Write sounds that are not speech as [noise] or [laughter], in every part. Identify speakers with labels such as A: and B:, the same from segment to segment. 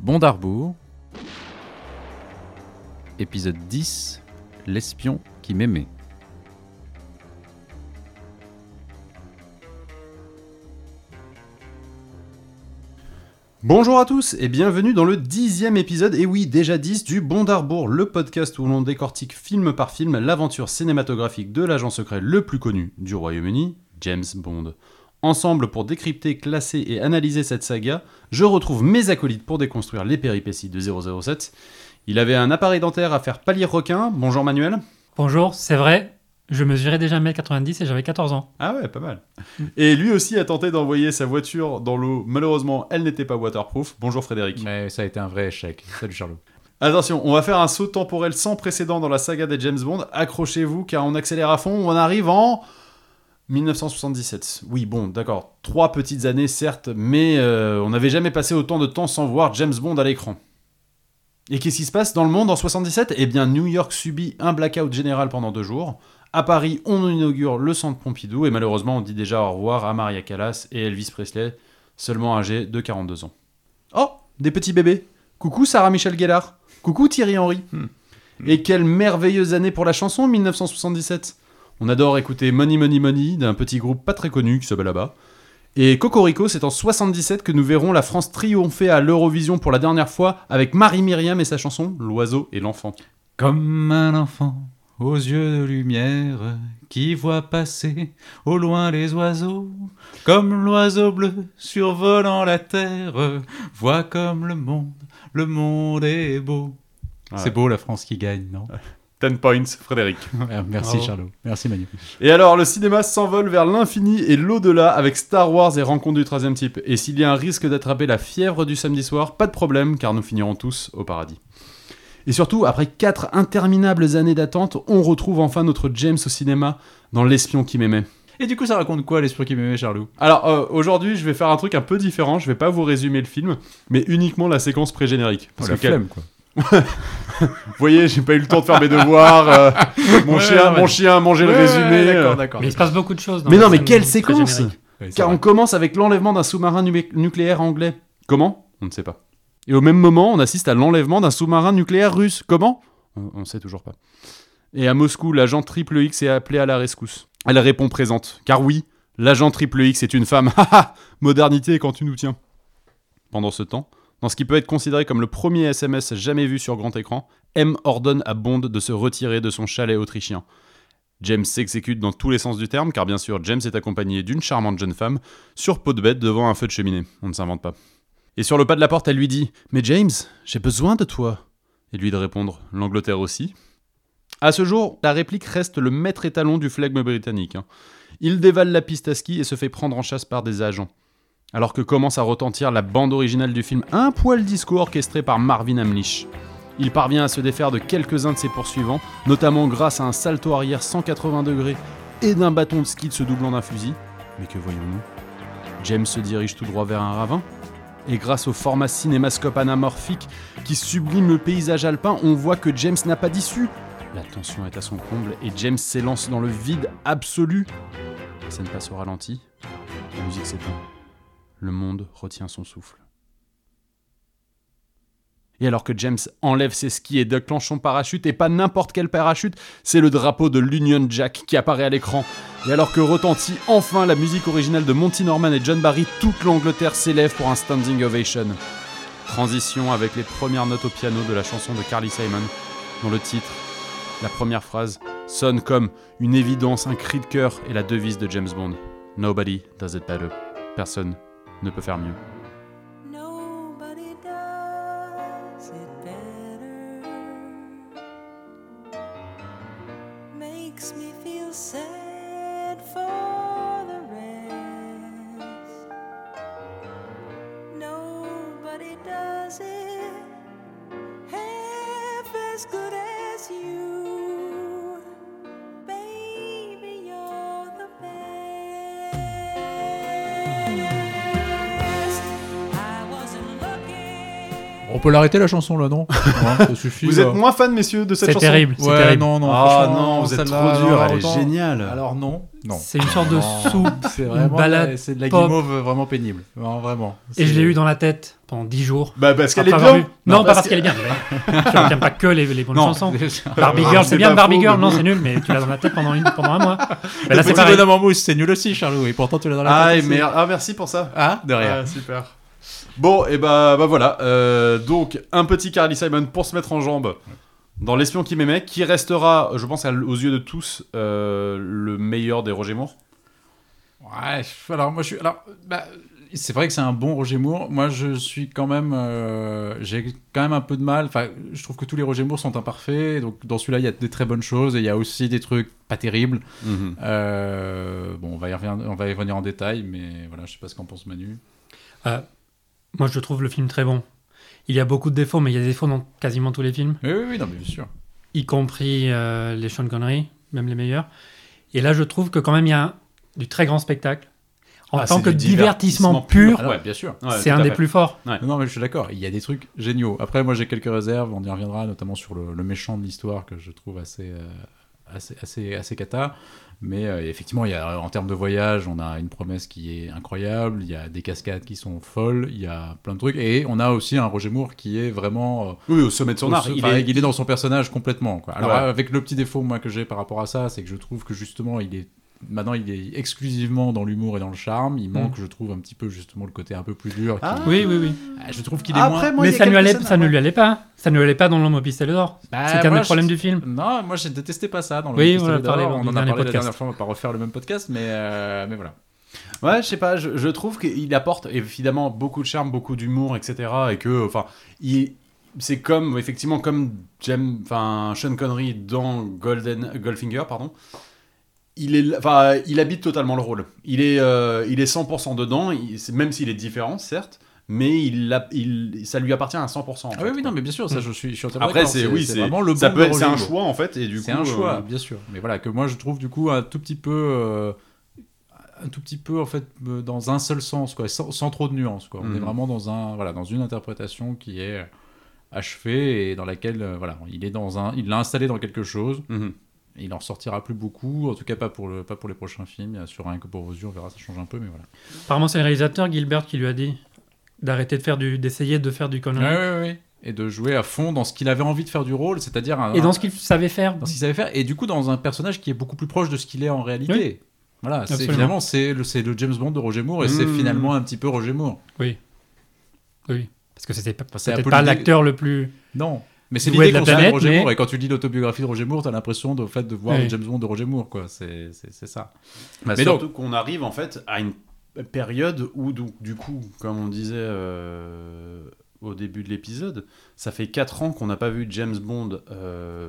A: Bon d'Arbour, épisode 10, l'espion qui m'aimait.
B: Bonjour à tous et bienvenue dans le dixième épisode, et oui, déjà 10 du Bon d'Arbour, le podcast où l'on décortique film par film l'aventure cinématographique de l'agent secret le plus connu du Royaume-Uni, James Bond. Ensemble pour décrypter, classer et analyser cette saga, je retrouve mes acolytes pour déconstruire les péripéties de 007. Il avait un appareil dentaire à faire palier requin, bonjour Manuel.
C: Bonjour, c'est vrai, je mesurais déjà 1m90 et j'avais 14 ans.
B: Ah ouais, pas mal. Et lui aussi a tenté d'envoyer sa voiture dans l'eau, malheureusement elle n'était pas waterproof, bonjour Frédéric.
D: Mais ça a été un vrai échec. Salut Charlot.
B: Attention, on va faire un saut temporel sans précédent dans la saga des James Bond. Accrochez-vous car on accélère à fond. On arrive en 1977. Oui, bon, d'accord. Trois petites années, certes, mais euh, on n'avait jamais passé autant de temps sans voir James Bond à l'écran. Et qu'est-ce qui se passe dans le monde en 77 Eh bien, New York subit un blackout général pendant deux jours. À Paris, on inaugure le centre Pompidou et malheureusement, on dit déjà au revoir à Maria Callas et Elvis Presley, seulement âgés de 42 ans. Oh, des petits bébés. Coucou Sarah Michel Gellar. Coucou Thierry Henry. Et quelle merveilleuse année pour la chanson 1977. On adore écouter Money Money Money d'un petit groupe pas très connu qui s'appelle là-bas. Et Cocorico, c'est en 77 que nous verrons la France triompher à l'Eurovision pour la dernière fois avec Marie Myriam et sa chanson L'oiseau et l'enfant.
D: Comme un enfant aux yeux de lumière qui voit passer au loin les oiseaux, comme l'oiseau bleu survolant la terre, voit comme le monde, le monde est beau.
B: Ouais.
D: C'est beau la France qui gagne, non
B: 10 points, Frédéric.
D: [laughs] Ouais, Merci
C: Bravo.
D: Charlot, merci Manu.
B: Et alors, le cinéma s'envole vers l'infini et l'au-delà avec Star Wars et Rencontre du troisième type. Et s'il y a un risque d'attraper la fièvre du samedi soir, pas de problème, car nous finirons tous au paradis. Et surtout, après quatre interminables années d'attente, on retrouve enfin notre James au cinéma dans L'espion qui m'aimait.
D: Et du coup ça raconte quoi l'esprit qui m'aimait Charlot
B: Alors euh, aujourd'hui, je vais faire un truc un peu différent. Je vais pas vous résumer le film, mais uniquement la séquence pré-générique.
D: Oh,
B: Parce que, quel-
D: quoi.
B: vous voyez, j'ai pas eu le temps de faire mes
D: [laughs]
B: devoirs. euh, mon,
D: Ouais,
B: chien,
D: non, mais-
B: mon chien a mangé le résumé. euh.
D: D'accord,
E: Ah,
D: d'accord.
C: Mais il se passe beaucoup de choses. dans
B: Mais
C: la
B: non, mais
C: scène
B: quelle
C: très
B: séquence
C: générique.
D: Ouais, c'est
B: Car
D: vrai.
B: on commence avec l'enlèvement d'un sous-marin numé- nucléaire anglais. Comment On ne sait pas. Et au même moment, on assiste à l'enlèvement d'un sous-marin nucléaire russe. Comment On ne sait toujours pas. Et à Moscou, l'agent Triple X est appelé à la rescousse. Elle répond présente. Car oui, l'agent Triple X est une femme. [laughs] Ha, ha Modernité quand tu nous tiens. Pendant ce temps, dans ce qui peut être considéré comme le premier SMS jamais vu sur grand écran, M ordonne à Bond de se retirer de son chalet autrichien. James s'exécute dans tous les sens du terme, car bien sûr, James est accompagné d'une charmante jeune femme, sur peau de bête devant un feu de cheminée. On ne s'invente pas. Et sur le pas de la porte, elle lui dit Mais James, j'ai besoin de toi. Et lui de répondre L'Angleterre aussi. À ce jour, la réplique reste le maître étalon du flegme britannique. hein. Il dévale la piste à ski et se fait prendre en chasse par des agents. Alors que commence à retentir la bande originale du film, un poil disco orchestré par Marvin Hamlisch. Il parvient à se défaire de quelques-uns de ses poursuivants, notamment grâce à un salto arrière 180 degrés et d'un bâton de ski de se doublant d'un fusil. Mais que voyons-nous James se dirige tout droit vers un ravin. Et grâce au format cinémascope anamorphique qui sublime le paysage alpin, on voit que James n'a pas d'issue. La tension est à son comble et James s'élance dans le vide absolu. La scène passe au ralenti. La musique s'éteint. Le monde retient son souffle. Et alors que James enlève ses skis et déclenche son parachute, et pas n'importe quel parachute, c'est le drapeau de l'Union Jack qui apparaît à l'écran. Et alors que retentit enfin la musique originale de Monty Norman et John Barry, toute l'Angleterre s'élève pour un standing ovation. Transition avec les premières notes au piano de la chanson de Carly Simon, dont le titre, la première phrase, sonne comme une évidence, un cri de cœur et la devise de James Bond. Nobody does it better. Personne ne peut faire mieux.
F: Nobody does it better. Makes me feel sad for the rest. Nobody does it half as good as you. Baby, you're the best. I wasn't looking.
E: On peut l'arrêter la chanson là,
B: [laughs]
E: non Hein, Ça suffit.
B: Vous
E: là.
B: êtes moins fan, messieurs, de cette
C: C'est
B: chanson
C: terrible, c'est
E: Ouais,
C: terrible.
E: non, non.
B: Ah
E: franchement,
B: non, vous êtes
E: celle-là,
B: trop dur,
E: alors,
B: elle est
E: autant-
B: géniale.
E: Alors non, non.
C: C'est une sorte de soupe.
E: C'est
C: vraiment- balade
E: c'est de la
C: pop.
E: guimauve euh, vraiment pénible. Non, vraiment.
C: Et je l'ai eu dans la tête pendant 10 jours.
B: Bah parce qu'elle est
C: Après avoir
B: bien.
C: vu- Non, pas parce qu'elle est bien. d'ailleurs. Tu n'aimes pas que les, les bonnes
E: [laughs]
C: chansons. Barbie
B: Ah,
C: Girl,
B: c'est
C: c'est bien
B: pas
C: Barbie
B: faux,
C: Girl.
B: mais
C: Non,
B: bon.
C: c'est nul, mais tu l'as dans la tête pendant, une, pendant un mois. Mais là,
E: Là,
C: c'est
E: c'est
C: pareil.
E: bonhomme en mousse, c'est nul aussi, Charlot. Et pourtant, tu l'as dans la
B: Ah, et
E: tête.
B: mer- ah, merci pour ça.
E: Ah, de rien.
B: Ah, super. Bon, et bah, bah voilà. euh, donc, un petit Carly Simon pour se mettre en jambe dans L'espion qui m'aimait, qui restera, je pense, à l- aux yeux de tous, euh, le meilleur des Roger Moore.
E: Ouais, je- alors moi je suis. Alors, bah, c'est vrai que c'est un bon Roger Moore. Moi je suis quand même. euh, J'ai quand même un peu de mal. Enfin, je trouve que tous les Roger Moore sont imparfaits. Donc dans celui-là, il y a des très bonnes choses et il y a aussi des trucs pas terribles.
B: Mhm.
E: Euh, bon, on va, y revenir, on va y revenir en détail, mais voilà, je sais pas ce qu'en pense Manu.
C: Moi, je trouve le film très bon. Il y a beaucoup de défauts, mais il y a des défauts dans quasiment tous les films,
E: Oui, oui, oui, non, mais bien sûr.
C: y compris euh, les Sean Connery, même les meilleurs. Et là, je trouve que quand même, il y a un- du très grand spectacle. En
E: Ah,
C: tant
E: c'est
C: que
E: du
C: divertissement, pur,
E: Alors, Ah ouais, bien sûr.
B: Ouais,
C: c'est
B: tout
C: un
B: à
C: des
B: fait.
C: plus forts.
B: Ouais.
E: Non, mais je suis d'accord. Il y a des trucs géniaux. Après, moi, j'ai quelques réserves. On y reviendra, notamment sur le, le méchant de l'histoire que je trouve assez, euh, assez, assez, assez cata. Mais euh, effectivement, il y a, en termes de voyage, on a une promesse qui est incroyable. Il y a des cascades qui sont folles. Il y a plein de trucs. Et on a aussi un Roger Moore qui est vraiment. euh,
B: Oui, au sommet de son
E: au-
B: art.
E: enfin,
B: Il
E: il,
B: est-
E: est... dans son personnage complètement. Quoi. Alors,
B: Ouais.
E: avec le petit défaut moi, que j'ai par rapport à ça, c'est que je trouve que justement, il est. Maintenant, il est exclusivement dans l'humour et dans le charme. Il manque, je trouve, un petit peu justement le côté un peu plus dur. qui-
B: Ah.
C: Oui, oui, oui.
E: Ah, Je trouve qu'il est moins.
B: Après, moi,
C: mais
B: il y a
C: ça, lui
B: quelques
C: allait-
B: scènes-
C: ça ne lui allait pas. Ça ne lui allait pas dans l'homme au pistolet d'or.
E: Bah,
C: C'était un
E: moi,
C: des problèmes
E: je-
C: du film.
E: Non, moi j'ai détesté pas ça dans le
C: Oui,
E: pistolet
C: on en a parlé
E: d'or.
C: lors
E: on
C: du
E: en a
C: dernier
E: parlé la
C: podcast.
E: dernière fois, on va pas refaire le même podcast, mais, euh, mais voilà.
B: Ouais, je sais pas, je, je trouve qu'il apporte évidemment beaucoup de charme, beaucoup d'humour, etc. Et que, enfin, il- c'est comme, effectivement, comme James, enfin, Sean Connery dans Golden, Goldfinger, pardon. Il, est, enfin, il habite totalement le rôle. Il est, euh, il est 100% dedans, il- c'est- même s'il est différent, certes, mais il, a- il, ça lui appartient à 100%. en
E: Ah
B: fait,
E: oui, oui,
B: quoi.
E: non, mais bien sûr, ça je suis, je suis entièrement
B: Après,
E: d'accord,
B: c'est oui, c'est
E: vraiment le
B: ça
E: bon
B: peut être-
E: Roger
B: c'est un
E: Moore.
B: choix, en fait, et du coup.
E: C'est un choix,
B: euh,
E: bien sûr. Mais voilà, que moi je trouve du coup un tout petit peu. euh, un tout petit peu en fait euh, dans un seul sens quoi sans, sans trop de nuances quoi on
B: Mhm.
E: est vraiment dans un voilà dans une interprétation qui est achevée et dans laquelle euh, voilà il est dans un il l'a installé dans quelque chose
B: mhm.
E: Il en sortira plus beaucoup, en tout cas pas pour, le, pas pour les prochains films. Sur rien que pour vos yeux, on verra, ça change un peu, mais voilà.
C: Apparemment, c'est le réalisateur Gilbert qui lui a dit d'arrêter de faire du, d'essayer de faire du Connery.
E: Ah Et de jouer à fond dans ce qu'il avait envie de faire du rôle, c'est-à-dire un-
C: Et dans ce qu'il savait faire.
E: ah. dans ce qu'il savait faire, et du coup dans un personnage qui est beaucoup plus proche de ce qu'il est en réalité.
C: Oui.
E: Voilà, c'est,
C: Absolument.
E: finalement c'est le, c'est le James Bond de Roger Moore, et c'est
B: Mhm.
E: finalement un petit peu Roger Moore.
C: Oui, parce que c'était pas,
E: c'est
C: peut-être
E: un peu
C: pas
E: l'idée-
C: l'acteur le plus.
E: Non. Mais c'est
C: Doué
E: l'idée
C: de la
E: qu'on se fait de
C: planète,
E: Roger
C: mais-
E: Moore, et quand tu lis l'autobiographie de Roger Moore, t'as l'impression de, en fait, de voir
C: Oui.
E: le James Bond de Roger Moore, quoi. C'est, c'est, c'est ça.
B: Bah,
E: Mais
B: surtout qu'on arrive en fait à une période où donc, du coup, comme on disait euh, au début de l'épisode, ça fait 4 ans qu'on n'a pas vu James Bond euh,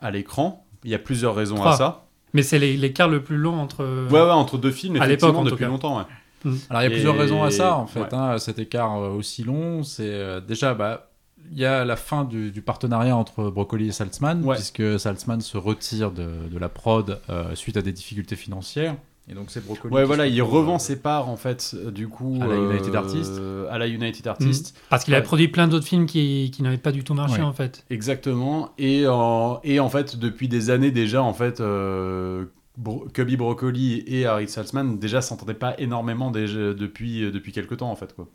B: à l'écran. Il y a plusieurs raisons à
C: Trois.
B: ça.
C: Mais c'est les- l'écart le plus long entre.
B: Ouais, ouais, entre deux films,
C: à l'époque,
B: effectivement,
C: en tout
B: depuis
C: cas.
B: longtemps. ouais.
E: Alors il y a
B: Et-
E: plusieurs raisons à ça en fait,
B: ouais.
E: hein, à cet écart euh, aussi long. C'est euh, déjà bah il y a la fin du, du partenariat entre Broccoli et Saltzman
B: Ouais.
E: puisque Saltzman se retire de, de la prod euh, suite à des difficultés financières et donc c'est Broccoli.
B: Ouais,
E: qui
B: voilà,
E: se
B: il
E: retrouve,
B: revend
E: euh,
B: ses parts en fait, euh, du coup.
E: À la United Artists.
B: euh, À la
C: Mm.
B: United Artists.
C: Parce qu'il a
B: Ouais.
C: produit plein d'autres films qui, qui n'avaient pas du tout marché
E: Ouais.
C: en fait.
B: Exactement. Et en, et en fait, depuis des années déjà, en fait, euh, Bro- Cubby Broccoli et Harry Saltzman déjà s'entendaient pas énormément déjà, depuis, euh, depuis quelques temps, en fait. Quoi.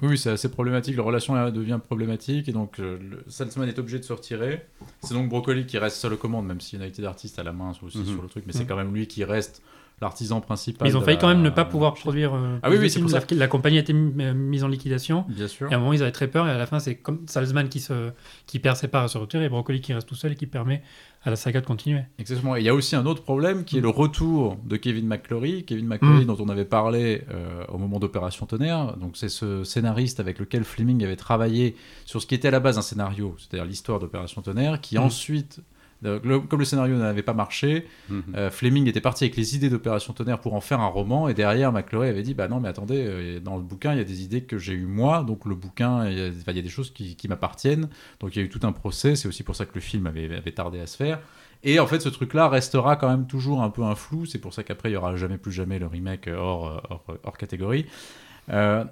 E: Oui, c'est assez problématique. La relation euh, devient problématique et donc euh, le- Saltzman est obligé de se retirer. C'est donc Broccoli qui reste seul aux commandes, même si United Artists a la main aussi
B: Mhm.
E: sur le truc, mais c'est
C: Mhm.
E: quand même lui qui reste l'artisan principal.
C: Mais ils ont
E: de
C: failli
E: la-
C: quand même ne pas pouvoir produire. euh,
E: Ah oui,
C: plus de
E: oui, c'est
C: films.
E: pour ça.
C: La- La compagnie a été mi- euh, mise en liquidation.
E: Bien sûr.
C: Et à un moment, ils avaient très peur. Et à la fin, c'est comme Salzman qui, se, qui perd ses parts à se retirer et Broccoli qui reste tout seul et qui permet à la saga de continuer.
E: Exactement. Et il y a aussi un autre problème qui est le retour de Kevin McClory. Kevin McClory,
C: Mm.
E: dont on avait parlé euh, au moment d'Opération Tonnerre. Donc, c'est ce scénariste avec lequel Fleming avait travaillé sur ce qui était à la base un scénario, c'est-à-dire l'histoire d'Opération Tonnerre, qui
C: Mm.
E: ensuite. euh, le- comme le scénario n'avait pas marché, euh, Fleming était parti avec les idées d'Opération Tonnerre pour en faire un roman, et derrière, McClory avait dit Bah non, mais attendez, euh, dans le bouquin, il y a des idées que j'ai eues moi, donc le bouquin, il y a, enfin, il y a des choses qui, qui m'appartiennent. Donc il y a eu tout un procès, c'est aussi pour ça que le film avait, avait tardé à se faire. Et en fait, ce truc-là restera quand même toujours un peu un flou, c'est pour ça euh, qu'après, il y aura jamais plus jamais le remake hors, euh, hors, hors catégorie. Euh,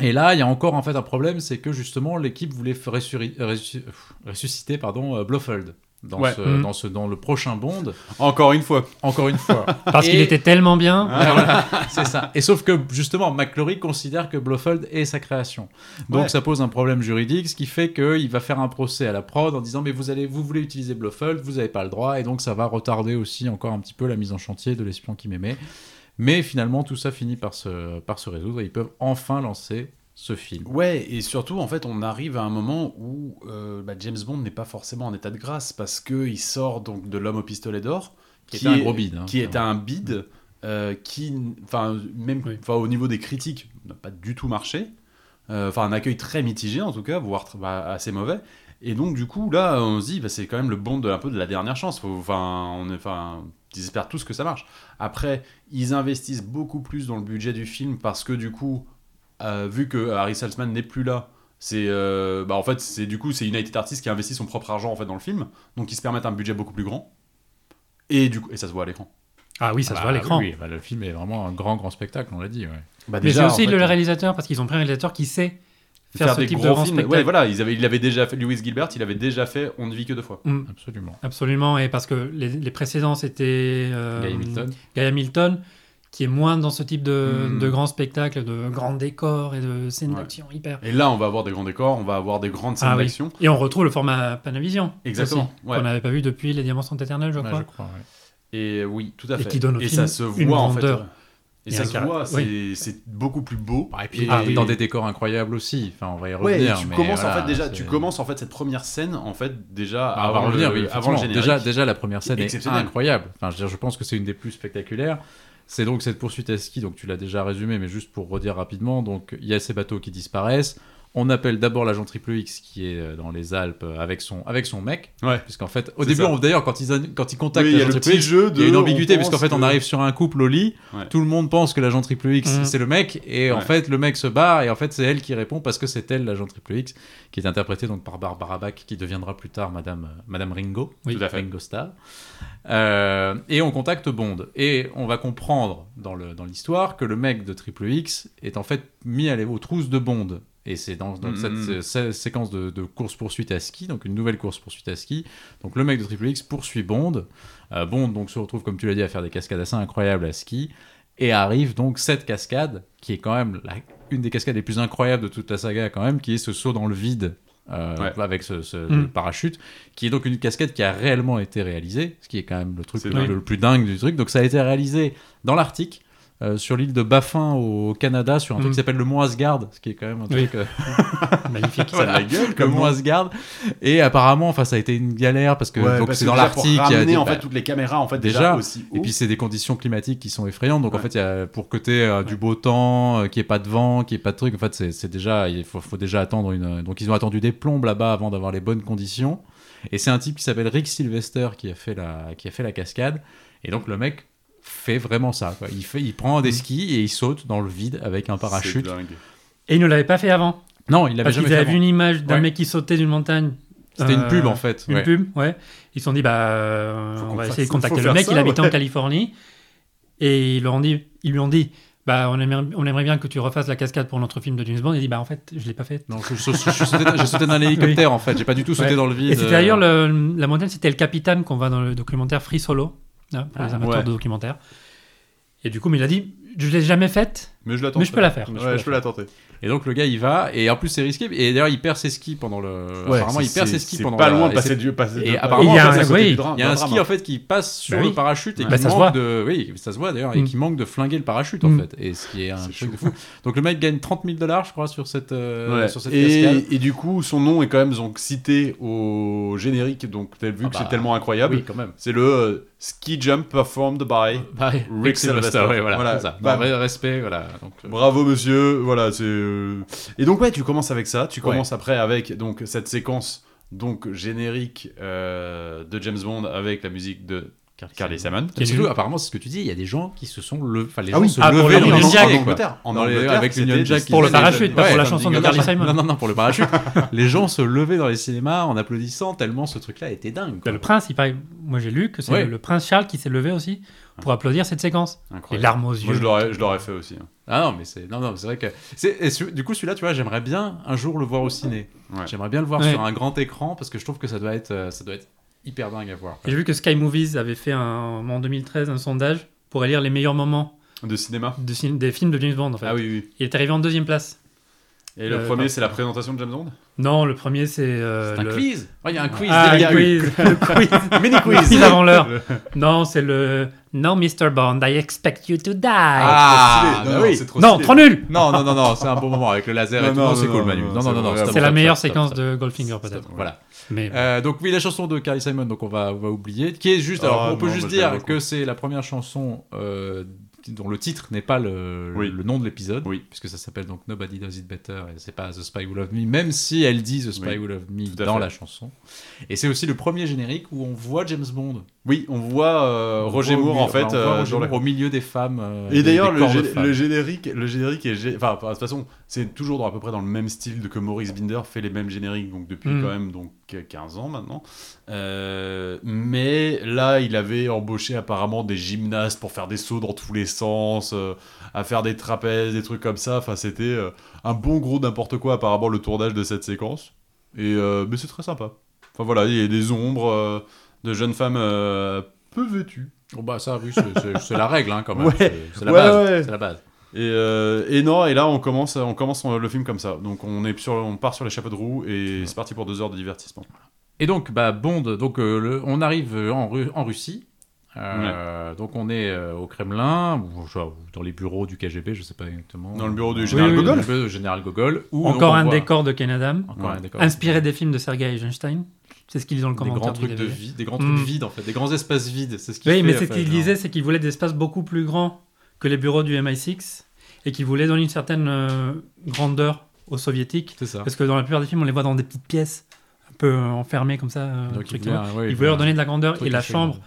E: Et là, il y a encore en fait un problème, c'est que justement l'équipe voulait f- ressuri- euh, ressu- euh, ressusciter pardon euh, Blofeld dans,
B: Ouais.
E: ce-
C: Mhm.
E: dans ce- dans le prochain Bond.
B: Euh, Encore une fois.
E: Encore une fois,
C: Parce
E: Ah. Et- Ah.
C: qu'il était tellement bien.
E: Ouais, voilà, c'est ça. Et sauf que justement, McClory considère que Blofeld est sa création. Donc
B: Ouais.
E: ça pose un problème juridique, ce qui fait qu'il va faire un procès à la prod en disant mais vous allez, vous voulez utiliser Blofeld, vous n'avez pas le droit, et donc ça va retarder aussi encore un petit peu la mise en chantier de l'espion qui m'aimait. Mais finalement, tout ça finit par se, par se résoudre et ils peuvent enfin lancer ce film.
B: Ouais, et surtout, en fait, on arrive à un moment où euh, bah, James Bond n'est pas forcément en état de grâce parce qu'il sort donc de l'homme au pistolet d'or,
E: Qui, est un gros bide. hein,
B: qui est
E: clairement.
B: un bide, euh, qui, enfin, même
C: Oui.
B: enfin, au niveau des critiques, n'a pas du tout marché. Euh, Enfin, un accueil très mitigé, en tout cas, voire tr- bah, assez mauvais. Et donc, du coup, là, on se dit, bah, c'est quand même le Bond de, un peu de la dernière chance. Faut- Enfin, on est, enfin, ils espèrent tous que ça marche. Après, ils investissent beaucoup plus dans le budget du film parce que, du coup, euh, vu que Harry Saltzman n'est plus là, c'est euh, bah, en fait c'est du coup c'est United Artists qui investit son propre argent en fait dans le film, donc ils se permettent un budget beaucoup plus grand. Et du coup, et ça se voit à l'écran.
C: Ah oui, ça
E: Ah
C: se voit à l'écran.
E: oui, bah, le film est vraiment un grand, grand spectacle, on l'a dit. ouais.
B: Bah,
C: Mais c'est
B: déjà,
C: aussi
B: en fait,
C: le réalisateur, parce qu'ils ont pris un réalisateur qui sait faire, ce
B: des
C: type de
B: gros
C: grand
B: films.
C: spectacle.
B: Ouais, voilà, ils avaient, il avait déjà fait Lewis Gilbert, il avait déjà fait On ne vit que deux fois.
C: Mm,
E: Absolument.
C: absolument, et parce que les, les précédents, c'était euh,
E: Guy Hamilton.
C: Guy Hamilton, qui est moins dans ce type de,
E: Hmm.
B: Mm.
C: de grand spectacle, de grands décors et de scènes
B: Ouais.
C: d'action hyper.
B: Et là, on va avoir des grands décors, on va avoir des grandes scènes
C: Ah oui.
B: d'action.
C: Et on retrouve le format Panavision.
B: Exactement,
C: aussi,
B: ouais.
C: Qu'on n'avait pas vu depuis Les Diamants sont éternels, je
E: Ouais,
C: crois.
E: je crois, ouais.
B: Et oui, tout à
C: Et
B: fait.
C: qui donne au
B: et ça
C: film
B: se
C: une
B: voit en fait.
C: grandeur.
B: ouais. Et,
C: Et
B: ça
C: un
B: se
C: cara-
B: voit, c'est
C: oui.
B: c'est beaucoup plus beau.
E: Ah, et puis
C: Ah oui.
E: dans des décors incroyables aussi. Enfin, on va y
B: Ouais,
E: revenir.
B: tu
E: mais
B: commences en
E: voilà,
B: fait déjà,
E: c'est-
B: tu commences en fait cette première scène en fait déjà
E: Ah, on va
B: avant,
E: revenir,
B: le,
E: oui,
B: avant le
E: effectivement.
B: générique.
E: Déjà, déjà, la première scène est
B: Exceptionnelle.
E: incroyable. Enfin, je, veux dire, je pense que c'est une des plus spectaculaires. C'est donc cette poursuite à ski, donc tu l'as déjà résumé, mais juste pour redire rapidement. Donc, il y a ces bateaux qui disparaissent. On appelle d'abord l'agent Triple X qui est euh, dans les Alpes euh, avec son, avec son mec.
B: Ouais.
E: Puisqu'en fait, au
B: C'est
E: début,
B: ça.
E: on- d'ailleurs, quand ils, an- quand ils contactent
B: Oui, il y a
E: l'agent
B: le
E: Triple
B: petit
E: X,
B: jeu de.
E: il y a une ambiguïté,
B: on
E: puisqu'en
B: pense
E: fait, on
B: que-
E: arrive sur un couple au lit.
B: Ouais.
E: Tout le monde pense que l'agent Triple X,
C: Mhm.
E: c'est le mec. Et en
B: Ouais.
E: fait, le mec se barre. Et en fait, c'est elle qui répond parce que c'est elle, l'agent Triple X, qui est interprétée donc par Barbara Bach, qui deviendra plus tard Madame, euh, Madame Ringo.
C: Oui.
B: Tout à fait.
E: Ringo Starr. Euh, et on contacte Bond. Et on va comprendre dans le- dans l'histoire que le mec de Triple X est en fait mis à l'é- aux trousses de Bond. Et c'est dans, dans
B: Mhm.
E: cette, euh, sé- séquence de, de course-poursuite à ski, donc une nouvelle course-poursuite à ski. Donc le mec de Triple X poursuit Bond. Euh, Bond donc se retrouve, comme tu l'as dit, à faire des cascades assez incroyables à ski. Et arrive donc cette cascade, qui est quand même la- une des cascades les plus incroyables de toute la saga, quand même, qui est ce saut dans le vide euh,
B: Ouais.
E: avec ce, ce-
C: Mm.
E: le parachute, qui est donc une cascade qui a réellement été réalisée, ce qui est quand même le truc
B: C'est
E: le,
B: dingue.
E: le plus dingue du truc. Donc ça a été réalisé dans l'Arctique. euh, sur l'île de Baffin au Canada, sur un truc
C: Mm.
E: qui s'appelle le Mont Asgard, ce qui est quand même un
C: Oui.
E: truc euh,
C: [laughs]
B: [laughs]
C: Magnifique.
B: Ça a de la gueule
E: le
B: comme
E: Mont
B: moi.
E: Asgard. Et apparemment, enfin, ça a été une galère parce que donc, c'est dans l'Arctique. il y a
B: Ramener
E: des-
B: en
E: bah,
B: fait toutes les caméras en fait déjà,
E: déjà,
B: aussi haut.
E: et puis c'est des conditions climatiques qui sont effrayantes. Donc en
B: Ouais.
E: fait, il y a, pour que tu du beau temps, euh, qu'il n'y ait pas de vent, qu'il n'y ait pas de truc, en fait, c'est c'est déjà, il faut, faut déjà attendre une. Donc ils ont attendu des plombes là-bas avant d'avoir les bonnes conditions. Et c'est un type qui s'appelle Rick Sylvester qui a fait la, qui a fait la cascade. Et donc le mec fait vraiment ça. quoi. Il fait, il prend des skis et il saute dans le vide avec un
B: Mmh. C'est
E: parachute.
B: dingue.
C: Et ils ne l'avaient pas fait avant.
E: Non, il l'avait
C: Parce
E: jamais
C: qu'ils
E: fait.
C: avaient
E: avant.
C: vu une image d'un
E: Ouais.
C: mec qui sautait d'une montagne.
E: C'était une
C: Euh,
E: pub en fait.
C: Une
E: ouais.
C: pub, ouais. Ils se sont dit, bah, euh,
B: Faut qu'on
C: on va
B: fasse-
C: essayer de
B: faut
C: contacter
B: faire
C: le mec.
B: ça,
C: il habitait
B: ouais.
C: en Californie. Et ils, leur ont dit, ils lui ont dit, bah, on aimerait, on aimerait bien que tu refasses la cascade pour notre film de James Bond. Il dit, bah, en fait, je l'ai pas faite.
E: Non, je, je- je- je sautais, j'ai sauté dans
C: [laughs]
E: un hélicoptère en fait. J'ai pas du tout sauté
C: Ouais.
E: dans le vide.
C: Et c'était d'ailleurs le- la montagne, c'était le capitaine qu'on voit dans le documentaire Free Solo, hein, pour les
B: Ah,
C: amateurs
B: ouais.
C: de documentaires. Et du coup, mais il a dit, je l'ai jamais faite.
B: Mais je l'attends.
C: Mais je peux la faire.
B: Ouais,
C: Je peux la
B: je peux la tenter.
E: Et donc le gars il va et en plus c'est risqué et d'ailleurs il perd ses skis pendant le apparemment il
B: c'est-
E: perd ses skis
B: c'est
E: pendant
B: pas
E: la-
B: loin de
E: et
B: passer
E: c'est-
B: du passer
E: et
B: de-
E: apparemment,
B: Il y a
E: en fait,
B: un-
E: ça,
B: oui.
C: c'est du
B: drame,
E: il y a un
B: drame.
E: ski en fait qui passe sur
C: Bah oui.
E: le parachute et
C: Bah,
E: qui
C: ça se
E: manque
C: voit.
E: de oui ça se voit d'ailleurs et
C: Mm.
E: qui manque de flinguer le parachute en
C: Mm.
E: fait et ce qui est un
B: C'est
E: truc de fou. Donc le mec gagne 30 000 dollars je crois sur cette euh,
B: Ouais.
E: sur cette cascade.
B: Et, et du coup, son nom est quand même donc, cité au générique, donc tel- vu
E: Ah
B: que
E: bah,
B: c'est tellement incroyable,
E: Oui quand même.
B: c'est le euh, ski jump performed by.
E: Pareil.
B: Bah, Rick
E: Rick
B: Sylvester.
E: Sylvester ouais, voilà,
B: Voilà. Bah,
E: c'est ça.
B: Bam.
E: Non, vrai respect voilà donc euh,
B: Bravo monsieur, voilà c'est. euh, Et donc ouais, tu commences avec ça, tu
E: Ouais.
B: commences après avec donc cette séquence donc générique euh, de James Bond avec la musique de Carly Simon.
C: Qui est
E: Surtout,
C: nul.
E: apparemment, c'est ce que tu dis, il y a des gens qui se sont levés. Enfin, les
B: Ah
E: gens
B: oui.
E: se
B: Ah, pour
E: levaient
B: l'Union
E: dans les
B: Jack,
E: Jack,
B: quoi. En Angleterre,
E: avec
B: c'était
E: l'Union Jack.
B: Jack
E: qui
B: Pour le
E: faisait-
C: parachute, pas pour la chanson de
E: Indigo
C: Carly
E: Jack.
C: Simon.
E: Non, non, non, pour le parachute. [laughs] les gens se levaient dans les cinémas en applaudissant tellement ce truc-là était dingue. quoi.
C: Le prince, il paraît- moi j'ai lu que c'est
E: Ouais.
C: le, le prince Charles qui s'est levé aussi pour applaudir cette séquence. Les
E: Incroyable.
C: larmes aux yeux.
B: Moi, je l'aurais- je l'aurais fait aussi. hein.
E: Ah non, mais c'est non, non, c'est vrai que c'est et ce- du coup celui-là, tu vois, j'aimerais bien un jour le voir au ciné.
B: Ouais.
E: J'aimerais bien le voir
C: Ouais.
E: sur un grand écran parce que je trouve que ça doit être euh, ça doit être hyper dingue à voir.
C: Et J'ai vu que Sky Movies avait fait un- en 2013 un sondage pour élire les meilleurs moments
B: De cinéma.
C: de cin- des films de James Bond. En fait.
B: Ah oui, oui.
C: Il est arrivé en deuxième place.
B: Et le
C: Euh,
B: premier,
C: non.
B: c'est la présentation de James Bond
C: Non, le premier c'est. euh,
E: C'est un
C: le...
E: quiz. Oh, Il y a un quiz.
C: Ah,
E: il y
C: le
E: a [laughs]
C: quiz, le quiz.
E: eu- mini
C: Le
E: quiz.
C: quiz avant l'heure. Non, c'est le. Non, Mr. Bond, I expect you to die.
E: Ah,
B: Stylé.
E: bah
B: Non,
E: oui.
B: c'est trop
C: non,
B: stylé.
C: trop nul
E: Non, non, non, non, c'est un bon moment avec le laser
B: Non,
E: et tout.
B: non,
E: Non, c'est
B: non,
E: cool,
B: non,
E: Manu.
B: non,
E: Non,
B: c'est
E: non, non, non.
B: vrai.
E: stop,
C: C'est la
E: stop,
C: meilleure
E: stop,
C: séquence
E: stop,
C: de Goldfinger,
E: stop.
C: peut-être.
E: Voilà.
C: Mais
E: Euh, donc oui, la chanson de Carly Simon, donc on va, on va oublier, qui est juste. alors
B: Ah,
E: on peut
B: non,
E: juste
B: moi, je l'aime
E: dire
B: beaucoup.
E: que c'est la première chanson euh, dont le titre n'est pas le,
B: Oui.
E: le nom de l'épisode,
B: Oui.
E: puisque ça s'appelle donc Nobody Does It Better et c'est pas The Spy Who Loved Me, même si elle dit The Spy
B: Oui,
E: Who Loved Me
B: tout à
E: dans
B: fait.
E: la chanson. Et c'est aussi le premier générique où on voit James Bond.
B: Oui, on voit euh,
E: On
B: Roger
E: voit au
B: Moore,
E: milieu-
B: en fait.
E: enfin, on voit
B: euh,
E: Roger
B: dans la-
E: Moore au milieu des femmes. euh,
B: Et
E: des-
B: d'ailleurs,
E: des
B: le,
E: corps de
B: gé-
E: femmes.
B: le générique, le générique est, gé- enfin, de toute façon, c'est toujours dans- à peu près dans le même style de que Maurice Binder fait les mêmes génériques, donc depuis
C: Mm.
B: quand même donc 15 ans maintenant. Euh, mais là, il avait embauché apparemment des gymnastes pour faire des sauts dans tous les sens, euh, à faire des trapèzes, des trucs comme ça. Enfin, c'était euh, un bon gros n'importe quoi apparemment le tournage de cette séquence. Et euh, mais c'est très sympa. Enfin voilà, il y a des ombres euh, de jeunes femmes euh, peu vêtues.
E: Bon, bah ça, oui, c'est- c'est c'est la règle hein, quand même.
B: Ouais.
E: C'est c'est la
B: Ouais,
E: base.
B: ouais.
E: C'est la base.
B: Et, euh, et non, et là on commence, on commence le film comme ça. Donc on est sur, on part sur les chapeaux de roue et c'est parti pour deux heures de divertissement.
E: Et donc, bah, Bond, donc, euh, le- on arrive euh, en, Ru- en Russie. Euh, Donc, on est euh, au Kremlin, ou je sais pas, dans les bureaux du KGB, je sais pas exactement.
B: Dans le bureau du
E: Oui,
B: général
E: oui,
B: Gogol.
E: dans le bureau du général Gogol. où donc,
C: encore
E: on
C: un
E: voit-
C: décor de Ken Adam,
E: Encore un décor.
C: inspiré des films de Sergei Eisenstein. C'est ce qu'ils disent dans le
E: Des grands
C: commentaire du
E: trucs de
C: DVD.
E: vide, des grands
C: Mm.
E: trucs vides, en fait, des grands espaces vides. C'est ce qu'il
C: Oui,
E: fait,
C: mais
E: en
C: c'est ce
E: fait,
C: qu'il
E: hein.
C: disait, c'est qu'il voulait des espaces beaucoup plus grands que les bureaux du MI6 et qu'il voulait donner une certaine euh, grandeur aux soviétiques.
E: C'est ça.
C: Parce que dans la plupart des films, on les voit dans des petites pièces un peu euh, enfermées comme ça. euh,
E: Donc,
C: truc
E: voulait
C: comme ça.
E: un- ouais,
C: il
E: il
C: voulait
E: voulait
C: leur donner
E: un
C: de la grandeur.
E: truc
C: Et la
E: assez
C: chambre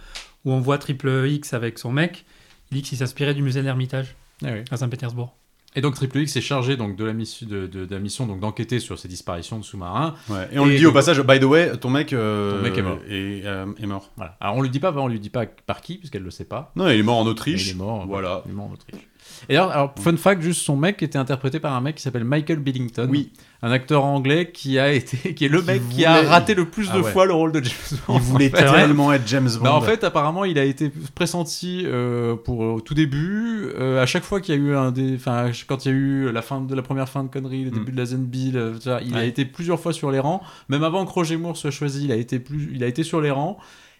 C: où on voit Triple X avec son mec, il dit qu'il s'inspirait du musée de l'Ermitage
E: grand. Ah oui.
C: à Saint-Pétersbourg.
E: Et donc, Triple X est chargé donc, de, la mission, de, de- de la mission donc, d'enquêter sur ces disparitions de sous-marins.
B: Et on
E: Et
B: lui dit
E: donc-
B: au passage, by the way, ton mec, euh,
E: Ton mec est mort.
B: est, euh, est mort.
E: Voilà. Alors, on lui dit pas, on lui dit pas par qui, puisqu'elle le sait pas.
B: Non, il est mort en
E: Mais
B: Autriche.
E: Il est mort.
B: Voilà.
E: Il est mort en Autriche. Et alors, alors, fun fact, juste son mec était interprété par un mec qui s'appelle Michael Billington.
B: Oui.
E: Un acteur anglais qui a été, qui est le
B: Qui
E: mec qui a
B: voulait-
E: raté le plus Ah de ouais. fois le rôle de James
B: [laughs]
E: Bond. en fait.
B: être James
E: Non, Bah, en fait, apparemment, il a été pressenti euh, pour au tout début. euh, à chaque fois qu'il y a eu un des, enfin, quand il y a eu la fin de la première fin de connerie, le
B: Mm.
E: début de la Zenby, le- tout ça, il a
B: Ouais.
E: été plusieurs fois sur les rangs. Même avant que Roger Moore soit choisi, il a été plus, il a été sur les rangs.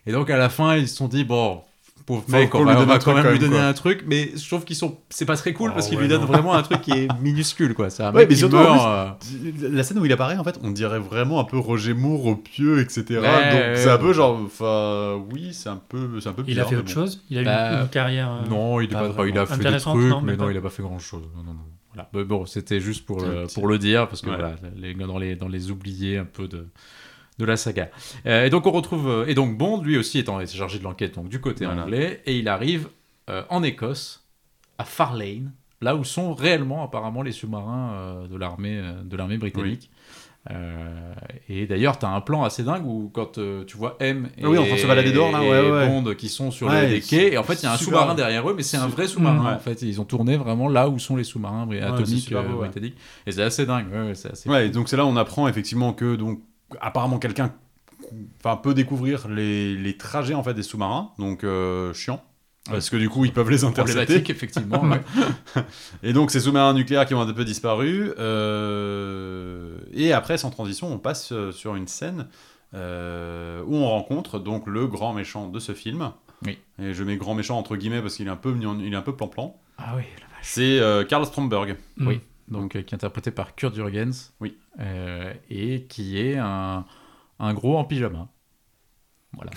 E: Et donc à la fin, ils se sont dit bon. Pauvre
B: Faut
E: mec,
B: qu'on
E: on va,
B: lui
E: on
B: donne
E: va
B: un
E: quand
B: truc
E: même
B: quand
E: lui
B: même,
E: donner
B: quoi.
E: un truc, mais je trouve qu'ils sont, c'est pas très cool
C: Oh,
E: parce qu'il
C: ouais,
E: lui donne
C: non.
E: vraiment un truc qui est [laughs] minuscule quoi. C'est un
B: Ouais,
E: mec
B: mais
E: qui
B: surtout, en
E: meurt,
B: plus,
E: euh,
B: la scène où il apparaît, en fait, on dirait vraiment un peu Roger Moore au pieu, etc.
E: Ouais,
B: Donc
E: ouais,
B: c'est un
E: ouais.
B: peu genre, enfin, oui, c'est un peu, c'est un peu.
C: Il a
B: bizarre,
C: fait
B: mais
C: autre
B: bon.
C: chose Il a eu
E: Bah,
C: une, une carrière. euh,
E: Non, il, est
C: pas
E: pas-
C: vraiment
E: il a fait des
C: intéressante,
E: trucs,
C: non,
E: mais
C: mais
E: non,
C: pas-
E: il a pas fait grand chose. Non, non, non. Voilà. Mais bon, c'était juste pour, le,
B: Petit-
E: pour le dire, parce que
B: Ouais.
E: voilà, les, dans, les, dans les oubliés un peu de, de la saga. Euh, et donc, on retrouve. euh, Et donc, Bond, lui aussi, étant est chargé de l'enquête donc, du côté
B: Voilà.
E: anglais, et il arrive euh, en Écosse, à Farlane, là où sont réellement, apparemment, les sous-marins euh, de l'armée euh, de l'armée britannique. Euh, et d'ailleurs, t'as un plan assez dingue où quand euh, tu vois M et,
B: Ah oui, en train de se balader dehors, là,
E: et
B: ouais, ouais.
E: Bond qui sont sur
B: Ouais,
E: les
B: ils
E: quais,
B: sont
E: et en fait, il y a un
B: super-
E: sous-marin derrière eux, mais c'est un
B: Super-
E: vrai sous-marin
B: Ouais.
E: en fait. Ils ont tourné vraiment là où sont les sous-marins bri-
B: c'est
E: atomiques
B: super
E: euh,
B: beau, ouais.
E: britanniques. Et c'est assez dingue. ouais, ouais, c'est assez
B: Ouais, et donc c'est là où on apprend effectivement que donc apparemment quelqu'un enfin peut découvrir les, les trajets en fait des sous-marins, donc euh, chiant. Parce que du coup, ils peuvent les intercepter.
E: problématique
B: [laughs]
E: effectivement. ouais.
B: Et donc, ces sous-marins nucléaires qui ont un peu disparu. euh, Et après, sans transition, on passe euh, sur une scène euh, où on rencontre donc le grand méchant de ce film.
E: Oui.
B: Et je mets grand méchant entre guillemets parce qu'il est un peu mignon- il est un peu plan-plan.
E: Ah oui.
B: C'est euh, Karl Stromberg.
C: hmm.
E: Oui. Donc euh, qui est interprété par Kurt Jurgens.
B: Oui.
E: Euh, et qui est un, un gros en pyjama. Voilà.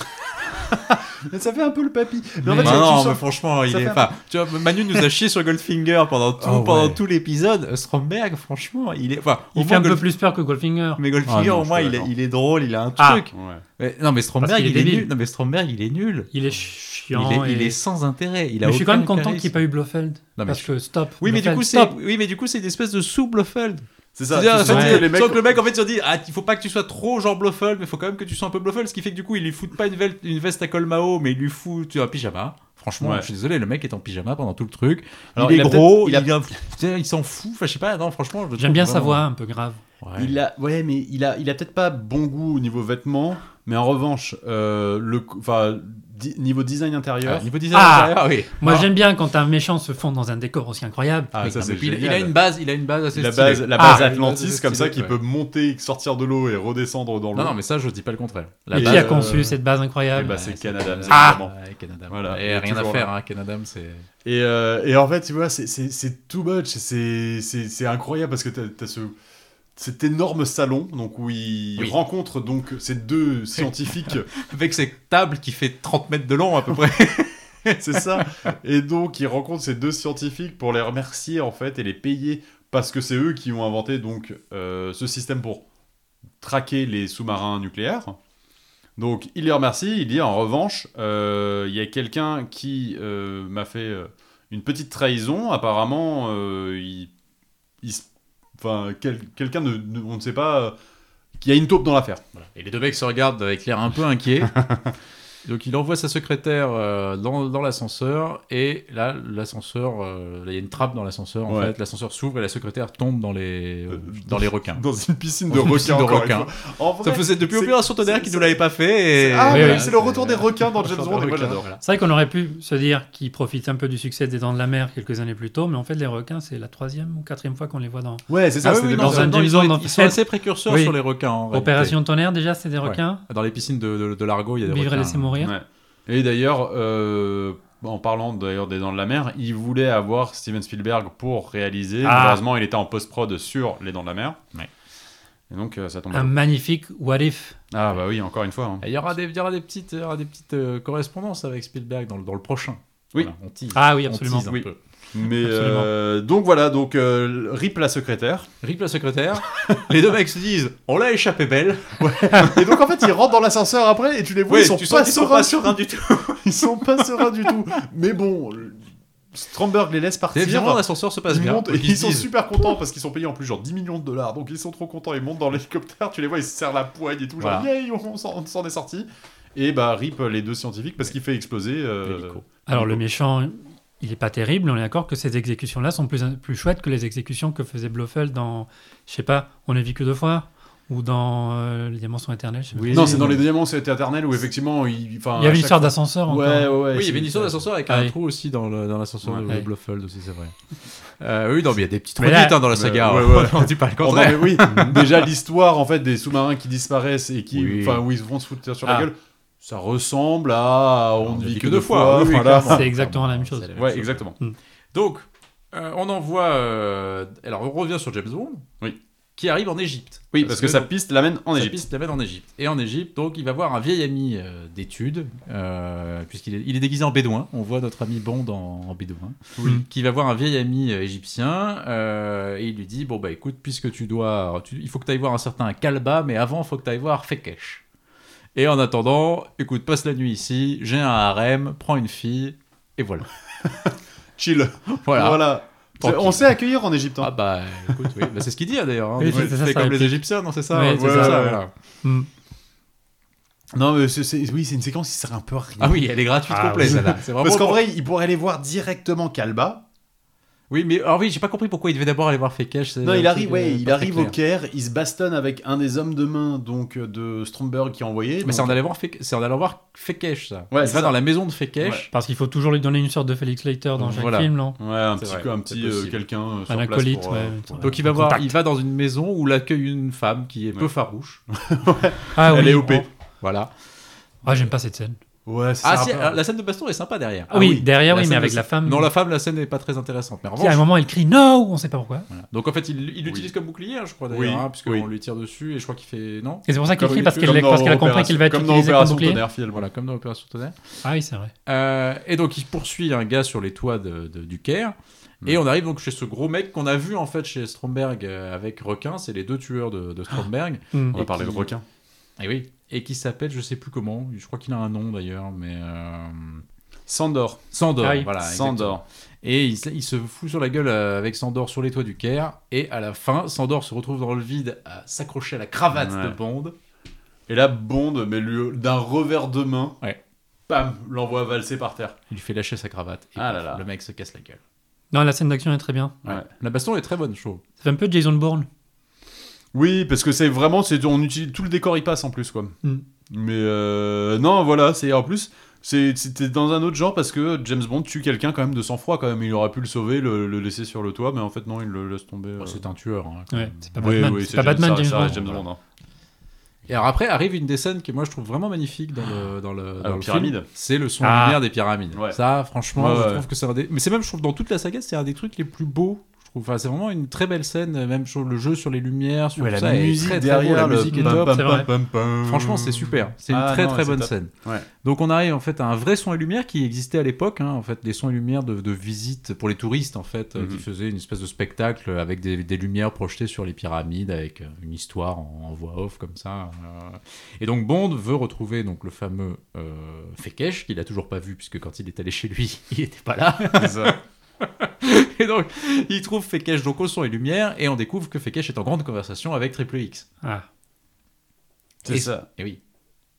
B: Ça fait un peu le papy. Mais en
E: Mais-
B: fait,
E: Bah
B: tu
E: non,
B: sens-
E: mais franchement, il
B: ça
E: est
B: fait un-
E: pas. Tu vois, Manu nous a chié sur Goldfinger pendant tout,
B: Oh, ouais.
E: pendant tout l'épisode. Stromberg, franchement, il est. Enfin, au
C: Il fait
E: moins
C: un peu
E: Gold-
C: plus peur que Goldfinger.
E: Mais Goldfinger,
B: Ah non,
E: au
B: je
E: moins,
B: suis
E: il est,
B: d'accord.
E: il est drôle, il a un
C: Ah.
E: truc.
B: Ouais.
E: Mais- non, mais Stromberg,
C: qu'il est
E: il est
C: débile.
E: nul. Non, mais Stromberg, il est nul.
C: Il est ch- chiant.
E: il, est, il
C: et-
E: est sans intérêt. Il a
C: mais je suis
E: aucun
C: quand même content
E: charisme.
C: qu'il n'y ait pas eu Blofeld.
E: mais
C: parce
E: je-
C: que stop.
E: Oui mais, du
C: Blofeld,
E: coup, c'est,
C: stop.
E: oui, mais du coup, c'est une espèce de sous-Blofeld.
B: C'est ça.
E: C'est-à-dire,
B: tu sens
C: ouais.
B: que les mecs.
E: sens que le mec, en fait, se dit Ah, il faut pas que tu sois trop genre Blofeld, mais faut quand même que tu sois un peu Blofeld. Ce qui fait que du coup, il lui fout pas une, vel- une veste à col Mao, mais il lui fout tu vois, un pyjama. Franchement,
B: Ouais.
E: je suis désolé, le mec est en pyjama pendant tout le truc.
B: Alors,
E: il,
B: il
E: est
B: a
E: gros,
B: peut-être-
E: il,
B: il a-
E: a- putain, il s'en fout. Enfin, je sais pas, non, franchement. je le
C: J'aime
E: trouve
C: bien sa
E: vraiment-
C: voix un peu grave.
E: Ouais.
B: Il a, ouais, mais il a, il a peut-être pas bon goût au niveau vêtements, mais en revanche, euh, le, co- enfin, di- niveau design intérieur.
E: Ah, niveau design
C: Ah
E: intérieur, oui.
C: Moi,
E: Alors-
C: j'aime bien quand un méchant se fond dans un décor aussi incroyable.
B: Ah,
E: Oui,
B: ça
E: non,
B: c'est
E: mais puis il-
B: génial.
E: Il a une base, il a une base assez
B: la
E: stylée.
B: base, la
C: Ah,
B: base
E: la base
B: Atlantis
E: assez
B: comme ça
E: stylée,
B: qui
E: ouais.
B: peut monter, sortir de l'eau et redescendre dans l'eau.
E: Non, non, mais ça, je dis pas le contraire. La
C: Mais
E: base, bah,
C: qui a
B: euh,
C: conçu cette base
B: eh
C: incroyable
B: ben, c'est Ken Adams,
E: Ah
B: évidemment.
E: Ouais, Ken Adams.
B: Voilà, il
E: Et
B: est
E: rien à
B: toujours
E: faire, hein, Ken Adams, c'est.
B: Et, euh, et en fait, tu vois, c'est- c'est c'est too much, c'est- c'est c'est incroyable parce que t'as as ce cet énorme salon donc où il
E: Oui.
B: rencontre donc ces deux scientifiques
E: Avec cette table qui fait 30 mètres de long à peu près.
B: c'est ça et donc il rencontre ces deux scientifiques pour les remercier en fait et les payer parce que c'est eux qui ont inventé donc euh, ce système pour traquer les sous-marins nucléaires donc il les remercie il dit en revanche euh, il y a quelqu'un qui euh, m'a fait euh, une petite trahison. Apparemment, euh, il, il se- enfin, quel- quelqu'un, ne, ne- on ne sait pas, euh, qu'il y a une taupe dans l'affaire.
E: Et les deux mecs se regardent avec l'air un peu [laughs] inquiet. Donc il envoie sa secrétaire euh, dans, dans l'ascenseur et là l'ascenseur, euh, là, il y a une trappe dans l'ascenseur en
B: Ouais.
E: fait. L'ascenseur s'ouvre et la secrétaire tombe dans les
B: Euh,
E: dans les requins.
B: Dans une piscine
E: Dans
B: de
E: une piscine
B: requins.
E: de
B: encore une
E: requins.
B: fois. En vrai,
E: Ça faisait depuis
B: c'est-
E: Opération Tonnerre
B: c'est-
E: qu'ils ne l'avaient pas fait. Et...
B: Ah,
C: Oui,
B: mais
C: oui.
B: c'est le retour des requins dans James
E: Retour
B: Bond,
E: des
B: et moi
E: requins,
B: j'adore.
E: voilà.
C: C'est vrai qu'on aurait pu se dire qu'ils profitent un peu du succès des Dents de la Mer quelques années plus tôt, mais en fait, les requins, c'est la troisième ou quatrième fois qu'on les voit dans
B: Ouais, c'est ça,
E: Ah
B: c'est
E: oui, oui,
B: des
E: non,
C: dans
B: morceaux-
C: un
E: en même temps,
C: James
E: ils, sont,
C: Bond en
E: ils sont
C: fait.
E: assez précurseurs
C: Oui.
E: sur les requins. en réalité.
C: Opération Tonnerre, déjà, c'est des requins.
E: Dans les piscines de, de, de Largo, il y a des
C: Vivre et
E: requins.
C: laisser mourir.
B: Ouais. Et d'ailleurs, euh, en parlant d'ailleurs des Dents de la Mer, il voulait avoir Steven Spielberg pour réaliser.
C: Ah.
B: Malheureusement, il était en post-prod sur les Dents de la Mer.
E: Ouais. Ah,
B: Et donc, euh, ça tombe. à
C: Un
B: l'eau.
C: magnifique What If.
B: Ah bah oui, encore une fois. hein.
E: Et Il y aura des, il y aura des petites, il y aura des petites euh, correspondances avec Spielberg dans le, dans le prochain.
B: Oui.
E: Voilà, on tease.
C: Ah oui,
E: On
C: absolument.
E: tease un
B: Oui.
E: peu.
B: Mais
C: Absolument.
B: euh, donc voilà, donc euh, rip la secrétaire.
E: Rip la secrétaire. [laughs] les deux mecs se disent, on l'a échappé belle.
B: Et donc en fait, ils rentrent dans l'ascenseur après et tu les vois,
E: Ouais,
B: ils sont
E: tu sens
B: pas
E: qu'ils
B: sereins.
E: du tout.
B: [laughs] Ils sont pas sereins du tout. Mais bon, le- Stromberg les laisse partir.
E: Évidemment, l'ascenseur se passe
B: Ils
E: bien.
B: montent et
E: Donc,
B: ils,
E: se
B: sont
E: disent,
B: super contents parce qu'ils sont payés en plus genre 10 millions de dollars. Donc ils sont trop contents, ils montent dans l'hélicoptère, tu les vois, ils se serrent la poigne et tout, genre
E: Voilà.
B: yeah, on s'en on s'en est sorti. Et bah rip les deux scientifiques parce qu'il fait exploser euh,
E: L'hélico.
C: Alors, le méchant, il est pas terrible. On est d'accord que ces exécutions-là sont plus, plus chouettes que les exécutions que faisait Blofeld dans, je sais pas, On ne vit que deux fois ou dans euh, Les Diamants sont éternels. je sais pas.
E: Oui.
B: Non, c'est dans les diamants, c'était éternel où effectivement, il, enfin, à
C: Il y avait une
B: chaque
C: histoire d'ascenseur encore.
B: Ouais, ouais, ouais.
E: Oui, il y avait une
B: c'est-
E: histoire d'ascenseur avec
C: Ah
E: un
C: oui.
E: trou aussi dans le- dans l'ascenseur
C: Ouais.
E: de
C: Ouais.
E: Blofeld aussi, c'est vrai. Euh, oui, non, mais il y a des petites
C: Mais là-
E: redites hein, dans la
B: Ouais,
E: saga.
B: ouais,
E: hein.
B: ouais.
E: On dit pas le
B: Oh [laughs] non,
E: contraire.
B: mais oui,
E: [laughs]
B: déjà l'histoire en fait des sous-marins qui disparaissent et qui,
E: Oui.
B: enfin, où ils vont se foutre sur
E: Ah.
B: la gueule, ça ressemble à on ne vit que deux fois.
E: oui, oui,
B: enfin, là.
E: clairement.
C: C'est exactement la même chose.
E: C'est la même
B: Ouais,
E: chose.
B: exactement.
E: Donc, euh, on envoie. euh, Alors, on revient sur James Bond.
B: Oui.
E: Qui arrive en Égypte.
B: Oui, parce, que, sa piste l'amène en
E: Sa
B: Égypte.
E: piste l'amène en Égypte. Et en Égypte, donc, il va voir un vieil ami euh, d'études, euh, puisqu'il est, il est déguisé en bédouin. On voit notre ami Bond en, en bédouin.
C: Oui.
E: Qui va voir un vieil ami euh, égyptien. euh, et il lui dit Bon, bah écoute, puisque tu dois. tu- il faut que tu ailles voir un certain Kalba, mais avant, il faut que tu ailles voir Fekesh. Et en attendant, écoute, passe la nuit ici, j'ai un harem, prends une fille, et
B: [laughs]
E: voilà.
B: Chill.
E: Voilà.
B: Voilà.
E: Tranquille.
B: On sait accueillir en Égypte. hein.
E: Ah bah écoute, oui. Bah, c'est ce qu'il dit hein, d'ailleurs. Hein.
C: Oui,
E: Ouais,
C: c'est ça,
E: fait
C: ça
E: comme les
C: réplique.
E: Égyptiens, non c'est ça
C: Ouais,
E: hein,
C: c'est
E: ouais,
B: ça,
E: ouais,
B: ouais.
E: voilà.
C: Mm.
B: Non, mais c'est, c'est- oui, c'est une séquence qui sert un peu à rien.
E: Ah oui, elle est gratuite
C: Ah,
E: complète
C: oui. [laughs]
E: celle-là. C'est vraiment.
B: Parce qu'en vrai, il pourrait aller voir directement Kalba.
E: Oui, mais alors oui, j'ai pas compris pourquoi il devait d'abord aller voir Fekesh. c'est
B: Non,
E: un
B: il
E: truc,
B: arrive,
E: euh,
B: ouais,
E: pas
B: il
E: très
B: arrive au
E: clair.
B: Caire, il se bastonne avec un des hommes de main donc euh, de Stromberg qui a envoyé.
E: Mais
B: donc-
E: c'est en allant voir Fek- c'est en allant voir Fekesh ça.
B: Ouais,
E: il
B: c'est
E: va
B: ça.
E: dans la maison de Fekesh.
C: Parce qu'il faut toujours lui donner une sorte de Felix Leiter dans
E: Donc,
C: chaque
E: voilà.
C: film, non
B: Ouais, un
E: C'est
B: petit,
E: vrai,
B: un
E: c'est
B: petit euh,
E: possible.
B: quelqu'un. euh, sur
C: Un
B: place
C: acolyte,
B: pour,
C: ouais.
B: euh,
C: ouais.
E: Donc il va voir,
C: Contact.
E: il va dans une maison où l'accueille une femme qui est peu
B: Ouais.
E: farouche.
C: Ah
B: Elle
C: oui.
B: est OP.
E: Voilà.
C: Ah, j'aime pas cette scène.
B: Ouais, c'est
E: Ah
B: ça,
E: si,
B: un peu-
E: alors, la scène de baston est sympa derrière.
C: Ah oui, derrière, Ah oui,
E: scène
C: mais
E: de
C: avec la femme.
E: Non, la femme, la scène n'est pas très intéressante. Mais en
C: Qui, à un
E: revanche,
C: moment, elle crie No On sait pas pourquoi.
E: voilà. donc en fait, il il l'utilise
B: Oui.
E: comme bouclier, hein, je crois
B: Oui,
E: d'ailleurs, hein, puisqu'on
B: oui.
E: lui tire dessus et je crois qu'il fait non.
C: Et c'est pour ça qu'elle
B: Comme
C: crie, parce qu'elle
B: comme dans
C: parce qu'elle a compris
B: Opération-
C: qu'il va être
B: comme dans
C: utilisé comme
B: Opération
C: bouclier.
B: Tonnerre Fiel, voilà.
E: Voilà, comme dans Opération Tonnerre.
C: Ah oui, c'est vrai.
E: Euh, et donc il poursuit un gars sur les toits de- de- du Caire. Et on arrive donc chez ce gros mec qu'on a vu en fait chez Stromberg euh, avec Requin, c'est les deux tueurs de,
B: Ah.
E: de Stromberg.
C: Hmm.
B: On va
E: Et
B: parler de
E: qui-
B: requin. Eh
E: Et oui. Et qui s'appelle, je sais plus comment, je crois qu'il a un nom d'ailleurs, mais. euh,
B: Sandor.
E: Sandor,
C: Ah oui.
E: voilà. exactement.
B: Sandor.
E: Et il se, il se fout sur la gueule euh, avec Sandor sur les toits du Caire. Et à la fin, Sandor se retrouve dans le vide à s'accrocher à la cravate
B: Ouais.
E: de Bond.
B: Et là, Bond, mais lui, d'un revers de main,
E: Ouais.
B: pam, l'envoie valser par terre.
E: Il lui fait lâcher sa cravate. Et
B: Ah
E: paf,
B: là là.
E: le mec se casse la gueule.
C: Non, la scène d'action est très bien.
B: Ouais.
E: La baston est très bonne, je trouve.
C: Ça fait un peu Jason Bourne.
B: Oui, parce que c'est vraiment, c'est on utilise tout le décor, il passe en plus quoi.
C: Mm.
B: Mais euh, non, voilà, c'est en plus, c'est- c'était dans un autre genre parce que James Bond tue quelqu'un quand même de sang-froid quand même. Il aurait pu le sauver, le, le laisser sur le toit, mais en fait non, il le laisse tomber. euh.
E: Bon, c'est un tueur. hein, quand
C: Ouais,
E: même.
C: c'est pas
B: Oui,
C: Batman,
B: oui,
C: c'est pas Batman
B: ça-
C: James
B: ça reste
C: Bond.
B: James Bond, hein.
E: Et alors après arrive une des scènes que moi je trouve vraiment magnifique dans le dans le, dans
B: Ah, aux
E: le
B: pyramides.
E: film. C'est le son
C: Ah.
E: lumière des pyramides.
B: Ouais.
E: Ça franchement
B: Ouais,
E: je
B: ouais.
E: trouve que c'est un des mais c'est même je trouve dans toute la saga c'est un des trucs les plus beaux. Je trouve enfin c'est vraiment une très belle scène même sur le jeu sur les lumières sur
B: Ouais,
E: tout
B: la
E: ça est
B: musique
E: très, très
B: derrière,
E: beau, la
B: le
E: musique est
C: pam,
E: top.
C: pam, C'est vrai.
E: Franchement, c'est super. C'est une
B: Ah,
E: très
B: non,
E: très
B: c'est
E: bonne
B: top.
E: scène.
B: Ouais.
E: Donc on arrive en fait à un vrai son et lumière qui existait à l'époque, hein, en fait, des sons et lumières de, de visite pour les touristes en fait, euh,
B: Mhm.
E: qui faisaient une espèce de spectacle avec des, des lumières projetées sur les pyramides avec euh, une histoire en, en voix off comme ça. euh. Et donc Bond veut retrouver donc le fameux euh, Fekesh qu'il a toujours pas vu puisque quand il est allé chez lui, [laughs] il était pas là.
B: C'est ça.
E: Et donc il trouve Fekesh donc au son et lumière et on découvre que Fekesh est en grande conversation avec Triple X.
C: Ah.
B: C'est
E: Et-
B: ça.
E: Et Eh oui.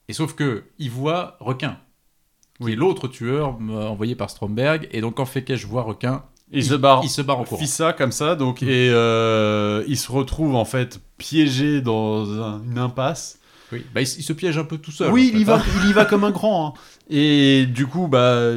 E: Et sauf que il voit requin. Oui, l'autre tueur euh, envoyé par Stromberg. Et donc quand Fekesh voit requin,
B: Il se barre.
E: il se barre en courant.
B: fit ça comme ça, donc et euh, il se retrouve en fait piégé dans un- une impasse.
E: Oui. Bah, il, s- il se piège un peu tout seul.
B: oui,
E: en fait,
B: il y, va,
E: hein.
B: il y va comme un grand. hein. Et du coup, bah,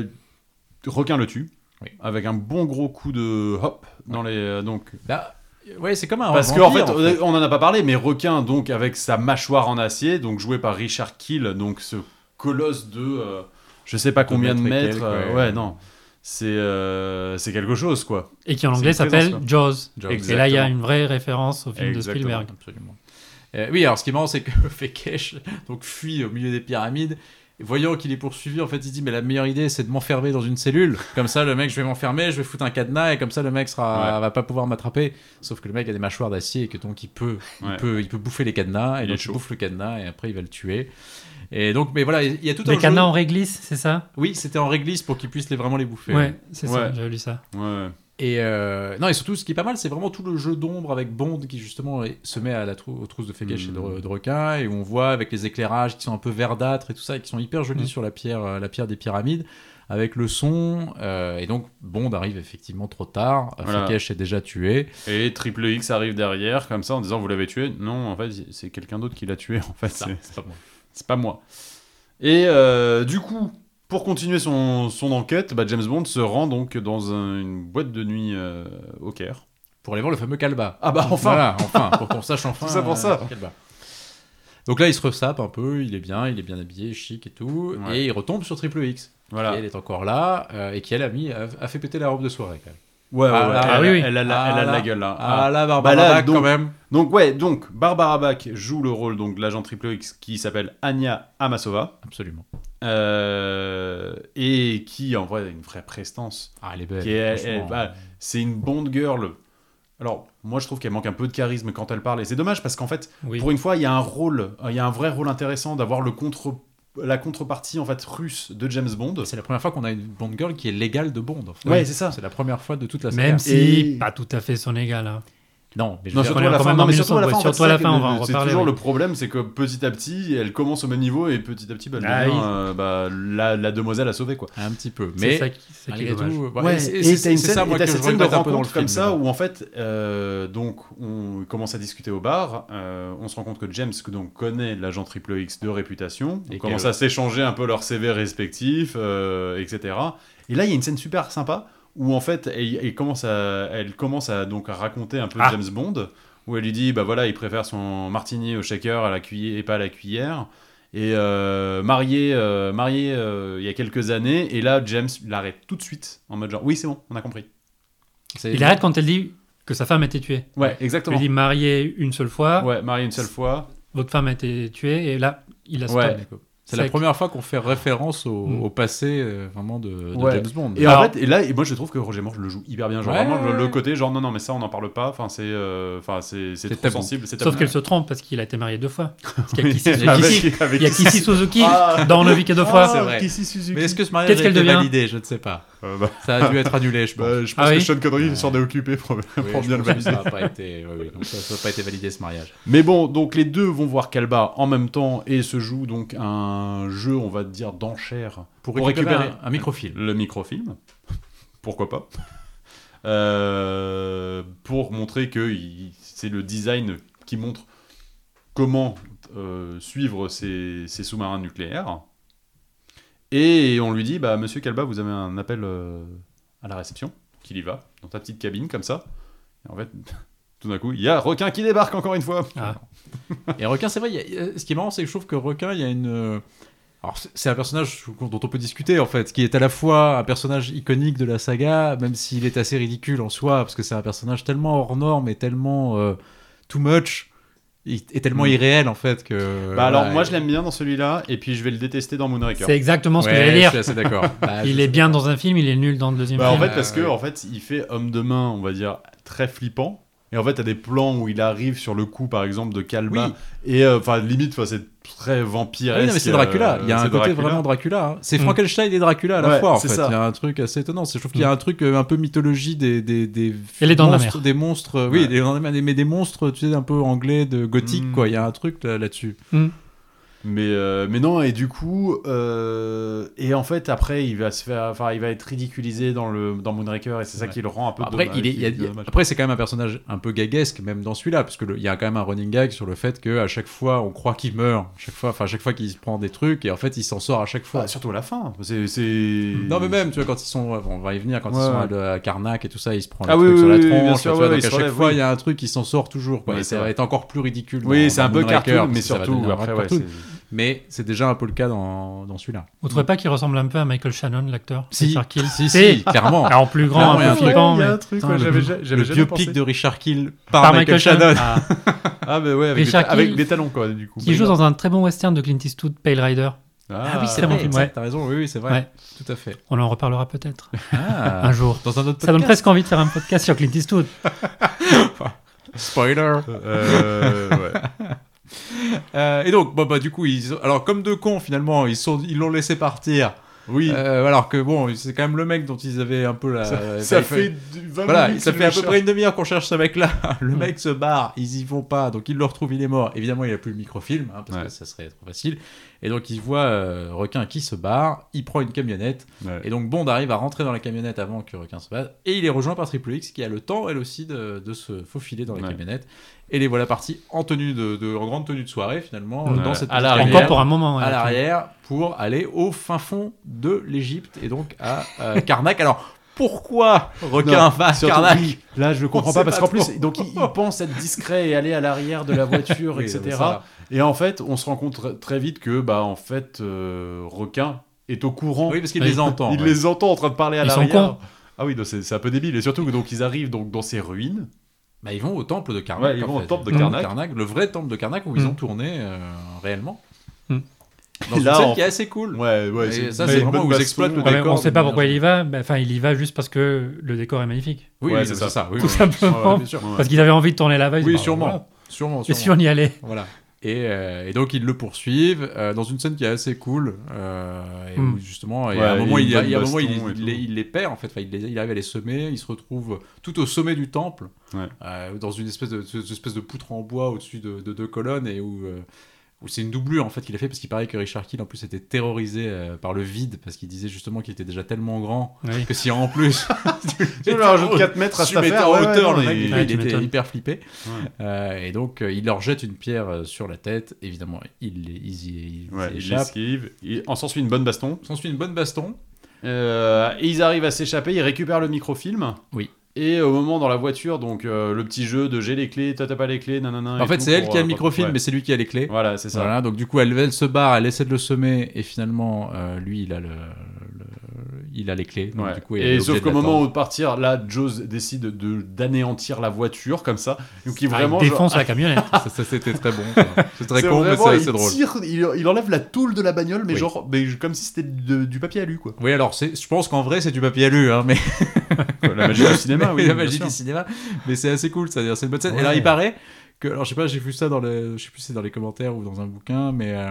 B: requin le tue.
E: Oui.
B: Avec un bon gros coup de hop dans les euh, donc
E: Là, Bah, ouais, c'est comme un.
B: parce qu'en
E: vampire,
B: fait, on en a pas parlé mais requin donc avec sa mâchoire en acier donc joué par Richard Kill donc ce colosse de euh, je sais pas
E: De
B: combien de
E: mètres et
B: mètres
E: quelques,
B: euh,
E: ouais.
B: ouais. non c'est euh, c'est quelque chose quoi
C: Et qui en anglais
B: C'est une
C: s'appelle
B: présence,
C: Jaws.
E: Jaws.
C: Et là, il y a
B: Exactement.
C: une vraie référence au film
B: Exactement.
C: de Spielberg.
E: Absolument. Euh, oui, alors ce qui est marrant, c'est que [laughs] Fekesh donc fuit au milieu des pyramides. Et Voyant qu'il est poursuivi, en fait, il dit mais la meilleure idée, c'est de m'enfermer dans une cellule. Comme ça, le mec, je vais m'enfermer, je vais foutre un cadenas, et comme ça, le mec sera, va pas pouvoir m'attraper. Sauf que le mec a des mâchoires d'acier et que donc il peut, il
B: Ouais.
E: peut, il peut bouffer les cadenas. Et
B: Il
E: donc,
B: est
E: il
B: chaud.
E: bouffe le cadenas et après il va le tuer. Et donc, mais voilà, il y a tout un
C: Les
E: jeu-
C: canards en réglisse, c'est ça
E: Oui, c'était en réglisse pour qu'il puisse les vraiment les bouffer.
C: Ouais, c'est ça,
B: Ouais.
C: j'avais lu ça.
B: ouais
E: Et euh, non, et surtout, ce qui est pas mal, c'est vraiment tout le jeu d'ombre avec Bond qui justement est- se met à la trou- aux trousses de Fekesh et de,
B: Mhm.
E: re- de requin, et où on voit avec les éclairages qui sont un peu verdâtres et tout ça, et qui sont hyper
B: Hmm.
E: jolis
C: Mhm.
E: sur la pierre, euh, la pierre des pyramides, avec le son. euh, et donc, Bond arrive effectivement trop tard. euh,
B: Voilà.
E: Fekesh est déjà tué.
B: et Triple X arrive derrière comme ça en disant vous l'avez tué non en fait c'est quelqu'un d'autre qui l'a tué en fait
E: Ça,
B: c'est-
E: c'est pas moi.
B: C'est pas moi. Et euh, du coup, pour continuer son, son enquête, bah, James Bond se rend donc dans un- une boîte de nuit euh, au Caire.
E: Pour aller voir le fameux Calba.
B: Ah bah enfin
E: Voilà, enfin, pour qu'on
B: [laughs]
E: sache enfin.
B: Tout ça pour
E: euh,
B: ça.
E: quel bar. Donc là, il se ressape un peu, il est bien, il est bien habillé, chic et tout,
B: Ouais.
E: et il retombe sur Triple X.
B: Voilà.
E: qui, elle est encore là euh, et qui elle a mis a, a fait péter la robe de soirée quand même.
B: Ouais, ouais,
E: Ah
B: ouais.
E: là,
B: Elle-
C: ah oui, oui.
B: Elle a, la-
E: Ah
B: elle a de
E: là.
B: la gueule là.
E: Ah,
B: Ah.
E: là Barbara
B: Bah là,
E: Bach,
B: donc-
E: quand même.
B: Donc ouais, donc Barbara Bach joue le rôle donc de l'agent Triple X qui s'appelle Anya Amasova
E: Absolument.
B: euh, et qui en vrai a une vraie prestance.
E: Ah elle est belle.
B: Qui est- elle-
E: franchement.
B: elle- bah, c'est une Bond girl. Alors moi je trouve qu'elle manque un peu de charisme quand elle parle et c'est dommage parce qu'en fait
C: Oui.
B: Pour une fois, il y a un rôle, euh, il y a un vrai rôle intéressant d'avoir le contre, la contrepartie en fait russe de James Bond.
E: C'est la première fois qu'on a une Bond girl qui est légale de Bond. en fait.
B: Ouais, c'est ça.
E: C'est la première fois de toute la saga.
C: Même si
B: Et-
C: pas tout à fait son égal. hein.
E: Non, mais je
B: Non,
E: veux dire-
B: surtout
C: on est
B: à la
C: quand
B: fin.
C: même
B: Non,
C: en
B: mais surtout à la fin,
C: 1900,
B: en fait,
C: surtout à la
B: c'est
C: fin,
B: ça
C: on
B: que
C: va
B: le-
C: en
B: C'est
C: reparler,
B: toujours
C: oui.
B: le problème, c'est que petit à petit, elle commence au même niveau et petit à petit, bah, elle
C: Ah
B: devient,
C: oui.
B: euh, bah, la, la demoiselle à sauver quoi.
E: un petit peu.
C: C'est
E: Mais
C: ça qui, c'est ça qui est
E: malgré
C: dommage.
E: tout, bah,
B: Ouais,
E: c'est-
B: et
E: c'est-
B: t'as une
E: c'est
B: scène,
E: ça, moi,
B: et t'as
E: que je
B: cette scène de
E: regrette un peu dans
B: rencontre
E: le
B: comme
E: film,
B: ça
E: mais bon.
B: où en fait, euh, donc on commence à discuter au bar, euh, on se rend compte que James que donc connaît l'agent Triple X de réputation,
E: Et
B: on commence
E: qu'elle-
B: à s'échanger un peu leurs CV respectifs, euh, etc. Et là, il y a une scène super sympa où en fait, elle, elle commence à, elle commence à donc à raconter un peu
C: Ah.
B: James Bond, où elle lui dit bah voilà, il préfère son martini au shaker à la cuillère et pas à la cuillère. Et euh, marié, euh, marié euh, il y a quelques années, et là James l'arrête tout de suite en mode genre oui c'est bon, on a compris.
E: C'est-
C: Il arrête quand elle dit que sa femme a été tuée.
B: Ouais,
C: Il lui
B: exactement.
C: dit marié une seule fois,
B: Ah. Ouais, marié une seule fois.
C: votre femme a été tuée, et là, il a stop.
B: Ouais.
E: C'est
C: C'est
E: la
C: que-
E: première fois qu'on fait référence au,
C: Mm.
E: au passé euh, vraiment de, de
B: Ouais.
E: James Bond.
B: Et
E: Alors,
B: en fait, et là, et moi je trouve que Roger Moore le joue hyper bien. Genre
E: Ouais,
B: vraiment le,
E: ouais,
B: le
E: ouais.
B: côté genre non non mais ça on n'en parle pas. Enfin c'est euh, enfin c'est c'est
E: C'est
B: trop
E: tabou.
B: sensible. C'est
C: Sauf
B: tabou.
C: qu'elle se trompe parce qu'il a été marié deux fois. Parce qu'il y a
B: Oui,
C: Kissy
B: avec- [laughs]
C: Suzuki.
B: avec-
C: Il y a Kissy Suzuki
B: Ah.
C: dans Le Vic et deux fois.
E: c'est vrai.
B: Kissy Suzuki.
E: mais est-ce que ce mariage
C: Qu'est-ce
E: a
C: qu'elle
E: été
C: devient
E: validé Je ne sais pas.
B: Euh, bah,
E: Ça a dû être annulé,
B: [laughs]
E: je pense.
B: bah, je pense
C: Ah
B: que
C: oui.
B: Sean Connery s'en est occupé pour, pour
E: Oui, je
B: bien le
E: pense que
B: valider.
E: Ça n'a pas été, oui, oui, donc ça- ça a pas été validé ce mariage.
B: Mais bon, donc les deux vont voir Calba en même temps et se joue donc un jeu, on va dire, d'enchères
E: Pour
B: récupérer
E: un, un microfilm.
B: le microfilm. Pourquoi pas Euh, Pour montrer que il- c'est le design qui montre comment euh, suivre ces, ces sous-marins nucléaires. Et on lui dit, bah, Monsieur Calba, vous avez un appel euh, à la réception, qu'il y va, dans ta petite cabine comme ça. Et en fait, [laughs] tout d'un coup, il y a requin qui débarque encore une fois.
E: Et Requin, c'est vrai, il y a- euh, ce qui est marrant, c'est que je trouve que Requin, il y a une. euh, Alors, c'est- c'est un personnage dont on peut discuter, en fait, qui est à la fois un personnage iconique de la saga, même s'il est assez ridicule en soi, parce que c'est un personnage tellement hors norme et tellement euh, too much, et, et tellement
B: Mm.
E: irréel, en fait, que.
B: Bah alors
E: voilà,
B: moi
E: et-
B: je l'aime bien dans celui-là et puis je vais le détester dans Moonraker.
C: C'est exactement ce que
E: Ouais,
C: j'allais
E: Je
C: dire.
E: suis assez
C: [laughs]
E: d'accord. Bah,
C: Il
E: je-
C: est bien dans un film, il est nul dans le deuxième
B: Bah en
C: film.
B: fait
E: Ah,
B: parce que
E: ouais.
B: en fait il fait homme de main on va dire très flippant et en fait t'as des plans où il arrive sur le coup par exemple de Calma
E: Oui.
B: et euh, enfin limite enfin c'est très euh, vampire.
E: Ah oui, non, mais c'est Dracula. Il y a un côté vraiment Dracula. hein. C'est
C: Mm.
E: Frankenstein et Dracula à la
B: Hmm. Ouais,
E: fois. En
B: c'est
E: fait.
B: ça.
E: Il y a un truc assez étonnant. C'est- Je trouve qu'il y a un truc euh, un peu mythologie des des des
C: Et les dents de la
E: monstres-
C: mer.
E: des monstres. euh, Oui,
B: Ouais.
E: les dents de la mer, mais des monstres, tu sais, un peu anglais, de gothique,
B: Mm.
E: quoi. Il y a un truc là- là-dessus.
B: Mais euh, mais non et du coup euh, et en fait après il va se faire enfin il va être ridiculisé dans le dans Moonraker et c'est ça
E: Ouais.
B: qui le rend un peu
E: Après,
B: dommage-
E: il est, il y a-
B: qui dommage.
E: après, c'est quand même un personnage un peu gaguesque, même dans celui-là, parce que le- il y a quand même un running gag sur le fait que à chaque fois, on croit qu'il meurt, chaque fois, enfin, à chaque fois qu'il se prend des trucs, et en fait, il s'en sort à chaque fois.
B: Enfin, surtout à la fin c'est c'est-
E: Non, mais même, tu vois, quand ils sont. bon, on va y venir, quand
B: Ouais,
E: ils sont à,
B: ouais.
E: le- à Karnak et tout ça, ils se prennent
B: Ah
E: le
B: oui,
E: truc
B: oui,
E: sur la
B: oui,
E: tronche.
B: bien
E: tu
B: sûr,
E: vois,
B: ouais,
E: donc
B: ils
E: à
B: se
E: chaque
B: relèvent,
E: fois,
B: oui.
E: il y a un truc qui s'en sort toujours. Quoi,
B: Ouais,
E: et
B: c'est
E: ça va
B: vrai.
E: être encore plus ridicule.
B: oui
E: dans-
B: c'est
E: dans
B: un peu
E: Moonraker,
B: cartoon
E: parce
B: mais
E: que ça va
B: surtout
E: devenir
B: après
E: un
B: ouais,
E: cartoon.
B: c'est-
E: Mais c'est déjà un peu le cas dans, dans celui-là.
C: Vous trouvez pas qu'il ressemble un peu à Michael Shannon, l'acteur
E: Si,
C: Richard Kill
E: si, [laughs] si, clairement.
C: Alors, Ah, en plus
E: Clairement,
C: grand,
E: il y a
C: un
E: un
C: peu
E: truc.
C: flippant, mais
B: truc,
E: Putain,
B: ouais,
E: le-
B: j'avais- j'avais
E: le
B: jamais
E: biopic
B: pensé.
E: de Richard Kill par, Michael, Shannon.
C: Ah,
B: Ah, bah ouais, avec, des,
C: Richard
B: ta- avec
C: Kill.
B: des talons, quoi, du coup.
C: qui joue dans un très bon western de Clint Eastwood, Pale Rider.
B: Ah,
C: oui, c'est vrai.
E: Exact,
C: Ouais.
E: T'as raison, oui, oui, c'est vrai.
C: Ouais.
E: Tout à fait.
C: On en reparlera peut-être
E: Ah,
C: un jour.
E: dans un autre
C: Ça donne
E: podcast.
C: presque envie de faire un podcast sur Clint Eastwood.
E: Spoiler.
B: Euh, ouais.
E: Euh, et donc, bon, bah, du coup, ils, alors comme deux cons, finalement, ils sont, ils l'ont laissé partir.
B: Oui,
E: Euh, alors que bon, c'est quand même le mec dont ils avaient un peu la.
B: ça,
E: la-
B: ça
E: la-
B: fait du-
E: bah,
B: 20
E: Voilà,
B: minutes
E: ça
B: que
E: fait à
B: je
E: peu
B: cherche.
E: près une demi-heure qu'on cherche ce mec-là. [laughs] Le mec se barre, ils y vont pas, donc ils le retrouvent, il est mort. Évidemment, il a plus le microfilm, hein, parce
B: Ouais.
E: que ça serait trop facile. Et donc, il voit euh, Requin qui se barre, il prend une camionnette.
B: Ouais.
E: Et donc, Bond arrive à rentrer dans la camionnette avant que Requin se barre. Et il est rejoint par Triple X, qui a le temps, elle aussi, de, de se faufiler dans la
B: Ouais.
E: camionnette. Et les voilà partis en, tenue de, de- en grande tenue de soirée, finalement,
C: Ouais.
E: dans cette
B: À
E: petite
B: l'arrière.
E: rivière
C: Euh, Encore pour un moment. ouais.
E: à l'arrière pour aller au fin fond de l'Égypte et donc à euh, Karnak. Alors pourquoi requin
B: Non,
E: va à
B: surtout,
E: Karnak
B: oui, là, je comprends
E: On
B: pas,
E: sait
B: parce
E: pas
B: qu'en plus,
E: trop.
B: donc, il, il pense être discret et aller à
E: [laughs]
B: l'arrière de la voiture,
E: Oui,
B: etc.
E: mais ça,
B: Et en fait, on se rend compte tr- très vite que, bah, en fait, euh, Requin est au courant.
E: Oui, parce qu'il
C: Oui.
E: les entend.
B: Bah, il
E: ouais.
B: les entend en train de parler à
C: Ils sont
B: l'arrière.
C: cons.
B: Ah oui, donc c'est c'est un peu débile. Et surtout, que, donc, ils arrivent donc, dans ces ruines.
E: Bah, ils vont au temple de Karnak.
B: Ouais, ils
E: en
B: vont au
E: fait.
B: temple de
E: Ils vont au
B: Karnak. Hmm.
E: le vrai temple de Karnak où ils
C: Mm.
E: ont tourné euh, réellement.
C: Mm.
E: Dans
B: Et
E: une
B: là,
E: scène
B: en-
E: qui est assez cool.
B: Ouais, ouais.
E: Et ça,
B: mais
E: c'est
B: une
E: vraiment
B: bonne
E: où ils
B: baston,
E: exploitent le
B: ouais.
C: Ouais, mais on
E: décor,
C: sait pas
E: de
C: pourquoi
E: manière
C: il y va. mais Enfin, il y va juste parce que le décor est magnifique.
E: Oui,
B: Ouais,
E: oui,
B: c'est
E: c'est
B: ça.
E: ça. oui,
C: Tout
E: oui. [laughs]
C: simplement.
B: Ouais, bien sûr.
C: Parce qu'ils avaient envie de tourner la veille.
E: Oui,
C: Bah,
E: sûrement.
C: voilà.
E: Sûrement,
C: Et
E: sûrement.
C: si on y allait
E: Voilà. Et, euh, et donc ils le poursuivent euh, dans une scène qui est assez cool. euh, et
C: Mm.
E: où justement, et
B: Ouais,
E: à un moment,
B: il
E: il,
B: y a une
E: il y a un moment, il,
B: baston et
E: il
B: tout.
E: les, il les perd en fait. Enfin, il, les- il arrive à les semer. Il se retrouve tout au sommet du temple,
B: Ouais.
E: euh, dans une espèce de, cette espèce de poutre en bois au-dessus de, de deux colonnes et où. euh, où c'est une doublure en fait qu'il a fait parce qu'il paraît que Richard Kill en plus était terrorisé euh, par le vide parce qu'il disait justement qu'il était déjà tellement grand
C: Oui. Ah,
E: que si en plus [laughs]
B: Tu leur rajoutes 4 mètres à
E: tu
B: cette
E: mettais
B: affaire.
E: en
B: ouais, ouais,
E: hauteur,
B: non,
E: le
B: mais-
E: mec, il-
C: Ouais,
E: il
C: tu
E: était
C: m'étonnes.
E: hyper flippé.
B: Ouais.
E: Euh, et donc, euh, il leur jette une pierre euh, sur la tête. Évidemment, ils il, il, il
B: Ouais, ils
E: s'échappent.
B: l'esquivent. Il- On s'ensuit une bonne baston.
E: S'ensuit une bonne baston.
B: Euh, et ils arrivent à s'échapper. Ils récupèrent le microfilm.
E: Oui.
B: Et au moment dans la voiture, donc euh, le petit jeu de j'ai les clés, toi t'as pas les clés, nanana.
E: en
B: et
E: fait,
B: tout
E: c'est elle
B: pour,
E: qui a
B: euh,
E: le microfilm,
B: ouais.
E: mais c'est lui qui a les clés.
B: Voilà, c'est ça.
E: Voilà, donc du coup, elle, elle se barre, elle essaie de le semer, et finalement, euh, lui, il a le, le- il a les clés. donc
B: Ouais.
E: du coup, il
B: et
E: est
B: sauf
E: obligé
B: qu'au
E: de
B: moment
E: l'attendre.
B: où de partir, là, Jaws décide de d'anéantir la voiture comme ça, donc il
C: Ah,
B: vraiment
C: il
B: genre,
E: [laughs]
C: défonce la camionnette.
E: ça, ça, c'était
B: [laughs]
E: très bon. quoi. C'est très
B: C'est
E: con, mais
B: vraiment,
E: c'est
B: il
E: c'est drôle.
B: tire, il, il enlève la toule de la bagnole, mais
E: Oui.
B: genre, mais comme si c'était de- du papier à lui, quoi.
E: Oui, alors c'est- je pense qu'en vrai, c'est du papier alu, hein, mais
B: La magie du [laughs] cinéma,
E: [laughs]
B: oui.
E: [laughs] la
B: bien
E: magie
B: sûr.
E: du cinéma. Mais c'est assez cool, c'est-à-dire c'est une bonne scène. Et
B: Ouais.
E: alors il paraît que, alors je sais pas, j'ai vu ça dans le, je sais plus si c'est dans les commentaires ou dans un bouquin, mais euh,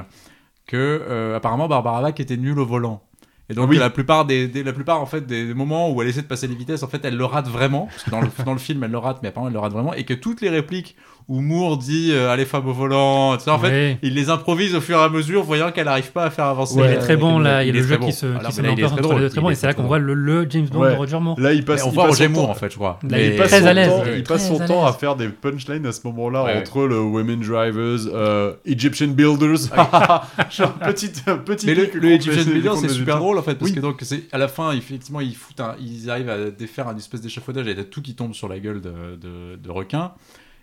E: que euh, apparemment Barbara Bach était nulle au volant. Et donc
B: Oui.
E: que la plupart des, des- la plupart en fait des, des moments où elle essaie de passer les vitesses, en fait elle le rate vraiment. Parce que dans le, [laughs] dans le film elle le rate, mais apparemment elle le rate vraiment, et que toutes les répliques où Moore dit euh, allez femme au volant, tout ça, en fait
C: Oui.
E: il les improvise au fur et à mesure, voyant qu'elle n'arrive pas à faire avancer.
C: Mais il est
E: euh,
C: très bon
E: la-
C: là, il y a
E: est
C: le
E: très
C: jeu
E: bon.
C: qui se
E: Ah non,
C: qui se
E: mais là,
C: met en
E: il est très
C: place entre
E: drôle.
C: les deux très
E: Il
C: bons
E: est
C: et c'est
E: très
C: là qu'on
E: drôle.
C: voit le, le James Bond
B: Ouais.
C: de Roger Moore.
B: Là, il passe.
E: Mais on
B: il
E: voit
B: passe
E: Roger
B: son
E: Moore
B: temps-
E: en fait, je crois.
C: Là, il
E: Mais-
C: est très
B: son
C: à l'aise.
B: temps-
C: Oui,
B: il
C: très
B: passe son
C: à
B: temps à
C: l'aise.
B: faire des punchlines à ce moment-là
E: Ouais,
B: entre le Women Drivers, euh, Egyptian Builders, [laughs] genre petite euh, petite.
E: Ah Mais le,
B: pique
E: le
B: contre
E: Egyptian
B: les-
E: Builder,
B: contre
E: c'est
B: les
E: super
B: Égyptiens.
E: drôle en fait, parce
B: Oui.
E: que donc c'est à la fin, effectivement, ils foutent, un- ils arrivent à défaire un espèce d'échafaudage et t'as tout qui tombe sur la gueule de, de, de requin.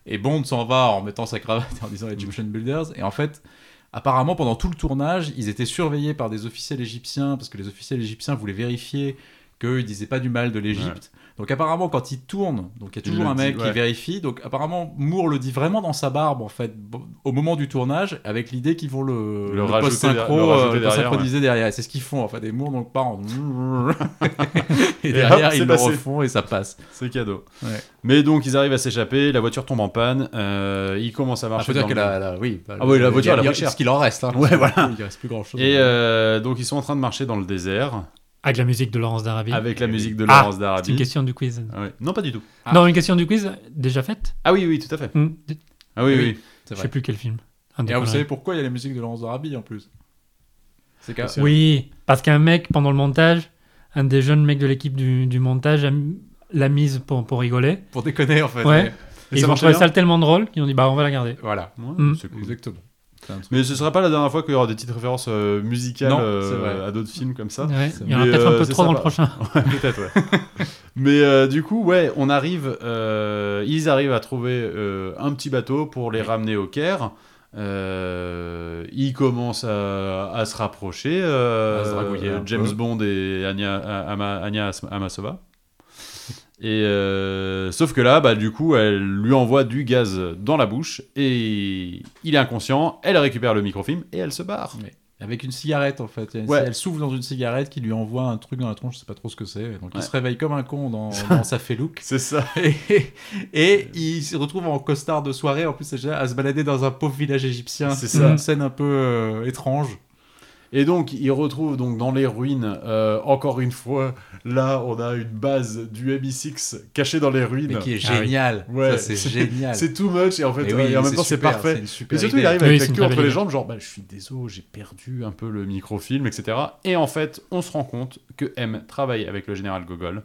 E: Et Bond s'en va en mettant sa cravate et en disant Egyptian Builders. Et en fait, apparemment, pendant tout le tournage, ils étaient surveillés par des officiels égyptiens, parce que les officiels égyptiens voulaient vérifier qu'ils disaient pas du mal de l'Égypte. Donc apparemment, quand ils tournent, donc il y a
B: Ils
E: toujours
B: le
E: un mec
B: disent,
E: qui
B: ouais.
E: vérifie. Donc apparemment, Moore le dit vraiment dans sa barbe en fait, bon, au moment du tournage, avec l'idée qu'ils vont le,
B: Le rajouter
E: post-synchro,
B: derrière- le rajouter
E: euh, le
B: derrière,
E: post-synchroniser derrière. Et c'est ce qu'ils font en fait. Et Moore donc part en et
B: hop,
E: derrière
B: c'est
E: ils le
B: passé.
E: refont et ça passe.
B: [laughs] C'est cadeau.
E: Ouais.
B: Mais donc ils arrivent à s'échapper, la voiture tombe en panne, euh, ils commencent à
E: Ah,
B: marcher.
E: faut dire
B: dans
E: que
B: le-
E: la, la- oui, bah,
B: Ah oui, la voiture,
E: il y a-
B: elle a
E: il y a
B: pris cher.
E: ce qu'il en reste. hein.
B: [laughs] Ouais, voilà.
E: Il reste plus grand chose.
B: Et euh, donc ils sont en train de marcher dans le désert
C: Avec la musique de Laurence d'Arabie.
B: avec la musique de
C: Ah,
B: Laurence
C: C'est une
B: d'Arabie.
C: question du quiz.
B: Ah ouais. Non, pas du tout.
C: Non, une question du quiz déjà faite.
B: Ah oui, oui, tout à fait.
C: Hmm, d-
B: Ah oui,
E: Oui.
B: oui.
E: C'est
C: Je
E: vrai.
C: sais plus quel film. Un des
E: Et alors, vous
C: conneries.
E: savez pourquoi il y a la musique de Laurence d'Arabie en plus C'est qu'à-
B: Parce que-
C: Oui, parce qu'un mec, pendant le montage, un des jeunes mecs de l'équipe du, du montage a mis- l'a mise pour, pour rigoler.
E: pour déconner en fait.
C: Ouais.
E: mais
C: Et
B: Et
C: ils
B: ça
C: ont
B: marchait
C: trouvé
B: bien.
C: ça tellement drôle qu'ils ont dit bah on va la garder.
E: Voilà.
B: Ouais,
C: Mm.
B: c'est cool.
E: Exactement. [laughs]
B: Mais ce sera pas la dernière fois qu'il y aura des petites références euh, musicales
E: Non,
B: euh,
E: c'est vrai.
B: à d'autres films comme ça.
C: Ouais, Il y en a
B: Mais,
C: peut-être
B: euh,
C: un peu
B: c'est
C: trop dans le
E: bah.
B: sympa.
C: prochain.
B: Ouais, peut-être, [laughs] ouais. Mais euh, du coup, ouais, on arrive. euh, ils arrivent à trouver euh, un petit bateau pour les ramener au Caire. Euh, ils commencent à, à se rapprocher. euh,
E: À se dragouiller un
B: James
E: peu.
B: Bond et Anya, A- Ama- Anya As- Amasova. Et euh, sauf que là, bah, du coup, elle lui envoie du gaz dans la bouche et il est inconscient. Elle récupère le microfilm et elle se barre.
E: Avec une cigarette en fait. Elle-
B: Ouais.
E: Elle souffle dans une cigarette qui lui envoie un truc dans la tronche, je sais pas trop ce que c'est. Donc
B: Ouais.
E: il se réveille comme un con
B: [laughs]
E: dans, dans sa félouque.
B: C'est ça.
E: et, et il se retrouve en costard de soirée en plus c'est génial, à se balader dans un pauvre village égyptien.
B: C'est
C: ça.
E: une scène un peu euh, étrange.
B: Et donc, il retrouve donc dans les ruines, euh, encore une fois, là, on a une base du MI6 cachée dans les ruines.
E: qui est
C: Ah oui.
E: génial.
B: Ouais,
E: Ça, c'est génial.
B: C'est too much, et en fait,
E: Mais oui,
B: euh, et en même temps, c'est
E: super,
B: parfait.
E: c'est une super
B: Et surtout,
E: idée.
B: il arrive
C: Oui,
B: avec
C: c'est
B: la
C: une
B: queue
C: très
B: entre
C: belle
B: les
C: idée.
B: jambes, genre, bah, je suis désolé, j'ai perdu un peu le microfilm, etc. Et en fait, on se rend compte que M travaille avec le général Gogol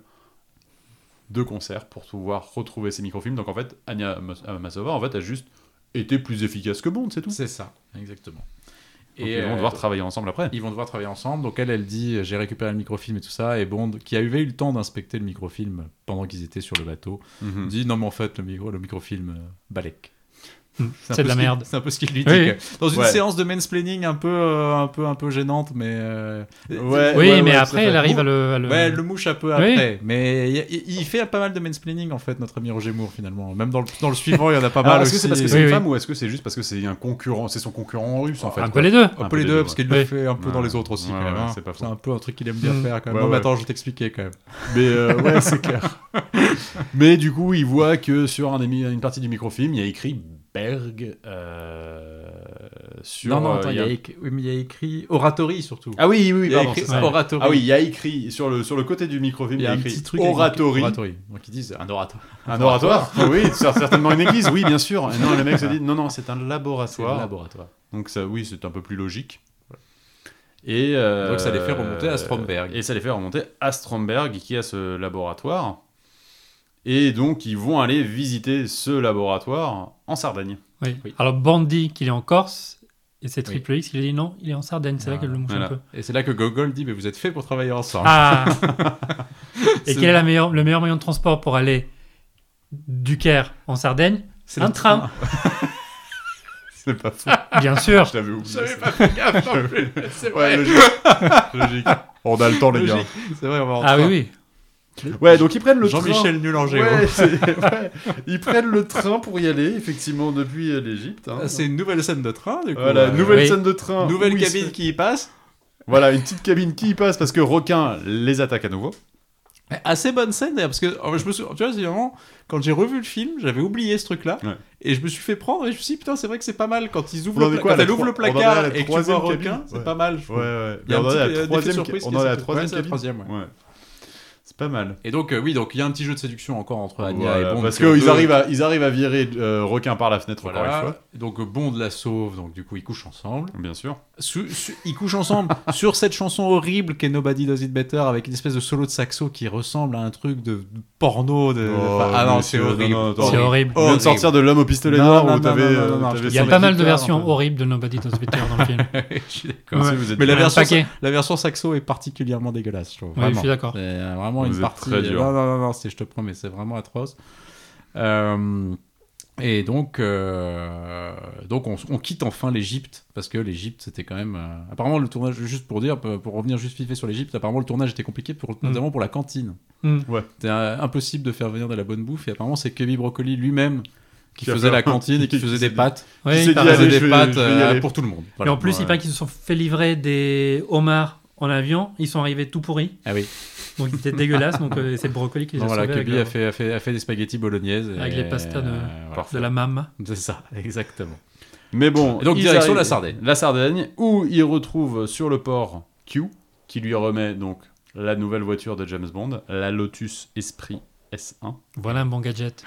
B: de concert pour pouvoir retrouver ses microfilms. Donc, en fait, Anya Mas- Masova, en fait, a juste été plus efficace que Bond, c'est tout.
E: C'est ça, exactement.
B: Et ils vont
E: euh,
B: devoir travailler ensemble après.
E: ils vont devoir travailler ensemble. Donc elle, elle dit euh, j'ai récupéré le microfilm et tout ça. Et Bond, qui avait eu le temps d'inspecter le microfilm pendant qu'ils étaient sur le bateau,
B: Mhm.
E: dit non mais en fait le, micro, le microfilm euh, Balek. un
C: C'est
E: peu
C: de la
E: ce qu'il-
C: merde.
E: C'est un peu ce qu'il lui dit.
C: Oui,
E: que- Dans une
B: Ouais.
E: séance de mansplaining un peu, euh, un peu, un peu gênante, mais euh,
B: Ouais,
C: Oui,
B: ouais,
C: mais
B: ouais,
C: après
B: tout à
C: elle
B: fait.
C: arrive à le. à le-
E: ouais, elle le mouche un peu
C: Oui.
E: après. Mais il- il, il fait pas mal de mansplaining en fait, notre ami Roger Moore finalement. Même dans le, dans le suivant, il y en a pas
B: Alors,
E: Ah, mal
B: Ah, est-ce que
E: aussi. Ah,
B: c'est parce que
C: Oui,
B: c'est une
C: oui.
B: femme ou est-ce que c'est juste parce que c'est un concurrent, c'est son concurrent russe en fait
C: Un peu
B: quoi.
C: les deux.
E: un peu les deux, parce qu'il
C: ouais.
E: le fait un peu
B: Ouais.
E: dans les autres aussi
B: Ouais,
E: quand même.
B: ouais,
E: hein.
B: c'est pas faux.
E: C'est un peu un truc qu'il aime bien
C: Mm.
E: faire quand même.
B: Ouais,
E: non, mais
B: ouais.
E: attends, je vais t'expliquer quand même.
B: Mais euh,
E: [laughs]
B: ouais, c'est clair. Mais du coup, il voit que sur un des mi- une partie du microfilm, il y a écrit Berg euh, sur.
E: non, non,
B: euh,
E: attends, il
B: il
E: y a écri- oui, mais il y a écrit oratory surtout.
B: Ah oui, oui,
E: il
B: oui,
E: y a
B: pardon.
E: écrit
B: c'est ça.
C: ouais.
E: oratory.
B: Ah oui, il y a écrit sur le sur le côté du microfilm,
E: il y a un
B: écrit
E: petit truc avec
B: oratory,
E: oratory. Donc ils disent un oratoire. [laughs]
B: un oratoire. Ah oui, c'est certainement une église, oui, bien sûr. Et non, le mec se dit non, non, c'est un
E: C'est un
B: laboratoire.
E: laboratoire.
B: Donc ça, oui, c'est un peu plus logique. Et euh,
E: Donc ça les fait remonter à Stromberg.
B: Et ça les fait remonter à Stromberg, qui a ce laboratoire. Et donc ils vont aller visiter ce laboratoire en Sardaigne.
C: Oui.
E: Oui.
C: Alors Bond dit qu'il est en Corse et c'est
E: Oui.
C: Triple X qui lui dit non, il est en Sardaigne. C'est là
E: Voilà.
C: qu'elle le mouche
B: Voilà.
C: un peu.
E: Et c'est là que Gogol dit mais vous êtes faits pour travailler ensemble.
C: Ah Et
E: [laughs] C'est-
C: quel est la meilleure- le meilleur moyen de transport pour aller du Caire en Sardaigne
E: C'est
C: Un
E: le
C: train.
B: [laughs] C'est pas fou.
C: [laughs] Bien sûr.
B: Je l'avais oublié. ça.
E: pas fait gaffe non plus. C'est [laughs]
B: Ouais, logique. Logique. On a le temps, les gars.
E: Logique. C'est vrai, on va en
C: Ah oui,
E: train.
C: oui.
B: Ouais, donc ils prennent le train.
E: Jean-Michel Nulanger.
B: Ouais, c'est- [laughs] ouais. Ils prennent le train pour y aller, effectivement, depuis euh, l'Égypte. hein.
E: Ah, C'est une nouvelle scène de train, du coup.
B: Voilà,
E: Euh,
B: nouvelle
C: oui.
B: scène de train.
E: nouvelle
B: où ils se-
E: cabine qui y passe.
B: Voilà, une petite cabine qui y passe parce que Requin les attaque à nouveau.
E: Mais Assez bonne scène, d'ailleurs, parce que euh, je me suis, tu vois, c'est vraiment, quand j'ai revu le film, j'avais oublié ce truc-là,
B: Ouais.
E: et je me suis fait prendre, et je me suis dit, putain, c'est vrai que c'est pas mal quand ils
B: On
E: ouvrent,
B: en
E: le,
B: est
E: pla-
B: quoi, à
E: quand
B: la
E: elle ouvre
B: tro-
E: le
B: on en est à
E: placard
B: la
E: et que tu vois
B: troisième
E: requin,
B: cabine.
E: c'est
B: Ouais.
E: pas mal. Je
B: Ouais,
E: trouve.
B: ouais.
E: Il y a un
B: Mais on en est à
E: petit-
B: la
E: euh, d'effet
B: troisième,
E: surprise
B: on
E: qui
B: en est à
E: se
B: la
E: trouve.
B: troisième
E: Ouais, c'est la
B: cabine.
E: troisième, ouais.
B: Ouais. C'est pas mal.
E: Et donc, euh, oui, donc il y a un petit jeu de séduction encore entre Anya
B: Voilà,
E: et Bond.
B: parce
E: qui Ah, est un
B: qu'ils
E: peu-
B: arrivent, à- ils arrivent à virer euh, Requin par la fenêtre
E: Voilà.
B: encore une fois.
E: Donc euh, Bond la sauve, donc du coup ils couchent ensemble.
B: Bien sûr.
E: Su- su- ils couchent ensemble [laughs] sur cette chanson horrible qu'est Nobody Does It Better avec une espèce de solo de saxo qui ressemble à un truc de, de porno. De...
B: Oh,
E: enfin, ah non, c'est
B: monsieur,
E: horrible. Oh,
B: non, non, attends.
C: C'est horrible.
B: On vient de
E: Horrible.
B: sortir de l'homme au pistolet
E: Non,
B: noir
E: non,
B: où
E: non,
B: t'avais.
E: non, non,
B: euh,
E: non,
B: t'avais
E: je-
C: Il y a
B: son
C: pas mal de
B: éditeur, un
C: versions
B: peu.
C: horribles de Nobody Does Better dans le
E: [laughs]
C: film.
E: Je suis d'accord.
B: Merci, vous êtes
E: Mais la
C: Un
E: version,
C: paquet.
E: la version saxo est particulièrement dégueulasse, je trouve.
C: Oui, je
E: vraiment.
C: suis d'accord.
B: [laughs]
E: C'est euh, vraiment
B: Vous
E: une
B: êtes
E: partie.
B: très dur.
E: Non, non, non, non, c'est- je te promets, c'est vraiment atroce. Euh, et donc, euh, donc on, on quitte enfin l'Égypte parce que l'Égypte, c'était quand même. euh, apparemment, le tournage, juste pour dire, pour pour revenir juste vite fait sur l'Égypte, apparemment le tournage était compliqué,
B: Mm.
E: pour, notamment pour la cantine.
C: Mm.
B: Ouais.
E: C'était euh, impossible de faire venir de la bonne bouffe. Et apparemment, c'est Kevin Broccoli lui-même qui,
B: Qui a
E: faisait
B: fait
E: la
B: un-
E: cantine et
B: [laughs]
E: qui
B: qui
E: faisait
B: s'est
E: des
B: dit-
E: pâtes.
C: Oui,
B: s'est
C: il
B: dit,
C: paraît.
B: allez,
E: faisait
B: je
E: des
B: vais-
E: pâtes
B: je vais y
E: euh,
B: aller.
E: pour tout le monde.
C: Et
E: Voilà.
C: en plus,
B: Ouais.
C: il paraît qu'ils se sont fait livrer des homards en avion. Ils sont arrivés tout pourris.
E: Ah oui.
C: Donc ils étaient dégueulasses. Donc euh, c'est le brocoli qui les
E: Non,
C: a
E: voilà,
C: sauvés avec
E: Kelly
C: leur-
E: a fait, a, fait, a fait des spaghettis bolognaises. et-
C: Avec les pastas de-
E: voilà.
C: de la mame.
E: C'est ça, [laughs] exactement.
B: Mais bon.
E: Et donc,
B: ils
E: direction
B: arrivent-
E: la Sardaigne.
B: La Sardaigne, où il retrouve sur le port Q, qui lui remet donc la nouvelle voiture de James Bond, la Lotus Esprit S1.
C: Voilà un bon gadget.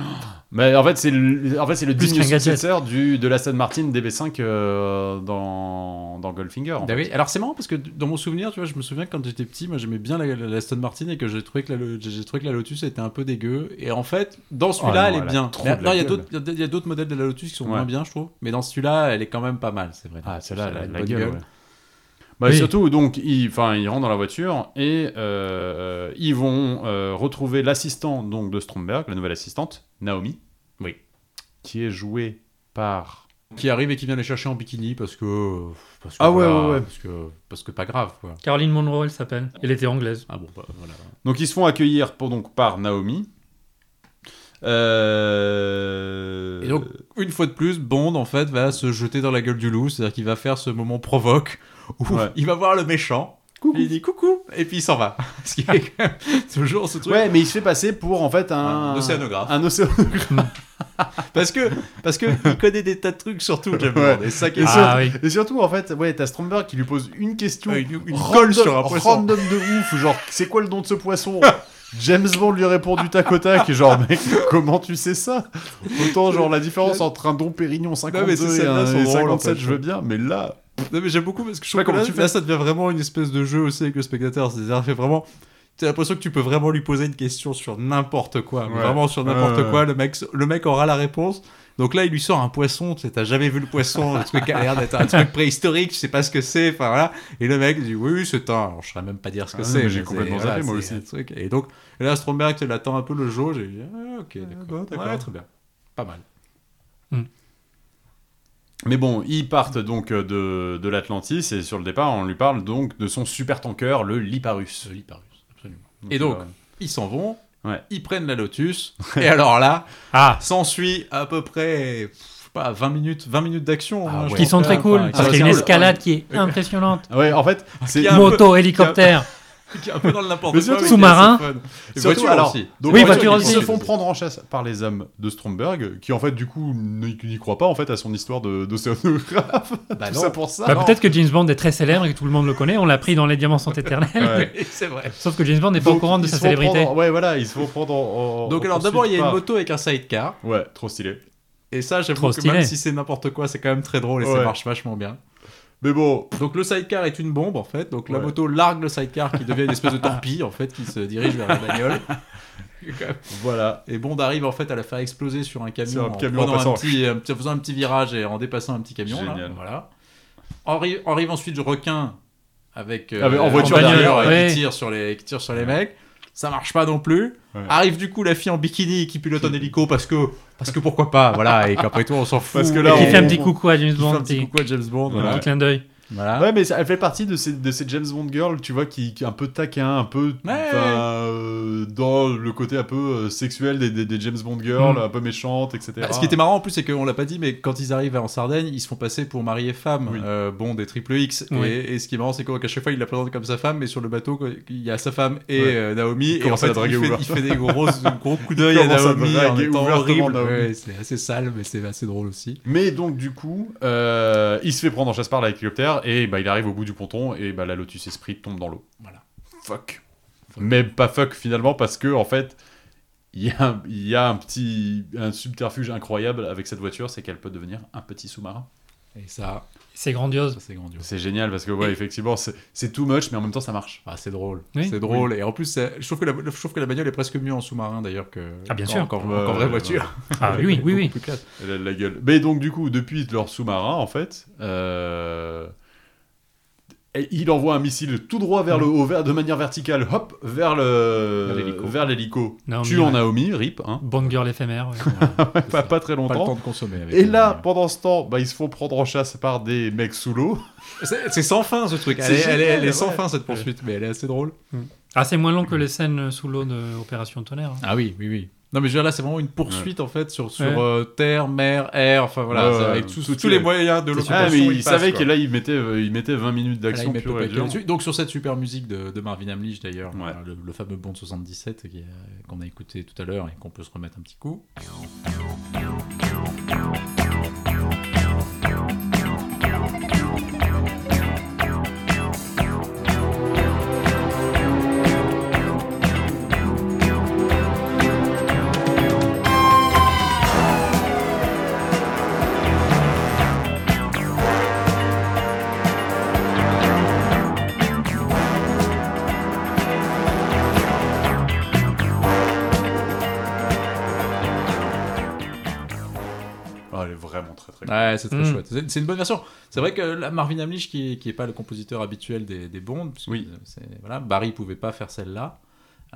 B: Mais en fait, c'est le, en fait, c'est le
C: Plus
B: digne
C: qu'un gadget.
B: successeur du, de l'Aston Martin DB5 euh, dans, dans Goldfinger. en
E: Bah
B: fait.
E: oui, Alors c'est marrant parce que dans mon souvenir, tu vois, je me souviens que quand j'étais petit, moi j'aimais bien la, la- la Aston Martin et que j'ai trouvé que la, lo- j'ai trouvé que la Lotus était un peu dégueu. Et en fait, dans celui-là,
B: Oh non,
E: elle est
B: elle a
E: bien.
B: trop
E: Mais-
B: de la
E: non, il y a
B: gueule.
E: d'autres- il y a- il y a d'autres modèles de la Lotus qui sont
B: Ouais.
E: moins bien, je trouve. Mais dans celui-là, elle est quand même pas mal, c'est vrai.
B: Ah, celle-là,
E: Elle a
B: la,
E: une
B: la
E: bonne
B: gueule.
E: gueule.
B: ouais. Bah,
C: Oui.
B: Surtout, donc, ils, enfin, ils rentrent dans la voiture et euh, ils vont euh, retrouver l'assistant donc de Stromberg, la nouvelle assistante, Naomi.
E: Oui.
B: Qui est jouée par.
E: Qui arrive et qui vient les chercher en bikini parce que. Parce que
B: Ah ouais,
E: voilà,
B: ouais, ouais.
E: Parce que, parce que pas grave, quoi.
C: Caroline Monroe, elle s'appelle. Elle était anglaise.
E: Ah bon, bah voilà.
B: Donc, ils se font accueillir pour, donc, par Naomi. Euh,
E: Et donc, une fois de plus, Bond, en fait, va se jeter dans la gueule du loup, c'est-à-dire qu'il va faire ce moment provoque où
B: Ouais.
E: il va voir le méchant,
B: Coucou.
E: il dit coucou, et puis il s'en va. [laughs] Ce qui est quand même toujours ce truc.
B: Ouais, Ah. mais il se fait passer pour en fait un,
E: Un océanographe.
B: Un océan-
E: Parce que, parce que il connaît des tas de trucs, surtout, James
B: Ouais.
E: Bond, et ça qui est
B: Et,
C: Ah
B: surtout- et surtout, en fait, ouais, t'as Stromberg qui lui pose une question.
E: Ouais, une- une
B: random-
E: colle sur un poisson.
B: Random de ouf, genre, c'est quoi le nom de ce poisson [laughs] James Bond lui répond du tac au tac, et genre, mec, [laughs] comment tu sais ça Autant, genre, la différence entre un Don Pérignon
E: Non, mais
B: 52
E: ces
B: et
E: scènes-là
B: un
E: sont
B: et
E: drôles,
B: 57,
E: en fait.
B: je veux bien, mais là.
E: Non mais j'aime beaucoup parce que je
B: sais pas
E: trouve que
B: comment
E: là,
B: tu fais.
E: là, ça devient vraiment une espèce de jeu aussi avec le spectateur. C'est-à-dire fait vraiment... T'as l'impression que tu peux vraiment lui poser une question sur n'importe quoi. mais
B: Ouais.
E: Vraiment sur n'importe
B: Ouais, ouais.
E: quoi. Le mec, le mec aura la réponse. Donc là, il lui sort un poisson. Tu sais, t'as jamais vu le poisson. Le truc a l'air d'être un truc préhistorique. Tu sais pas ce que c'est. Enfin voilà. Et le mec dit oui, oui, c'est un. Alors, je saurais même pas dire ce que
B: Ah non,
E: c'est.
B: mais j'ai
E: mais
B: complètement
E: c'est-
B: zappé, moi
E: c'est
B: aussi.
E: un Truc. Et donc et là, Stromberg, tu l'attends un peu le jauge. Et il dit ah, ok, d'accord.
B: d'accord.
E: Ouais, très bien. Pas mal.
B: Mais bon, ils partent donc euh, de, de l'Atlantis, et sur le départ, on lui parle donc de son super tanker, le Liparus.
E: Le Liparus, absolument. Et donc, ils s'en vont.
B: Ouais.
E: Ils prennent la Lotus. et alors là.
C: Ah
E: s'ensuit à peu près pff, pas 20 minutes 20 minutes d'action
B: Ah
E: hein, je
B: ouais.
C: Qui
E: pense
C: sont
E: quand
C: très
E: même,
C: cool.
E: enfin,
C: Parce
E: qui
C: qu'il y a une
E: sont-
C: escalade qui est impressionnante.
B: euh, Ouais, en fait, c'est.
E: Qui a- un
C: Moto, hélicoptère.
E: qui est un peu dans le n'importe
C: [laughs]
B: Mais
E: quoi mais
B: surtout-
E: qui est
C: Sous-marin.
E: assez fun. Et
B: Surtout,
E: voiture
B: alors,
E: aussi.
B: donc,
C: Oui,
B: les
C: voiture
B: voitures,
C: aussi.
B: Ils se font prendre en chasse par les hommes de Stromberg, qui en fait, du coup, n'y n'y croient pas en fait à son histoire de- d'océanographe.
E: Bah
B: Tout
E: non.
B: ça pour ça.
C: Bah,
E: non.
C: Peut-être que James Bond est très célèbre et que tout le monde le connaît. On l'a pris dans Les Diamants sont éternels.
B: Ouais.
E: c'est vrai
C: Sauf que James Bond n'est pas au
B: Donc,
C: courant de
B: ils
C: sa
B: se font
C: célébrité.
B: prendre en- ouais, voilà, ils se font prendre en. en-
E: donc
B: en
E: alors d'abord il y a une
B: poursuite
E: moto avec un sidecar
B: par- Ouais, trop stylé.
E: et ça j'avoue
C: Trop
E: que même
C: stylé.
E: si c'est n'importe quoi c'est quand même très drôle et ça
B: Ouais.
E: marche vachement bien
B: Mais bon,
E: donc le sidecar est une bombe en fait donc la
B: Ouais.
E: moto largue le sidecar qui devient une espèce de torpille en fait qui se dirige vers la bagnole
B: voilà.
E: et Bond arrive en fait à la faire exploser sur un camion,
B: Sur un
E: en,
B: camion, en
E: prenant un
B: passant.
E: petit, un petit- en faisant un petit virage et en dépassant un petit camion. là.
B: Génial.
E: voilà. Arrive, arrive ensuite requin avec euh,
B: Avec- en voiture
E: bagnole,
B: derrière,
E: euh,
C: ouais.
E: qui tire sur les qui tire sur les
B: Ouais.
E: mecs. Ça marche pas non plus.
B: Ouais.
E: Arrive du coup la fille en bikini qui pilote en hélico parce que parce que pourquoi pas voilà et qu'après tout on s'en fout.
B: Parce que là,
E: Et
C: Qui
B: on-
C: fait un petit coucou à James
E: qui fait un
C: Bond.
E: petit
C: Petit
E: coucou à James Bond.
B: Ouais.
E: voilà.
C: petit clin d'œil.
E: Voilà.
B: Ouais, mais ça- elle fait partie de ces, de ces James Bond girls, tu vois, qui, qui est un peu taquin, un peu
E: Ouais.
B: enfin, euh, dans le côté un peu euh, sexuel des, des- des James Bond girls,
C: Mm.
B: un peu méchante, etc.
E: Bah, ce qui était marrant en plus, c'est qu'on l'a pas dit, mais quand ils arrivent en Sardaigne, ils se font passer pour mari et femme,
B: Oui.
E: euh, bon des triple X.
C: Oui.
E: Et, et ce qui est marrant, c'est qu'à chaque fois, il la présente comme sa femme, mais sur le bateau, quoi, il y a sa femme et
B: Ouais.
E: euh, Naomi. Et en
B: commence à
E: fait, il
B: draguer
E: fait,
B: Hoover.
E: il fait des gros, gros coups d'œil
B: Il
E: à
B: commence à
E: Naomi en
B: draguer
E: étant
B: ouvertement
E: horrible.
B: Naomi.
E: Ouais, c'est assez sale, mais c'est assez drôle aussi.
B: Mais donc, du coup, euh, il se fait prendre en chasse par l'hélicoptère et bah, il arrive au bout du ponton et bah, la Lotus Esprit tombe dans l'eau.
E: Voilà.
B: Fuck. Mais pas fuck finalement parce que, en fait, il y a, un- il y a un petit un subterfuge incroyable avec cette voiture, c'est qu'elle peut devenir un petit sous-marin.
E: Et ça,
C: C'est grandiose.
E: ça, c'est grandiose.
B: C'est génial parce que, ouais, effectivement, c'est- c'est too much, mais en même temps, ça marche.
E: Ah, c'est drôle.
C: Oui.
E: C'est drôle. Et en plus, ça- je trouve, que la, je trouve que la bagnole est presque mieux en sous-marin d'ailleurs que
C: Ah, bien
E: qu'en-
C: sûr.
E: qu'en qu'en
B: Ouais,
E: vraie
B: ouais,
E: voiture.
C: Ah oui,
E: [laughs]
C: oui, oui.
E: Plus classe.
B: Elle a de la gueule. Mais donc, du coup, depuis leur sous-marin, en fait, euh, et il envoie un missile tout droit vers le haut, vers, de manière verticale, hop,
E: Vers
B: vers le
E: l'hélico.
B: vers l'hélico.
C: Naomi,
B: Tuant
C: ouais.
B: Naomi, rip, hein.
C: Bonne girl éphémère. ouais.
B: pas, pas très
E: Pas le temps
B: longtemps.
E: de consommer. avec
B: Et
E: la
B: là,
E: bagnole.
B: pendant ce temps, bah, ils se font prendre en chasse par des mecs sous l'eau.
E: C'est c'est sans fin ce truc. Elle
B: C'est
E: est, elle est- elle est
B: génial,
E: sans
B: ouais.
E: fin cette poursuite, mais elle est assez drôle.
C: Ah, c'est moins long que les scènes sous l'eau de Opération Tonnerre. hein.
E: Ah oui, oui, oui. Non, mais je veux dire, là, c'est vraiment une poursuite en fait sur, sur
C: Ouais.
E: euh, terre, mer, air, enfin voilà,
B: Ouais,
E: ça-
B: ouais,
E: avec tous-
B: tout
E: tous
B: est-
E: les moyens de
B: Ah,
E: l'opération.
B: mais ils
E: il passe,
B: savaient
E: quoi.
B: que là, ils mettaient, euh, ils mettaient 20 minutes
E: Là,
B: d'action
E: ils mettent le
B: pure et
E: paquet
B: dure.
E: là-dessus. Donc, sur cette super musique de, de Marvin Hamlisch d'ailleurs, euh,
B: Ouais.
E: le, le fameux Bond 77 qui est- qu'on a écouté tout à l'heure et qu'on peut se remettre un petit coup.
B: Ah, elle est vraiment très très
E: Ouais, c'est très
C: Mm.
E: chouette. C'est- C'est une bonne version. C'est vrai que là, Marvin Hamlisch, qui n'est qui est pas le compositeur habituel des, des Bonds, parce que,
B: Oui.
E: euh, c'est- voilà, Barry pouvait pas faire celle-là.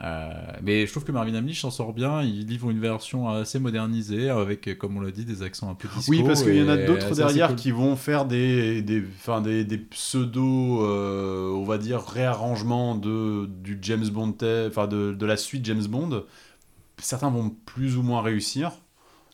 E: Euh, mais je trouve que Marvin Hamlisch s'en sort bien. Ils livrent une version assez modernisée, avec, euh, comme on l'a dit, des accents un peu disco.
B: Oui, parce qu'il y en a
E: et
B: d'autres
E: c'est assez
B: derrière
E: cool.
B: qui vont faire des, des, enfin, des, des pseudo, euh, on va dire, réarrangements de, du James Bond, thème- enfin de, de la suite James Bond. Certains vont plus ou moins réussir.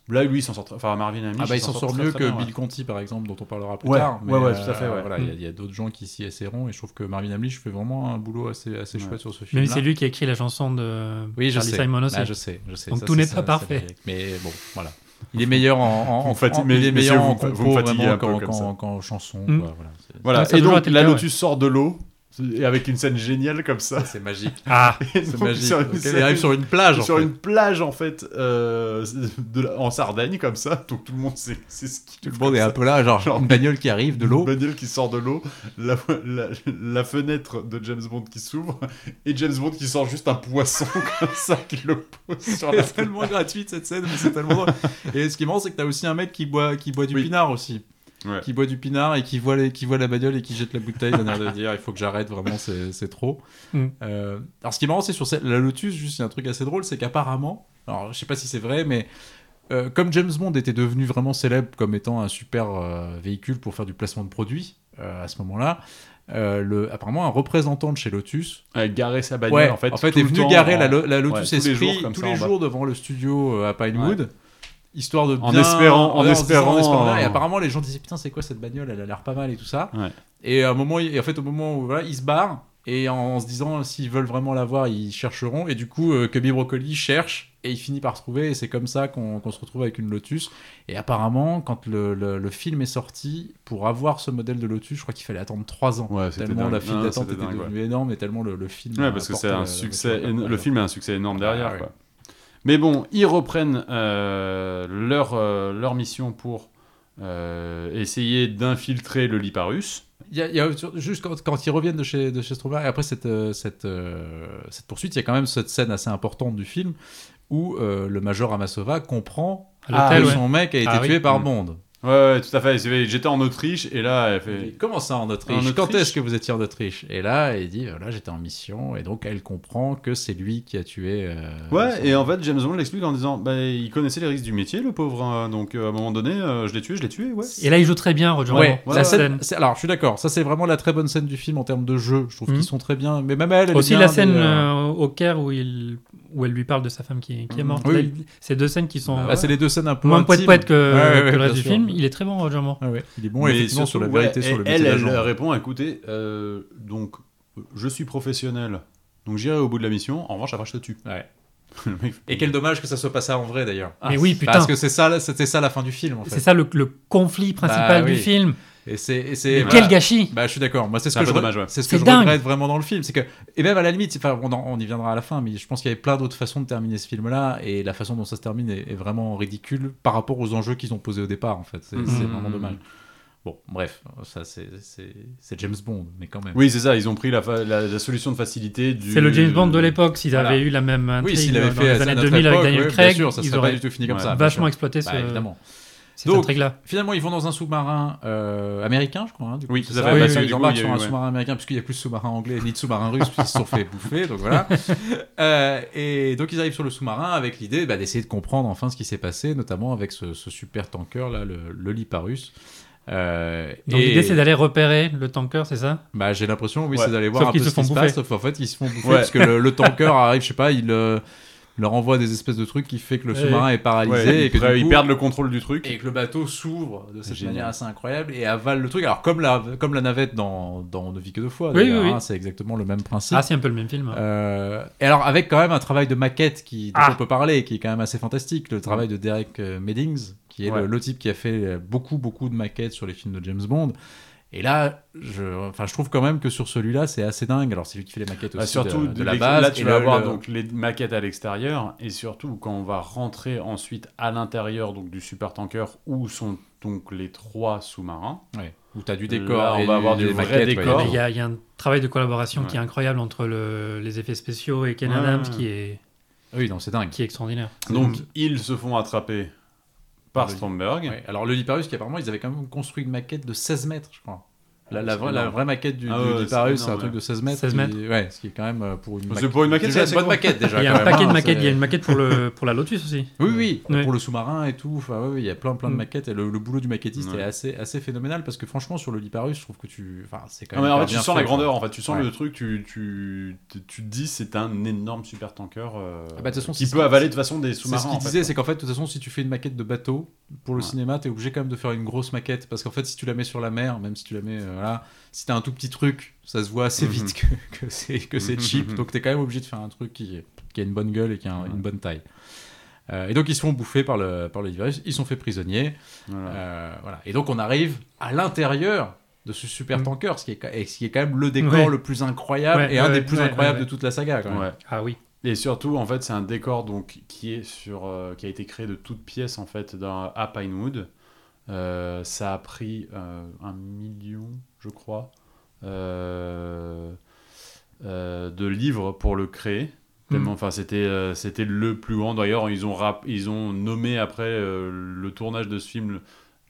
B: Là, lui, il s'en sort, très- enfin Marvin Hamlisch,
E: Ah bah, il s'en sort
B: très,
E: mieux
B: très
E: que
B: bien, ouais.
E: Bill Conti, par exemple, dont on parlera plus
B: Ouais,
E: tard. euh,
B: ouais, ouais, tout à fait, ouais. Hmm.
E: voilà, il y a- il y a, d'autres gens qui s'y essaieront, et je trouve que Marvin Hamlisch fait vraiment un boulot assez, assez
B: Ouais.
E: chouette sur ce film.
C: Même si c'est lui qui a écrit la chanson de
E: Oui, je
C: Charlie
E: sais.
C: Simon aussi.
E: Ah, je sais, je sais.
C: Donc
E: Ça,
C: tout
E: c'est-
C: n'est
E: ça,
C: pas
E: c'est
C: parfait.
E: la vérité. Mais bon, voilà. Il est meilleur en, en,
B: Vous
E: en,
B: me fatiguez,
E: en- il est
B: messieurs,
E: meilleur en
B: vous me- vous
E: compo,
B: me fatiguez
E: vraiment,
B: un peu
E: qu'en-
B: comme
E: qu'en-
B: ça.
E: qu'en chanson.
C: Mm.
E: quoi, voilà. C'est-
B: Voilà.
C: Ouais, ça
B: Et
C: a toujours
B: donc,
C: été le
B: la
C: cas,
B: Lotus sort de l'eau et avec une scène géniale comme ça.
E: C'est magique.
B: [laughs]
C: Ah,
E: [laughs]
B: Et
E: C'est
B: donc,
E: magique.
B: sur une
E: Donc,
B: scène-
E: Elle arrive sur une plage. en
B: sur
E: fait.
B: une plage en fait euh, [laughs] de la- en Sardaigne comme ça donc tout le monde sait c'est ce qui
E: Tout le monde est un peu là, genre,
B: Genre-
E: une bagnole qui arrive de l'eau.
B: Bagnole qui sort de l'eau, la, la- la fenêtre de James Bond qui s'ouvre, et James Bond qui sort juste un poisson [laughs] comme ça, qui le pose
E: [laughs]
B: sur la
E: C'est tellement gratuite cette scène, mais c'est tellement drôle. Et ce qui est marrant, c'est que t'as aussi un mec qui boit, qui boit du
B: Oui.
E: pinard aussi.
B: Ouais.
E: Qui boit du pinard et qui voit, les, qui voit la bagnole et qui jette la bouteille, d'un air de dire il faut que j'arrête, vraiment c'est c'est trop.
C: Mm.
E: Euh, alors ce qui est marrant, c'est sur cette- la Lotus, juste il y a un truc assez drôle, c'est qu'apparemment, alors je sais pas si c'est vrai, mais euh, comme James Bond était devenu vraiment célèbre comme étant un super euh, véhicule pour faire du placement de produits euh, à ce moment-là, euh, le, apparemment un représentant de chez Lotus
B: Euh, garer sa bagnole
E: Ouais,
B: en fait. tout
E: est
B: le
E: venu
B: temps
E: garer
B: en-
E: la, lo- la
B: ouais,
E: Lotus
B: tous les
E: Esprit
B: jours, comme
E: tous
B: ça,
E: les
B: en bas.
E: jours devant le studio euh, à Pinewood, histoire de
B: En
E: bien-
B: espérant- en
E: en
B: espérant- euh,
E: bien. Et apparemment, les gens disaient putain, c'est quoi cette bagnole Elle a l'air pas mal et tout ça.
B: Ouais.
E: Et à un moment, il- et en fait, au moment où voilà, ils se barrent et en, en se disant s'ils veulent vraiment l'avoir, ils chercheront. Et du coup, euh, Cubby Broccoli cherche et il finit par se trouver. Et c'est comme ça qu'on qu'on se retrouve avec une Lotus. Et apparemment, quand le, le- le film est sorti, pour avoir ce modèle de Lotus, je crois qu'il fallait attendre 3 ans.
B: Ouais, c'était
E: Tellement
B: dingue.
E: la file
B: Non,
E: d'attente
B: c'était
E: était
B: dingue, ouais.
E: devenue énorme et tellement le, le film.
B: Ouais,
E: a
B: parce que
E: apporté euh,
B: c'est
E: la-
B: un
E: la
B: succès.
E: voiture.
B: éno- Le film a un succès énorme derrière.
E: Ah, ouais.
B: quoi. Mais bon, ils reprennent euh, leur, euh, leur mission pour euh, essayer d'infiltrer le Liparus.
E: Il y a, il y a- sur- juste quand, quand ils reviennent de chez, de chez Stromberg, et après cette, euh, cette, euh, cette poursuite, il y a quand même cette scène assez importante du film où euh, le major Amasova comprend
C: à l'hôtel,
E: que
C: ouais.
E: son mec a été
C: Ah oui.
E: tué par
B: Mm.
E: Bond.
B: Ouais, ouais, tout à fait. C'est- J'étais en Autriche et là, elle
E: Il
B: fait.
E: dit, Comment ça en Autriche,
B: En Autriche
E: Quand est-ce que vous étiez en Autriche Et là, il dit, euh, là j'étais en mission, et donc elle comprend que c'est lui qui a tué. euh, son-
B: Ouais, et en fait, James Bond l'explique en disant bah, il connaissait les risques du métier, le pauvre, hein, donc euh, à un moment donné, euh, je l'ai tué, je l'ai tué, ouais.
C: Et là, il joue très bien, Roger
E: Ouais,
C: Moore,
E: la
C: cette
E: scène,
C: scène.
E: c'est- alors je suis d'accord, ça c'est vraiment la très bonne scène du film en termes de jeu, je trouve
C: Mhm.
E: qu'ils sont très bien, mais même elle, elle est
C: Aussi
E: bien,
C: la scène
E: mais, euh,
C: euh, au Caire où, il, où elle lui parle de sa femme qui, qui est
E: Mhm.
C: morte.
E: Oui.
C: Là, il- Ces deux scènes qui sont
E: ah, c'est les deux scènes un peu
C: euh, moins
E: intimes.
C: poète-poète que,
E: Ouais, ouais,
C: que le
E: bien
C: reste du
E: sûr.
C: film. Il est très bon, Roger Moore.
E: Ah ouais. Il est bon
B: Mais
E: effectivement sur la
B: surtout, ouais,
E: vérité, sur
B: et
E: le métier
B: Elle, elle
E: d'agent.
B: répond écoutez, euh, donc, euh, je suis professionnel, donc j'irai au bout de la mission, en revanche, après, je te tue.
E: Ouais.
B: [laughs] Le mec fait-
E: Et quel dommage que ça soit pas ça en vrai d'ailleurs.
C: Mais oui, putain.
E: Parce que c'est ça, c'était ça la fin du film en
C: C'est
E: fait.
C: ça le, le conflit
E: Bah,
C: principal du
E: oui.
C: film.
E: Et c'est et
C: Et
E: c'est
C: quel
E: voilà.
C: gâchis
E: Bah je suis d'accord. Moi c'est ce
B: C'est un
E: que
B: peu
E: je re-
B: dommage, ouais.
E: c'est ce
C: C'est
E: que je
C: dingue.
E: regrette vraiment dans le film, c'est que et même à la limite, enfin on, en- on y viendra à la fin, mais je pense qu'il y avait plein d'autres façons de terminer ce film là et la façon dont ça se termine est, est vraiment ridicule par rapport aux enjeux qu'ils ont posés au départ en fait. C'est
C: Mm.
B: Mhm.
E: c'est vraiment dommage. Bon bref, ça c'est c'est c'est James Bond, mais quand même.
B: Oui, c'est ça, ils ont pris la, fa- la- la solution de facilité du.
C: C'est le James Bond de l'époque. S'ils
E: Voilà.
C: avaient eu la même
E: Oui,
C: intrigue
E: s'il avait
C: dans
E: fait
C: les
E: à
C: années
E: notre
C: 2000 avec
E: époque,
C: Daniel
E: ouais, bien
C: Craig,
E: sûr, ça
C: ils
E: serait pas
C: auraient
E: du tout fini comme
B: Ouais,
E: ça. bien
C: vachement
E: sûr.
C: exploité ce,
E: Bah, évidemment.
C: cette
E: Donc,
C: intrigue-là.
E: Finalement, ils vont dans un sous-marin euh, américain, je crois. hein, du coup,
B: Oui, tout
E: c'est
B: à
E: ça
B: fait.
C: Oui,
E: Bah,
C: oui,
E: ça,
B: oui,
E: ils
B: du
E: embarquent
B: coup,
E: sur
B: il-
E: un
B: ouais.
E: sous-marin américain, puisqu'il n'y a plus de sous-marin anglais ni de sous-marin russe, puisqu'ils se sont fait bouffer. Donc
B: [laughs]
E: voilà. Euh, et donc, ils arrivent sur le sous-marin avec l'idée bah, d'essayer de comprendre enfin ce qui s'est passé, notamment avec ce, ce super tanker, là, le, le Liparus. Euh,
C: Donc
E: et-
C: l'idée, c'est d'aller repérer le tanker, c'est ça
E: bah, j'ai l'impression, oui,
B: Ouais.
E: c'est d'aller
C: Sauf
E: voir un peu
C: qu'ils
E: ce
C: se font
E: qui se
C: bouffer.
E: passe, sauf en fait, ils se font bouffer
B: Ouais.
E: parce que le, le tanker arrive, je sais pas, il euh, leur envoie des espèces de trucs qui fait que le
C: Ouais.
E: sous-marin est paralysé
B: Ouais,
E: et que
B: après,
E: du
B: ils
E: coup,
B: perdent le contrôle du truc.
E: et que le bateau s'ouvre de cette
B: Génial.
E: manière assez incroyable et avale le truc. Alors comme la, comme la navette dans, dans On ne vit que deux fois,
C: Oui,
E: d'ailleurs,
C: oui, oui.
E: hein, c'est exactement le même principe.
C: Ah, c'est un peu le même film. hein.
E: Euh, et alors avec quand même un travail de maquette qui dont
C: Ah.
E: on peut parler, qui est quand même assez fantastique, le travail de Derek euh, Meddings, qui est
B: Ouais.
E: le, le type qui a fait euh, beaucoup beaucoup de maquettes sur les films de James Bond. Et là, je, enfin, je trouve quand même que sur celui-là, c'est assez dingue. Alors c'est lui qui fait les maquettes
B: Bah,
E: aussi
B: surtout
E: de, de
B: de
E: la
B: l'ex-
E: base.
B: là tu
E: et
B: vas
E: le-
B: avoir
E: le-
B: donc les maquettes à l'extérieur et surtout quand on va rentrer ensuite à l'intérieur donc du super tanker où sont donc les trois sous-marins
E: ouais, où t'as du
B: Là,
E: décor.
B: on
E: et
B: va avoir
E: des
B: du vrai
E: maquettes, ouais,
B: décor.
C: Mais Il y, a- il y a un travail de collaboration
B: Ouais.
C: qui est incroyable entre le- les effets spéciaux et Ken
B: Ouais.
C: Adams qui est,
E: Oui, non, c'est dingue.
C: qui est extraordinaire.
B: donc ils se font attraper par
E: Oui.
B: Stromberg
E: Ouais, Alors le Liparus, qui apparemment, ils avaient quand même construit une maquette de 16 mètres, je crois. La, la
B: Ah, C'est
E: vraie, la
B: énorme.
E: vraie maquette du,
B: Ah
E: du
B: ouais,
E: Liparus,
B: c'est
E: c'est un
B: énorme,
E: truc de 16 mètres.
C: 16 mètres.
E: qui- ouais, ce qui est quand même euh, pour une
B: c'est pour une maquette
E: Déjà,
B: c'est
E: c'est
B: assez
E: une bonne
B: gros.
E: maquette déjà.
C: Il y a
E: quand
C: un
E: même,
C: paquet
E: hein,
C: de maquettes.
E: c'est-
C: Il y a une maquette pour, le, pour la Lotus aussi.
E: Oui, oui,
C: Ouais.
E: pour le sous-marin et tout. Enfin, ouais, ouais, il y a plein, plein de maquettes. Et le, le boulot du maquettiste
B: Ouais.
E: est assez, assez phénoménal parce que franchement, sur le Liparus, je trouve que tu. Enfin, c'est quand
B: Non,
E: même.
B: mais en
E: hyper
B: fait, tu
E: bien
B: sens
E: fait,
B: la
E: quoi.
B: grandeur en fait tu sens
E: Ouais.
B: le truc tu, tu, tu- tu te dis c'est un énorme super tanker euh,
E: Ah bah, de toute façon,
B: qui
E: c'est-
B: peut avaler de toute façon des
E: C'est
B: sous-marins
E: ce
B: en
E: qu'il
B: fait.
E: disait, c'est qu'en fait, de toute façon, si tu fais une maquette de bateau pour le
B: Ouais.
E: cinéma, t'es obligé quand même de faire une grosse maquette. Parce qu'en fait, si tu la mets sur la mer, même si tu la mets euh, voilà, si t'as un tout petit truc, ça se voit assez
B: Mhm.
E: vite que, que c'est que c'est
B: Mhm,
E: cheap.
B: mhm.
E: Donc t'es quand même obligé de faire un truc qui, qui a une bonne gueule et qui a un- une bonne taille. Euh, et donc ils se font bouffer par le, par le virus, ils sont faits prisonniers.
B: Voilà.
E: Euh, voilà. Et donc on arrive à l'intérieur de ce super
C: Mhm.
E: tanker, ce qui est, ca- et ce qui est quand même le décor
C: Ouais.
E: le plus incroyable
C: Ouais,
E: et un
C: ouais,
E: des plus
C: ouais,
E: incroyables
C: ouais, ouais.
E: de toute la saga. Quand même.
B: Ouais.
C: Ah oui.
B: Et surtout, en fait, c'est un décor donc qui est sur, euh, qui a été créé de toutes pièces en fait dans, à Pinewood. Euh, ça a pris euh, un million, je crois, euh, euh, de livres pour le créer. Tellement- Enfin, c'était euh, c'était le plus grand. D'ailleurs, ils ont rap- ils ont nommé après euh, le tournage de ce film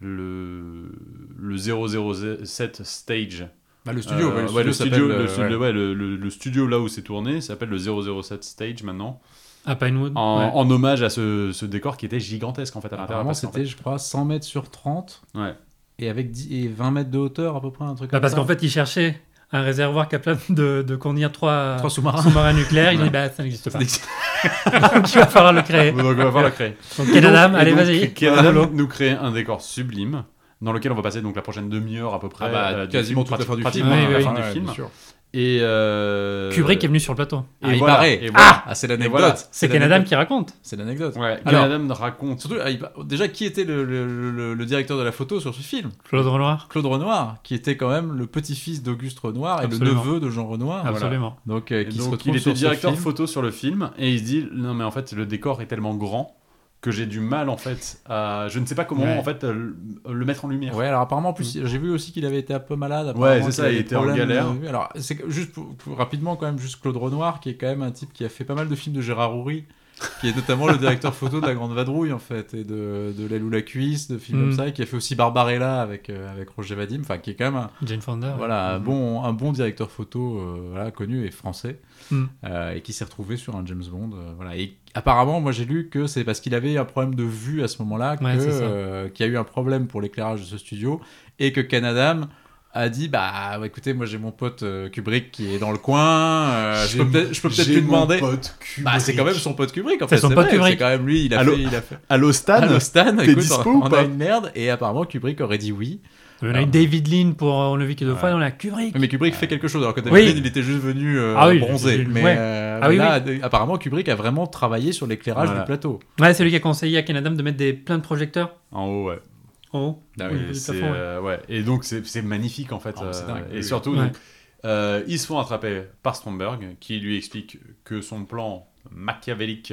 B: le le 007 stage.
E: Bah, le studio,
B: Euh,
E: ouais, le
B: ouais,
E: studio
B: le studio,
E: s'appelle,
B: le
E: euh,
B: studio-
E: ouais.
B: ouais, le- le- le studio là où c'est tourné s'appelle le 007 stage maintenant
C: À Pinewood.
B: en,
C: Mhm. ouais.
B: en hommage à ce, ce décor qui était gigantesque en fait à l'intérieur.
E: Apparemment,
B: parce qu'en
E: c'était, je crois, 100 mètres sur 30.
B: Ouais.
E: Et avec 10 et 20 mètres de hauteur, à peu près, un truc
C: Bah,
E: comme
C: parce
E: ça.
C: qu'en fait, ils cherchaient un réservoir capable de, de contenir trois,
E: trois sous-marins.
C: sous-marins nucléaires. Ils
B: Ouais.
C: disent bah, ça n'existe
E: Ah, [laughs]
C: pas. [laughs] Donc il va falloir le créer.
B: fait. Donc on va voir la
C: [laughs]
B: créer.
C: Donc Ken Adams, allez, vas-y.
B: Ken
C: Voilà.
B: Adam nous crée un décor sublime dans lequel on va passer donc la prochaine demi-heure à peu près.
E: Ah bah,
B: euh, du
E: quasiment
B: film,
E: toute la fin du
B: prati-
E: film.
B: pratiquement
C: Oui,
B: la
C: oui,
B: fin
E: oui.
B: du
E: Ouais,
B: film.
E: bien sûr.
B: Et euh,
C: Kubrick est venu sur le plateau.
B: Et
E: Ah, il
B: voilà,
E: paraît.
B: et voilà.
E: Ah, c'est
B: Et
E: l'anecdote.
B: voilà.
C: C'est Ken
E: l'anecdote.
C: Adams qui raconte.
E: C'est l'anecdote.
B: Ouais, Ken
E: Alors-
B: Adam raconte.
E: Surtout, ah, il pa- déjà, qui était le, le- le- le directeur de la photo sur ce film
C: Claude Renoir.
E: Claude Renoir, qui était quand même le petit-fils d'Auguste Renoir et
C: Absolument.
E: le neveu de Jean Renoir.
C: Absolument.
E: Donc, euh,
B: Ah, Et
E: qui se
B: donc,
E: retrouve
B: il était
E: sur ce
B: directeur
E: film.
B: photo sur le film et il se dit non mais en fait le décor est tellement grand que j'ai du mal en fait à je ne sais pas comment
C: Ouais.
B: en fait euh, le, le mettre en lumière.
E: Ouais, alors apparemment, en plus, j'ai vu aussi qu'il avait été un peu malade.
B: Ouais,
E: apparemment,
B: c'est
E: qu'il
B: ça,
E: avait
B: il
E: des
B: était en
E: problèmes,
B: galère.
E: euh, alors, c'est que- juste pour- pour- rapidement, quand même, juste Claude Renoir, qui est quand même un type qui a fait pas mal de films de Gérard Houry. qui est notamment le directeur photo de La Grande Vadrouille, en fait, et de, de L'aile ou la cuisse, de films
C: Mm.
E: comme ça, et qui a fait aussi Barbarella avec, euh, avec Roger Vadim, enfin, qui est quand même un,
C: Jane Fonda. Ah, ouais.
E: voilà, un, bon, un bon directeur photo euh, voilà, connu et français,
C: Mm.
E: euh, et qui s'est retrouvé sur un James Bond. euh, voilà. Et apparemment, moi j'ai lu que c'est parce qu'il avait un problème de vue à ce moment-là que,
C: Ouais, c'est ça.
E: euh, qu'il y a eu un problème pour l'éclairage de ce studio, et que Canadam a dit bah écoutez moi j'ai mon pote euh, Kubrick qui est dans le coin euh, je peux peut-être je peux peut-être lui demander bah c'est quand même son pote Kubrick en
C: C'est
E: fait
C: son
E: c'est
C: pote
E: vrai,
C: Kubrick.
E: c'est quand même lui il a
B: Allô
E: fait il a fait
B: Allo Stan
E: Allô, Stan, écoute,
B: dispo
E: on,
B: ou
E: on
B: pas
E: a une merde et apparemment Kubrick aurait dit oui
C: On a eu David Lean pour euh, On le vit que deux fois, et on a Kubrick.
E: Oui, Mais Kubrick fait quelque chose, alors que David
C: Oui.
E: Lean, il était juste venu euh,
C: Ah oui,
E: bronzer.
C: il-
E: Mais,
C: ouais.
E: euh,
C: Ah
E: mais
C: oui,
E: là, d- apparemment, Kubrick a vraiment travaillé sur l'éclairage
B: Voilà.
E: du plateau.
C: Ouais, c'est lui qui a conseillé à Canadam de mettre des, plein de projecteurs
B: En haut, ouais.
C: en haut.
B: Ah
C: Oui,
B: oui,
C: le
B: c'est,
C: plafond, ouais.
B: euh, ouais. Et donc, c'est c'est magnifique, en fait.
E: Ah, c'est
B: euh,
E: dingue,
B: et
E: oui.
B: surtout,
C: Ouais.
B: donc, euh, ils se font attraper par Stromberg, qui lui explique que son plan machiavélique.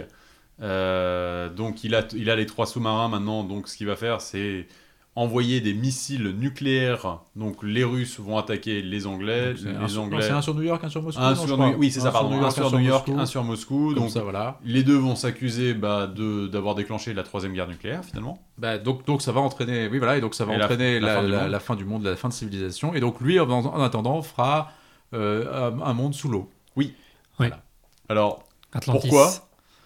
B: euh, donc, il a, il a les trois sous-marins maintenant. Donc, ce qu'il va faire, c'est envoyer des missiles nucléaires. Donc, les Russes vont attaquer les Anglais.
E: Donc, c'est un
B: Euh, les
E: sur-
B: Anglais.
E: C'est un sur New York, un sur Moscou.
B: un
E: non, je
B: sur
E: crois.
B: New- oui, c'est ça, pardon. Un sur New York,
E: Moscou.
B: un sur Moscou.
E: Comme
B: Donc,
E: ça, voilà.
B: les deux vont s'accuser bah, de- d'avoir déclenché la troisième guerre nucléaire, finalement.
E: Bah, donc, donc ça va entraîner, oui voilà, et donc ça va
B: Et la-
E: entraîner
B: la
E: la,
B: fin du
E: la-
B: monde.
E: la fin du monde, la fin de civilisation. Et donc lui, en, en attendant, fera euh, un, un monde sous l'eau.
B: Alors,
C: Atlantis.
B: Pourquoi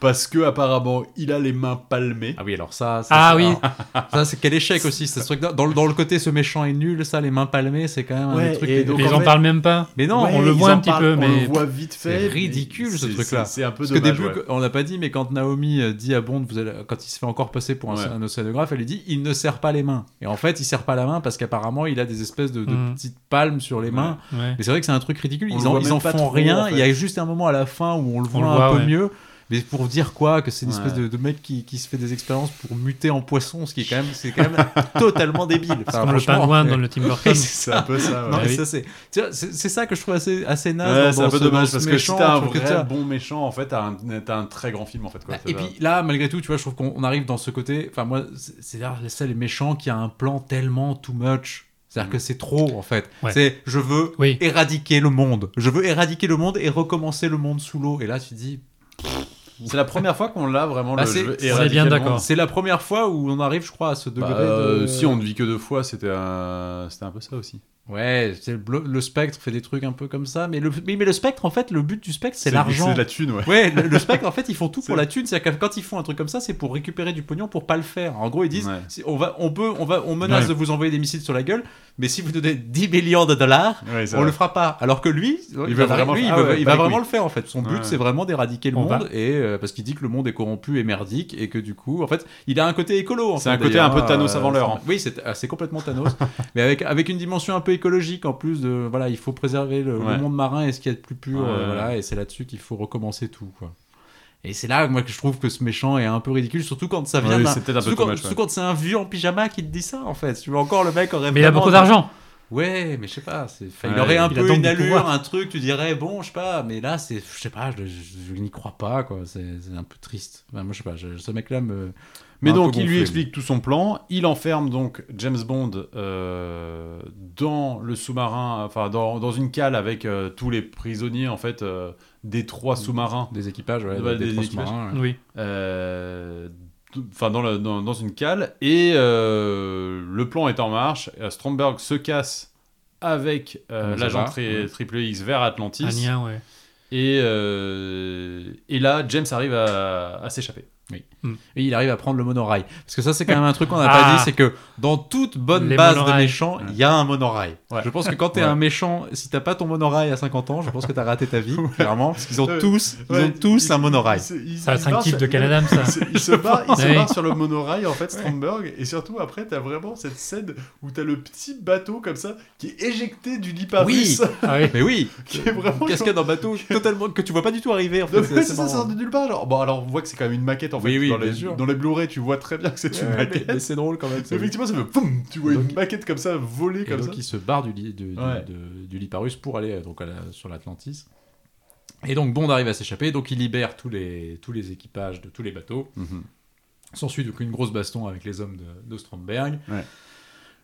B: Parce que apparemment, il a les mains palmées.
E: Ah oui, alors ça, ça,
C: Ah
E: c'est-
C: oui,
E: alors, [laughs] ça c'est quel échec aussi. c'est Ce truc dans, dans le- dans le côté ce méchant est nul, ça, les mains palmées, c'est quand même un
B: Ouais,
E: des trucs.
B: et
E: les-
B: donc,
C: ils
B: en
C: en
B: fait-
C: parlent même pas.
E: Mais non,
B: Ouais,
E: on
C: le
B: ils
C: voit
B: en
C: un petit
B: parlent-
C: peu,
B: On
C: mais-
B: le voit vite fait.
E: C'est
B: mais
E: ridicule, ce
B: c'est-
E: truc-là.
B: c'est- C'est un peu
E: Parce qu'au
B: dommage.
E: début,
B: ouais.
E: on n'a pas dit, mais quand Naomi euh, dit à Bond, vous allez, quand il se fait encore passer pour un,
B: Ouais.
E: un océanographe, elle lui dit il ne serre pas les mains. Et en fait, il serre pas la main parce qu'apparemment, il a des espèces de, de
C: Mhm.
E: petites palmes sur les mains.
C: Ouais.
E: Mais c'est vrai que c'est un truc ridicule.
B: On le
E: ils en,
B: voit
E: ils
B: même
E: en
B: pas
E: font
B: trop,
E: rien.
B: en fait.
E: Il y a juste un moment à la fin où on le voit
C: le
E: un
C: voit,
E: peu
C: ouais.
E: mieux. Mais pour dire quoi Que c'est une espèce
B: Ouais.
E: de, de mec qui, qui se fait des expériences pour muter en poisson, ce qui est quand même, c'est quand même [laughs] totalement débile. Enfin,
C: Comme le
E: franchement,
C: pingouin
E: mais- [laughs]
C: dans [laughs] le Tim Burton.
B: C'est un peu ça. ouais.
E: Non,
C: Ouais,
E: mais
C: oui.
E: ça, c'est tu vois, c'est- c'est ça que je trouve assez, assez naze.
B: [laughs] Ouais,
E: dans-
B: c'est
E: dans
B: un peu
E: ce- dans
B: dommage
E: ce
B: parce que si
E: méchant,
B: t'as un
E: je trouve que
B: vrai
E: t'as-
B: bon méchant, en fait, t'as un, t'as un très grand film en fait. Quoi,
E: Bah,
B: c'est
E: et
B: ça.
E: puis là, malgré tout, tu vois, je trouve qu'on on arrive dans ce côté. Enfin, moi, c'est- c'est là, c'est le méchant qui a un plan tellement too much. C'est-à-dire
B: Mhm.
E: que c'est trop, en fait.
C: Ouais.
E: C'est je veux
C: Oui.
E: éradiquer le monde. Je veux éradiquer le monde et recommencer le monde sous l'eau. Et là, tu te dis.
B: c'est la première fois qu'on l'a vraiment.
E: Bah,
B: le
E: c'est-
B: jeu
E: on est
B: éradiqué
C: bien
B: le monde.
C: d'accord.
E: C'est la première fois où on arrive, je crois, à ce degré
B: Bah,
E: de.
B: euh, Si on ne vit que deux fois, c'était un... c'était un peu ça aussi.
E: Ouais, c'est le, blo- le spectre fait des trucs un peu comme ça. Mais le, mais, mais le spectre, en fait, le but du spectre, c'est l'argent.
B: C'est de la thune, ouais.
E: Ouais, le, le spectre, en fait, ils font tout pour
B: C'est-
E: la thune. C'est-à-dire que quand ils font un truc comme ça, c'est pour récupérer du pognon pour pas le faire. En gros, ils disent
B: Ouais.
E: si- on, va, on, peut, on, va, on menace
C: Ouais.
E: de vous envoyer des missiles sur la gueule, mais si vous donnez 10 millions de dollars,
B: Ouais, c'est
E: on
B: vrai.
E: le fera pas. Alors que lui,
B: veut vraiment-
E: lui, il
B: ah
E: veut-
B: ouais,
E: il
B: pas
E: va
B: les
E: vraiment
B: couilles.
E: le faire, en fait. Son but,
B: Ouais.
E: c'est vraiment d'éradiquer le
C: On va.
E: monde, et, euh, parce qu'il dit que le monde est corrompu et merdique, et que du coup, en fait, il a un côté écolo. en
B: C'est
E: fait,
B: un côté
E: d'ailleurs,
B: un peu Thanos
E: hein,
B: avant l'heure,
E: c'est- Oui, c'est ah, c'est complètement
B: [laughs]
E: Thanos, mais avec, avec une dimension un peu écologique, en plus de, voilà, il faut préserver le, le
B: Ouais.
E: monde marin et ce qu'il y a de plus pur,
B: Ouais.
E: euh, voilà, et c'est là-dessus qu'il faut recommencer tout, quoi. Et c'est là, moi, que je trouve que ce méchant est un peu ridicule, surtout quand ça vient
B: Ouais,
E: d'un-
B: c'est peut-être un peu
E: surtout quand-
B: too much, ouais.
E: surtout quand c'est un vieux en pyjama qui te dit ça, en fait. Tu vois, encore le mec aurait
C: Mais il a
E: vraiment
C: beaucoup
E: dit-
C: d'argent.
E: Ouais, mais je sais pas. c'est- enfin, il
B: Ouais,
E: aurait un
C: il a
E: peu
C: donc
E: une
C: du
E: allure,
C: pouvoir.
E: un truc, tu dirais, bon, je sais pas, mais là, c'est, je sais pas, je, je- je n'y crois pas, quoi. C'est c'est un peu triste. Enfin, moi, je sais pas, je- ce mec-là me.
B: Mais
E: Un peu
B: donc, il
E: gonflé,
B: lui explique tout son plan. Il enferme donc James Bond euh, dans le sous-marin, enfin dans, dans une cale avec euh, tous les prisonniers en fait euh, des trois sous-marins.
E: Des équipages, ouais,
B: Ouais,
E: des,
B: des
E: des
B: équipages.
E: marins
C: Oui.
B: euh, d- Enfin, dans, le- dans, dans une cale, et euh, le plan est en marche. Euh, Stromberg se casse avec euh,
E: Comme ça
B: l'agent
E: va,
B: tri-
E: ouais.
B: Triple X vers Atlantis,
C: Ania, ouais.
B: et, euh, et là, James arrive à, à s'échapper.
E: Et il arrive à prendre le monorail. Parce que ça, c'est quand même un truc qu'on n'a pas
C: Ah.
E: dit, c'est que dans toute bonne
C: Les
E: base de
C: monorails.
E: méchants, il y a un monorail.
B: Ouais.
E: Je pense que quand t'es
B: Ouais.
E: un méchant, si t'as pas ton monorail à 50 ans, je pense que t'as raté ta
B: [laughs]
E: vie, clairement, parce qu'ils ont
B: Ouais.
E: tous, ils
B: Euh, Ouais,
E: ont tous
B: il-
E: un
B: [laughs]
E: monorail.
B: il- il-
C: Ça,
B: il
C: c'est un
B: part
C: kiff
B: sur-
C: de Canadam, ça.
B: Il se, il se barre, il se
C: Ouais.
B: barre sur le monorail en fait, Stromberg, et surtout après t'as vraiment cette scène où t'as le petit bateau comme ça qui est éjecté du lit
E: Oui.
B: russe,
C: Ah oui.
E: Mais oui,
B: [laughs] qui est vraiment
E: cascade en
B: [laughs]
E: bateau totalement que tu vois pas du tout arriver. En fait,
B: Non, mais
E: c'est
B: ça, ça
E: marrant.
B: sort de nulle part. Genre. Bon, alors on voit que c'est quand même une maquette en fait.
E: Oui, oui,
B: dans,
E: bien
B: les,
E: sûr.
B: dans les Blu-ray, tu vois très bien que c'est une
E: Ouais, mais-
B: maquette.
E: mais c'est drôle quand même. c'est-
B: Effectivement, ça fait boum, tu vois
E: Donc-
B: une maquette comme ça voler
E: Et
B: comme
E: donc
B: ça.
E: il se barre du, lit- de- du-
B: Ouais.
E: de- du Liparus pour aller euh, donc, à la- sur l'Atlantis. Et donc Bond arrive à s'échapper, donc il libère tous les, tous les équipages de tous les bateaux.
B: Mhm.
E: S'ensuit donc une grosse baston avec les hommes de, de Stromberg.
B: Ouais.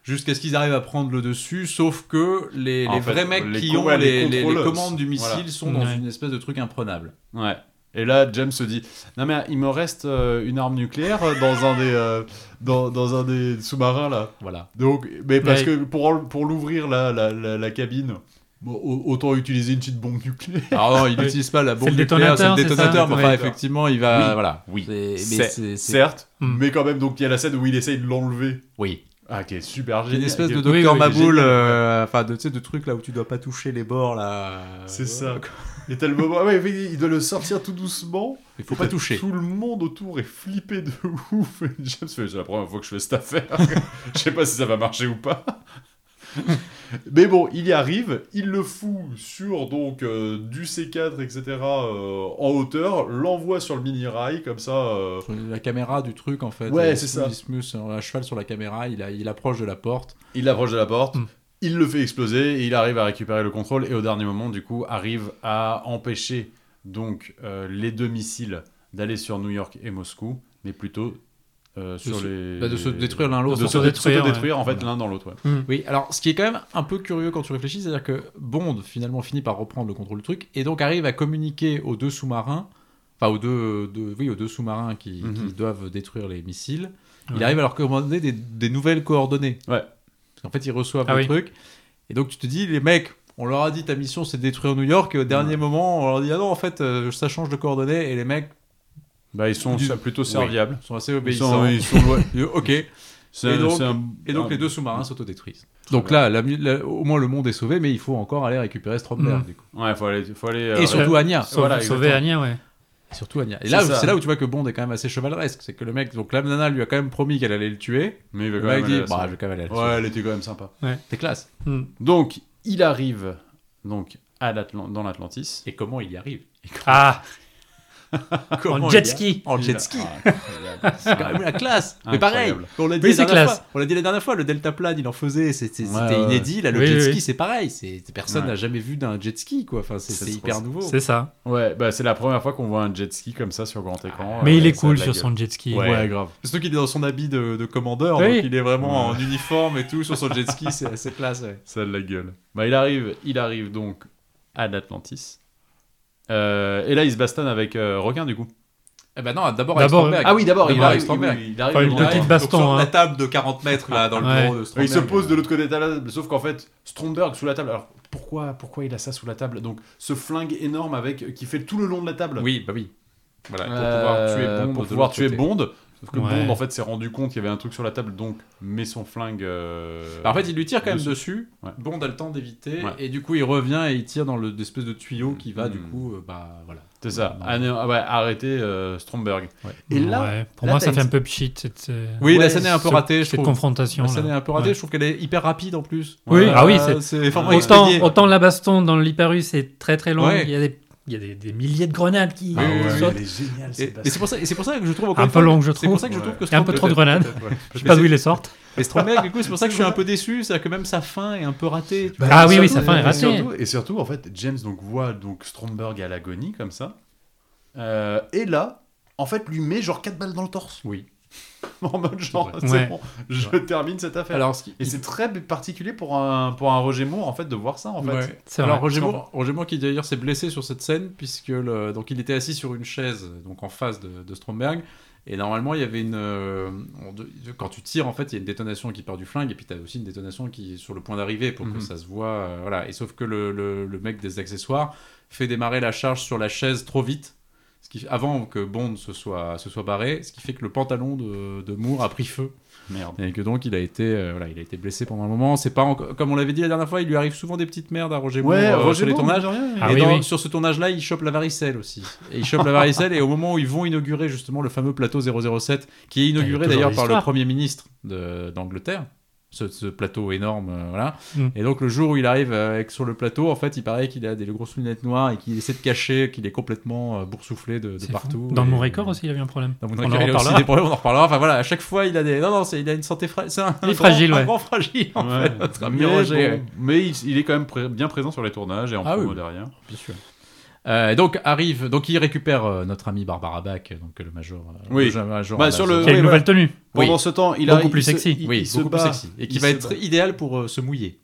E: Jusqu'à ce qu'ils arrivent à prendre le dessus, sauf que les,
B: En
E: les
B: fait,
E: vrais mecs
B: les
E: qui
B: co-
E: ont
B: ouais, les
E: les, les- les
B: contrôles,
E: commandes du missile
B: voilà.
E: sont dans
C: Ouais.
E: une espèce de truc imprenable.
B: Ouais. Et là, James se dit Non, mais il me reste euh, une arme nucléaire euh, dans un des, euh, dans, dans un des sous-marins, là.
E: Voilà.
B: Donc, mais parce
C: Ouais.
B: que pour, en- pour l'ouvrir, la, la, la, la cabine, bon, au- autant utiliser une petite bombe nucléaire.
E: Alors Ah
C: [laughs]
E: non, il n'utilise pas la bombe
C: le
E: nucléaire, c'est le
C: détonateur, c'est ça
E: détonateur, mais enfin,
B: Ouais.
E: effectivement, il va.
B: Oui.
E: Voilà. Oui.
G: mais
B: C'est-
G: c'est- c'est-
B: Certes,
C: Hmm.
B: mais quand même, donc il y a la scène où il essaye de l'enlever.
E: Oui.
B: Ah, qui est super
G: J'ai
B: génial.
G: une espèce de
B: Qui-
G: docteur
C: Oui, oui,
G: Maboule,
B: génial.
G: euh, enfin de, tu sais, de truc là où tu dois pas toucher les bords là.
B: C'est ça. Et t'as le moment. ah ouais, il doit le sortir tout doucement.
E: Il faut pas toucher.
B: Tout le monde autour est flippé de [laughs] ouf. Et James fait C'est la première fois que je fais cette affaire. [laughs] Je sais pas si ça va marcher ou pas. [laughs] Mais bon, il y arrive, il le fout sur donc euh, du C4, etc. euh, en hauteur, l'envoie sur le mini rail comme ça. euh,
E: La caméra du truc, en fait. euh,
B: Ouais,
E: Il
B: c'est
E: se-
B: ça.
E: Il se met sur- euh, à cheval sur la caméra, il, a- il approche de la porte.
B: il approche de la porte,
C: Mm.
B: il le fait exploser, et il arrive à récupérer le contrôle et au dernier moment, du coup, arrive à empêcher donc euh, les deux missiles d'aller sur New York et Moscou, mais plutôt euh, sur
E: se-
B: les
E: bah, de se détruire l'un l'autre.
B: de se
C: S'autodétruire,
B: détruire, détruire en fait
E: Voilà.
B: l'un dans l'autre. ouais.
E: Oui, alors ce qui est quand même un peu curieux quand tu réfléchis, c'est-à-dire que Bond finalement finit par reprendre le contrôle du truc et donc arrive à communiquer aux deux sous-marins, enfin aux deux, deux- oui, aux deux sous-marins qui,
B: Mhm.
E: qui doivent détruire les missiles. Il
C: Ouais.
E: arrive à leur commander des, des nouvelles coordonnées.
B: Ouais.
E: Parce qu'en fait, ils reçoivent
C: Ah
E: le
C: oui.
E: truc et donc tu te dis, les mecs. On leur a dit ta mission c'est de détruire New York et au dernier moment on leur dit ah non en fait euh, ça change de coordonnées et les mecs
B: Bah, ils sont
E: Du-
B: ça, plutôt serviables.
E: sont assez
B: Ils sont,
E: obéissants.
B: ils sont- [laughs] ouais.
E: Et, ok
B: C'est
E: Et
B: un-
E: donc-
B: c'est un-
E: Et donc
B: un-
E: les deux sous-marins s'autodétruisent.
B: Très
E: Donc là, la mu- la- au moins le monde est sauvé, mais il faut encore aller récupérer Stromberg.
C: Mm.
E: du coup.
B: Ouais, faut aller, faut aller.
E: Et
B: euh,
E: surtout Anya.
C: Sauve-
B: Voilà,
C: sauver
B: exactement.
C: Anya, ouais.
E: Et surtout Anya. Et
B: C'est
E: là,
B: ça.
E: c'est là où tu vois que Bond est quand même assez chevaleresque. C'est que le mec, donc la nana lui a quand même promis qu'elle allait le tuer.
B: Mais il va
E: Le
B: quand
E: mec
B: même.
E: dit,
B: aller à
E: bah,
B: ça.
E: je vais quand même aller le tuer.
B: ouais, elle était quand même sympa.
E: C'est classe.
C: Hmm.
B: Donc il arrive donc à l'Atlan- dans l'Atlantis.
E: Et comment il y arrive
C: Ah,
E: [laughs] Comment
C: en
E: il
C: jet
E: y a-
C: ski.
E: En jet ski.
B: Ah, [laughs] incroyable.
E: [laughs] C'est quand même la [laughs] classe. Mais pareil,
B: Incroyable.
E: on l'a dit,
C: Oui,
E: la
C: c'est
E: dernière
C: classe.
E: fois- on l'a dit la dernière fois, le deltaplane, il en faisait, c'était c'était
B: Ouais, ouais, ouais.
E: inédit. Là, le
C: Oui,
E: jet
C: oui,
E: ski,
C: oui.
E: c'est pareil. C'est personne
B: Ouais.
E: n'a jamais vu d'un jet ski, quoi. Enfin, c'est
B: C'est
E: c'est
B: trop-
E: hyper nouveau.
C: c'est ça.
B: Ouais, bah c'est la première fois qu'on voit un jet ski comme ça sur grand écran.
C: Mais
B: Euh,
C: il est
B: ça a
C: cool
B: de la
C: sur
B: gueule.
C: son jet ski.
B: Ouais,
E: Ouais.
B: grave.
E: Surtout qu'il est dans son habit de, de commandeur,
C: Oui.
E: donc il est vraiment
B: Ouais.
E: en uniforme et tout, sur son jet ski, c'est assez classe. ouais.
B: Ça a de la gueule. Bah il arrive, il arrive donc à l'Atlantis. Euh, et là, il se bastonne avec euh, Requin du coup.
E: Eh ben non, d'abord
C: D'abord,
E: Stromberg.
B: Ah oui, d'abord, il
E: D'abord avec
B: arrive.
E: Stromberg.
B: oui, oui, il arrive
C: Enfin, une
B: au-
C: petite
B: Ouais.
C: baston,
E: Donc, sur la
C: hein.
E: table de 40 mètres, là, dans le
C: Ouais.
E: bureau de
B: Il
E: Stromberg.
B: se pose de l'autre côté de la table, sauf qu'en fait, Stromberg sous la table. Alors pourquoi, pourquoi il a ça sous la table Donc ce flingue énorme avec qui fait tout le long de la table.
E: Oui, bah oui. Voilà, pour
B: Euh,
E: pouvoir tuer Bond.
B: pour
E: de
B: pouvoir
E: l'autre
B: tuer
E: côté.
B: Bond. Sauf que
C: Ouais.
B: Bond en fait s'est rendu compte qu'il y avait un truc sur la table, donc met son flingue. euh,
E: Bah, en fait, il lui tire quand même
B: Dessus.
E: dessus.
B: Ouais.
E: Bond a le temps d'éviter,
B: Ouais.
E: et du coup, il revient et il tire dans le- l'espèce de tuyau qui va, du
B: Mm.
E: coup, euh, bah voilà.
B: C'est ça.
E: Non.
B: Ané- ah ouais, arrêter euh, Stromberg.
E: Ouais.
B: Et là,
C: Ouais. Pour
B: là,
C: moi,
B: t'as
C: ça fait
B: une-
C: un peu pchit. Cette, euh,
E: Oui, la
B: Ouais,
E: scène est un peu
C: ce-
E: ratée, je
C: cette
E: trouve.
C: confrontation.
E: La scène est
C: là.
E: un peu ratée,
C: Ouais.
E: je trouve qu'elle est hyper rapide en plus.
C: Oui,
E: Voilà,
C: ah oui, c'est-
E: c'est vraiment
C: Autant,
E: expédié.
C: autant la baston dans l'hyperus est très très longue.
E: Ouais.
C: Il y a des, il y a des, des milliers de grenades qui
E: Ah ouais,
C: sautent.
B: elle est géniale,
E: Et,
B: cette
E: et
B: baston.
E: c'est pour ça, et c'est pour ça que je trouve encore
C: Un
E: une
C: peu
E: fois-
C: long, je
E: C'est pour
C: trouve.
E: ça que je trouve que
C: Il y a un peu trop de grenades. Je sais pas d'où ils les sortent.
E: Mais Stromberg, du coup, c'est pour ça que je suis
C: [laughs]
E: un peu déçu, c'est que même sa fin est un peu ratée. tu vois.
C: Ah oui, oui,
B: Surtout-
C: sa fin est
B: et
C: ratée.
B: surtout- et surtout, en fait, James donc voit donc Stromberg à l'agonie comme ça. Euh, et là, en fait, lui met genre 4 balles dans le torse.
E: Oui.
B: [laughs] en mode genre,
C: C'est
B: c'est
C: vrai. Ouais.
B: bon, je termine cette affaire.
E: Alors, ce qui-
B: et c'est très particulier pour un, pour un Roger Moore, en fait, de voir ça, en fait.
E: Ouais.
C: C'est
E: Alors
C: vrai.
E: Roger Moore, Roger Moore qui d'ailleurs s'est blessé sur cette scène puisque le- donc il était assis sur une chaise donc en face de, de Stromberg et normalement il y avait une euh, on de- quand tu tires en fait il y a une détonation qui part du flingue et puis tu as aussi une détonation qui est sur le point d'arrivée pour que
B: Mhm.
E: ça se voit euh, voilà et sauf que le, le- le mec des accessoires fait démarrer la charge sur la chaise trop vite ce qui, avant que Bond se soit, se soit barré, ce qui fait que le pantalon de, de Moore a pris feu.
B: Merde.
E: Et que donc il a été, euh, voilà, il a été blessé pendant un moment. C'est pas encore- comme on l'avait dit la dernière fois, il lui arrive souvent des petites merdes à Roger Moore euh, sur les tournages.
C: Ah
E: et
C: oui,
E: dans-
C: oui.
E: sur ce tournage-là, il chope la varicelle aussi. Et il chope la varicelle et au moment où ils vont inaugurer justement le fameux plateau 007, qui est inauguré
C: toujours
E: d'ailleurs
C: des
E: par le
C: histoires.
E: premier ministre de- d'Angleterre. Ce, ce plateau énorme, euh, voilà.
C: Mm.
E: Et donc, le jour où il arrive euh, avec- sur le plateau, en fait, il paraît qu'il a des grosses lunettes noires et qu'il essaie de cacher qu'il est complètement euh, boursouflé de, de
C: C'est fou.
E: partout.
C: Dans mon
E: Et-
C: record aussi, il y avait un problème.
E: dans mon
C: On en
E: Drake, il a aussi
C: reparlera.
E: des problèmes, on en reparlera. Enfin voilà, à chaque fois, il a des. Non, non, c'est- il a une santé fragile. C'est un, un
C: Il est
E: grand-
C: fragile,
E: un
C: ouais.
E: grand fragile, [laughs] en
B: Ouais.
E: fait, notre ami
B: mais,
E: Roger,
B: bon,
E: ouais.
B: mais il, il est quand même pré- bien présent sur les tournages et en
E: Ah
B: promo
E: oui.
B: derrière.
E: Euh, donc, arrive. Donc, il récupère euh, notre ami Barbara Bach, donc euh, le major. euh,
B: Oui.
E: le jeune major
B: Bah,
E: à la-
B: sur le-
C: Il y a
B: Oui,
C: une
B: voilà.
C: nouvelle tenue.
E: Oui.
B: Pendant ce temps, il a
C: Beaucoup
B: il
C: plus
B: se-
C: sexy.
B: il-
E: Oui,
B: il se
E: beaucoup plus
B: bat.
E: sexy. Et qui
B: Il
E: va
B: se
E: être
B: bat. [laughs]
E: idéal pour euh, se mouiller.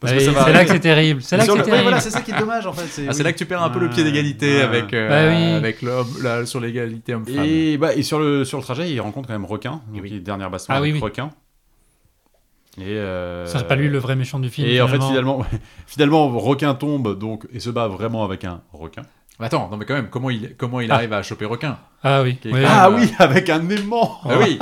B: Parce que
C: Et
B: ça va
C: C'est là que
B: arriver.
C: c'est terrible. C'est là
B: Sur
C: que c'est
B: le- ouais,
C: terrible.
B: voilà, c'est ça qui est dommage en fait. C'est
E: Ah, c'est
B: oui.
E: là que tu perds un peu le
B: Ouais.
E: pied d'égalité
B: Ouais.
E: avec, euh,
C: Bah oui.
E: avec l'homme, là, sur l'égalité homme-femme.
B: Et, bah, et sur, le, sur le trajet, il rencontre quand même Requin. Donc,
E: Oui.
B: il- dernière baston
C: Ah oui,
B: avec
C: oui.
B: Requin. Et, euh,
C: Ça, C'est pas lui le vrai méchant du film.
B: Et en fait, finalement, [laughs] finalement, Requin tombe donc, et se bat vraiment avec un requin.
E: Mais Attends, non mais quand même, comment il, comment il
C: Ah.
E: arrive à choper requin
C: Ah oui.
E: Qui est-
C: oui.
B: Ah oui, avec un aimant Ah
C: Oh,
E: Bah oui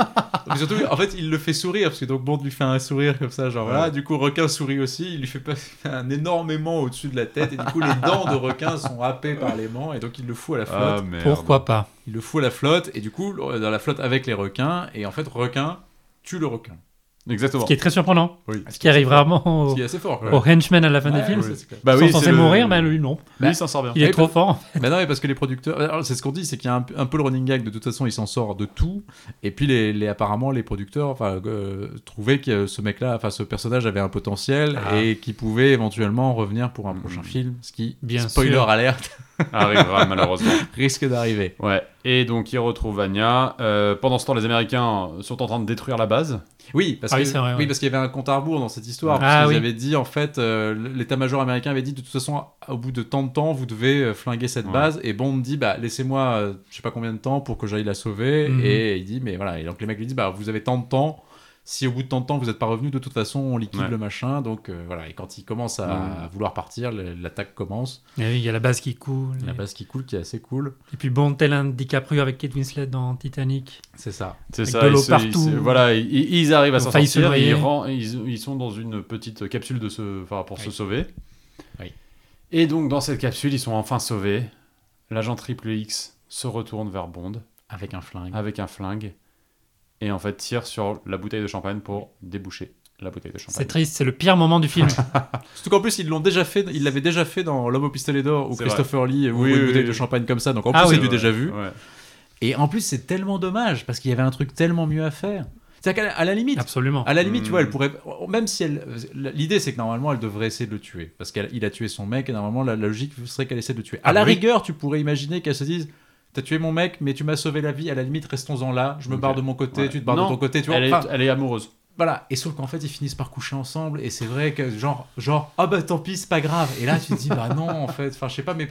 E: Mais surtout, en fait, il le fait sourire, parce que donc Bond lui fait un sourire comme ça, genre voilà, du coup requin sourit aussi, il lui fait passer un énorme aimant au-dessus de la tête, et du coup les dents de requin sont happées par l'aimant, et donc il le fout à la flotte.
C: Euh.
B: Ah, merde.
C: Pourquoi pas
E: Il le fout à la flotte, et du coup, dans la flotte avec les requins, et en fait, requin tue le requin.
B: Exactement.
C: Ce qui est très surprenant.
B: Oui.
C: Ce qui arrive rarement
E: Ce
C: au,
E: qui est assez fort, quoi.
C: au henchman à la fin
E: Ouais,
C: des films.
E: ouais, c'est clair.
B: Bah
C: Ils
B: oui,
C: sont
B: c'est
C: censés
B: le- Eh,
C: mourir, mais lui non.
B: Lui, il s'en sort bien.
C: Il est
E: Et
C: trop fort.
E: Bah non, mais parce que les producteurs, alors, c'est ce qu'on dit, c'est qu'il y a un, peu- un peu le running gag de toute façon, il s'en sort de tout. Et puis les, les- apparemment les producteurs, enfin, euh, trouvaient que euh, ce mec-là, enfin ce personnage avait un potentiel
C: Ah. Hmm.
E: et qui pouvait éventuellement revenir pour un prochain film, ce qui,
C: Bien
E: spoiler
C: sûr.
E: alerte, [laughs]
B: [laughs] Arrivera malheureusement.
E: risque d'arriver.
B: Ouais. Et donc, il retrouve Anya. Euh, pendant ce temps, les Américains sont en train de détruire la base.
E: Oui, parce
C: Ah oui,
E: que-
C: c'est vrai,
E: oui,
C: ouais.
E: parce qu'il y avait un compte à rebours dans cette histoire.
C: Ah
E: parce qu'ils
C: oui.
E: avaient dit en fait, euh, l'état-major américain avait dit de toute façon, au bout de tant de temps, vous devez euh, flinguer cette
B: Ouais.
E: base. Et Bond dit bah laissez-moi, euh, je sais pas combien de temps pour que j'aille la sauver.
C: Mhm.
E: Et il dit mais voilà. Et donc les mecs lui disent bah vous avez tant de temps. Si au bout de tant de temps vous n'êtes pas revenu, de toute façon on liquide
B: Ouais.
E: le machin. Donc euh, voilà. Et quand il commence à,
B: Ouais.
E: à vouloir partir, le- l'attaque commence.
C: Et Eh oui, il y a la base qui coule.
E: La
C: et-
E: base qui coule, qui est assez cool.
C: Et puis bon, tel un DiCaprio avec Kate Winslet dans Titanic.
B: Ah,
E: C'est ça.
B: C'est
C: Avec
B: ça.
C: de l'eau
B: ils se-
C: partout.
B: ils se- voilà, ils, ils arrivent à
C: Ils ont
B: s'en
C: failli se
B: sortir.
C: noyer.
B: Ils, ren- ils, ils sont dans une petite capsule de ce, enfin, pour se
E: Oui.
B: sauver.
E: Oui.
B: Et donc, dans cette capsule, ils sont enfin sauvés. L'agent Triple X se retourne vers Bond
E: Avec un flingue.
B: avec un flingue et en fait tire sur la bouteille de champagne pour déboucher la bouteille de
C: C'est
B: champagne.
C: triste, c'est le pire moment du film.
B: Ah,
E: Surtout qu'en plus, ils l'ont déjà fait, ils l'avaient déjà fait dans L'homme au pistolet d'or où
B: C'est
E: Christopher Lee ouvre
B: Oui,
E: une
B: oui,
E: bouteille
B: oui.
E: de champagne comme ça. Donc en
C: Ah
E: plus,
C: oui.
E: il l'ont
B: Ouais,
E: déjà vu.
B: ouais.
E: Et en plus, c'est tellement dommage parce qu'il y avait un truc tellement mieux à faire. C'est-à-dire qu'à la- à la limite,
C: Absolument.
E: à la limite,
B: Mm.
E: tu vois, elle pourrait. Même si elle. L'idée, c'est que normalement, elle devrait essayer de le tuer. Parce qu'il a tué son mec, et normalement, la, la logique serait qu'elle essaie de le tuer. À
C: Ah
E: la
C: oui.
E: rigueur, tu pourrais imaginer qu'elle se dise T'as tué mon mec, mais tu m'as sauvé la vie, à la limite, restons-en là, je me
B: Ok.
E: barre de mon côté,
B: Ouais.
E: tu te barres
B: Non,
E: de ton côté, tu vois.
B: Elle, est,
E: Enfin,
B: elle est amoureuse.
E: voilà, et sauf qu'en fait ils finissent par coucher ensemble et c'est vrai que genre genre ah bah tant pis, c'est pas grave. Et là tu te dis bah non en fait, enfin je sais pas mais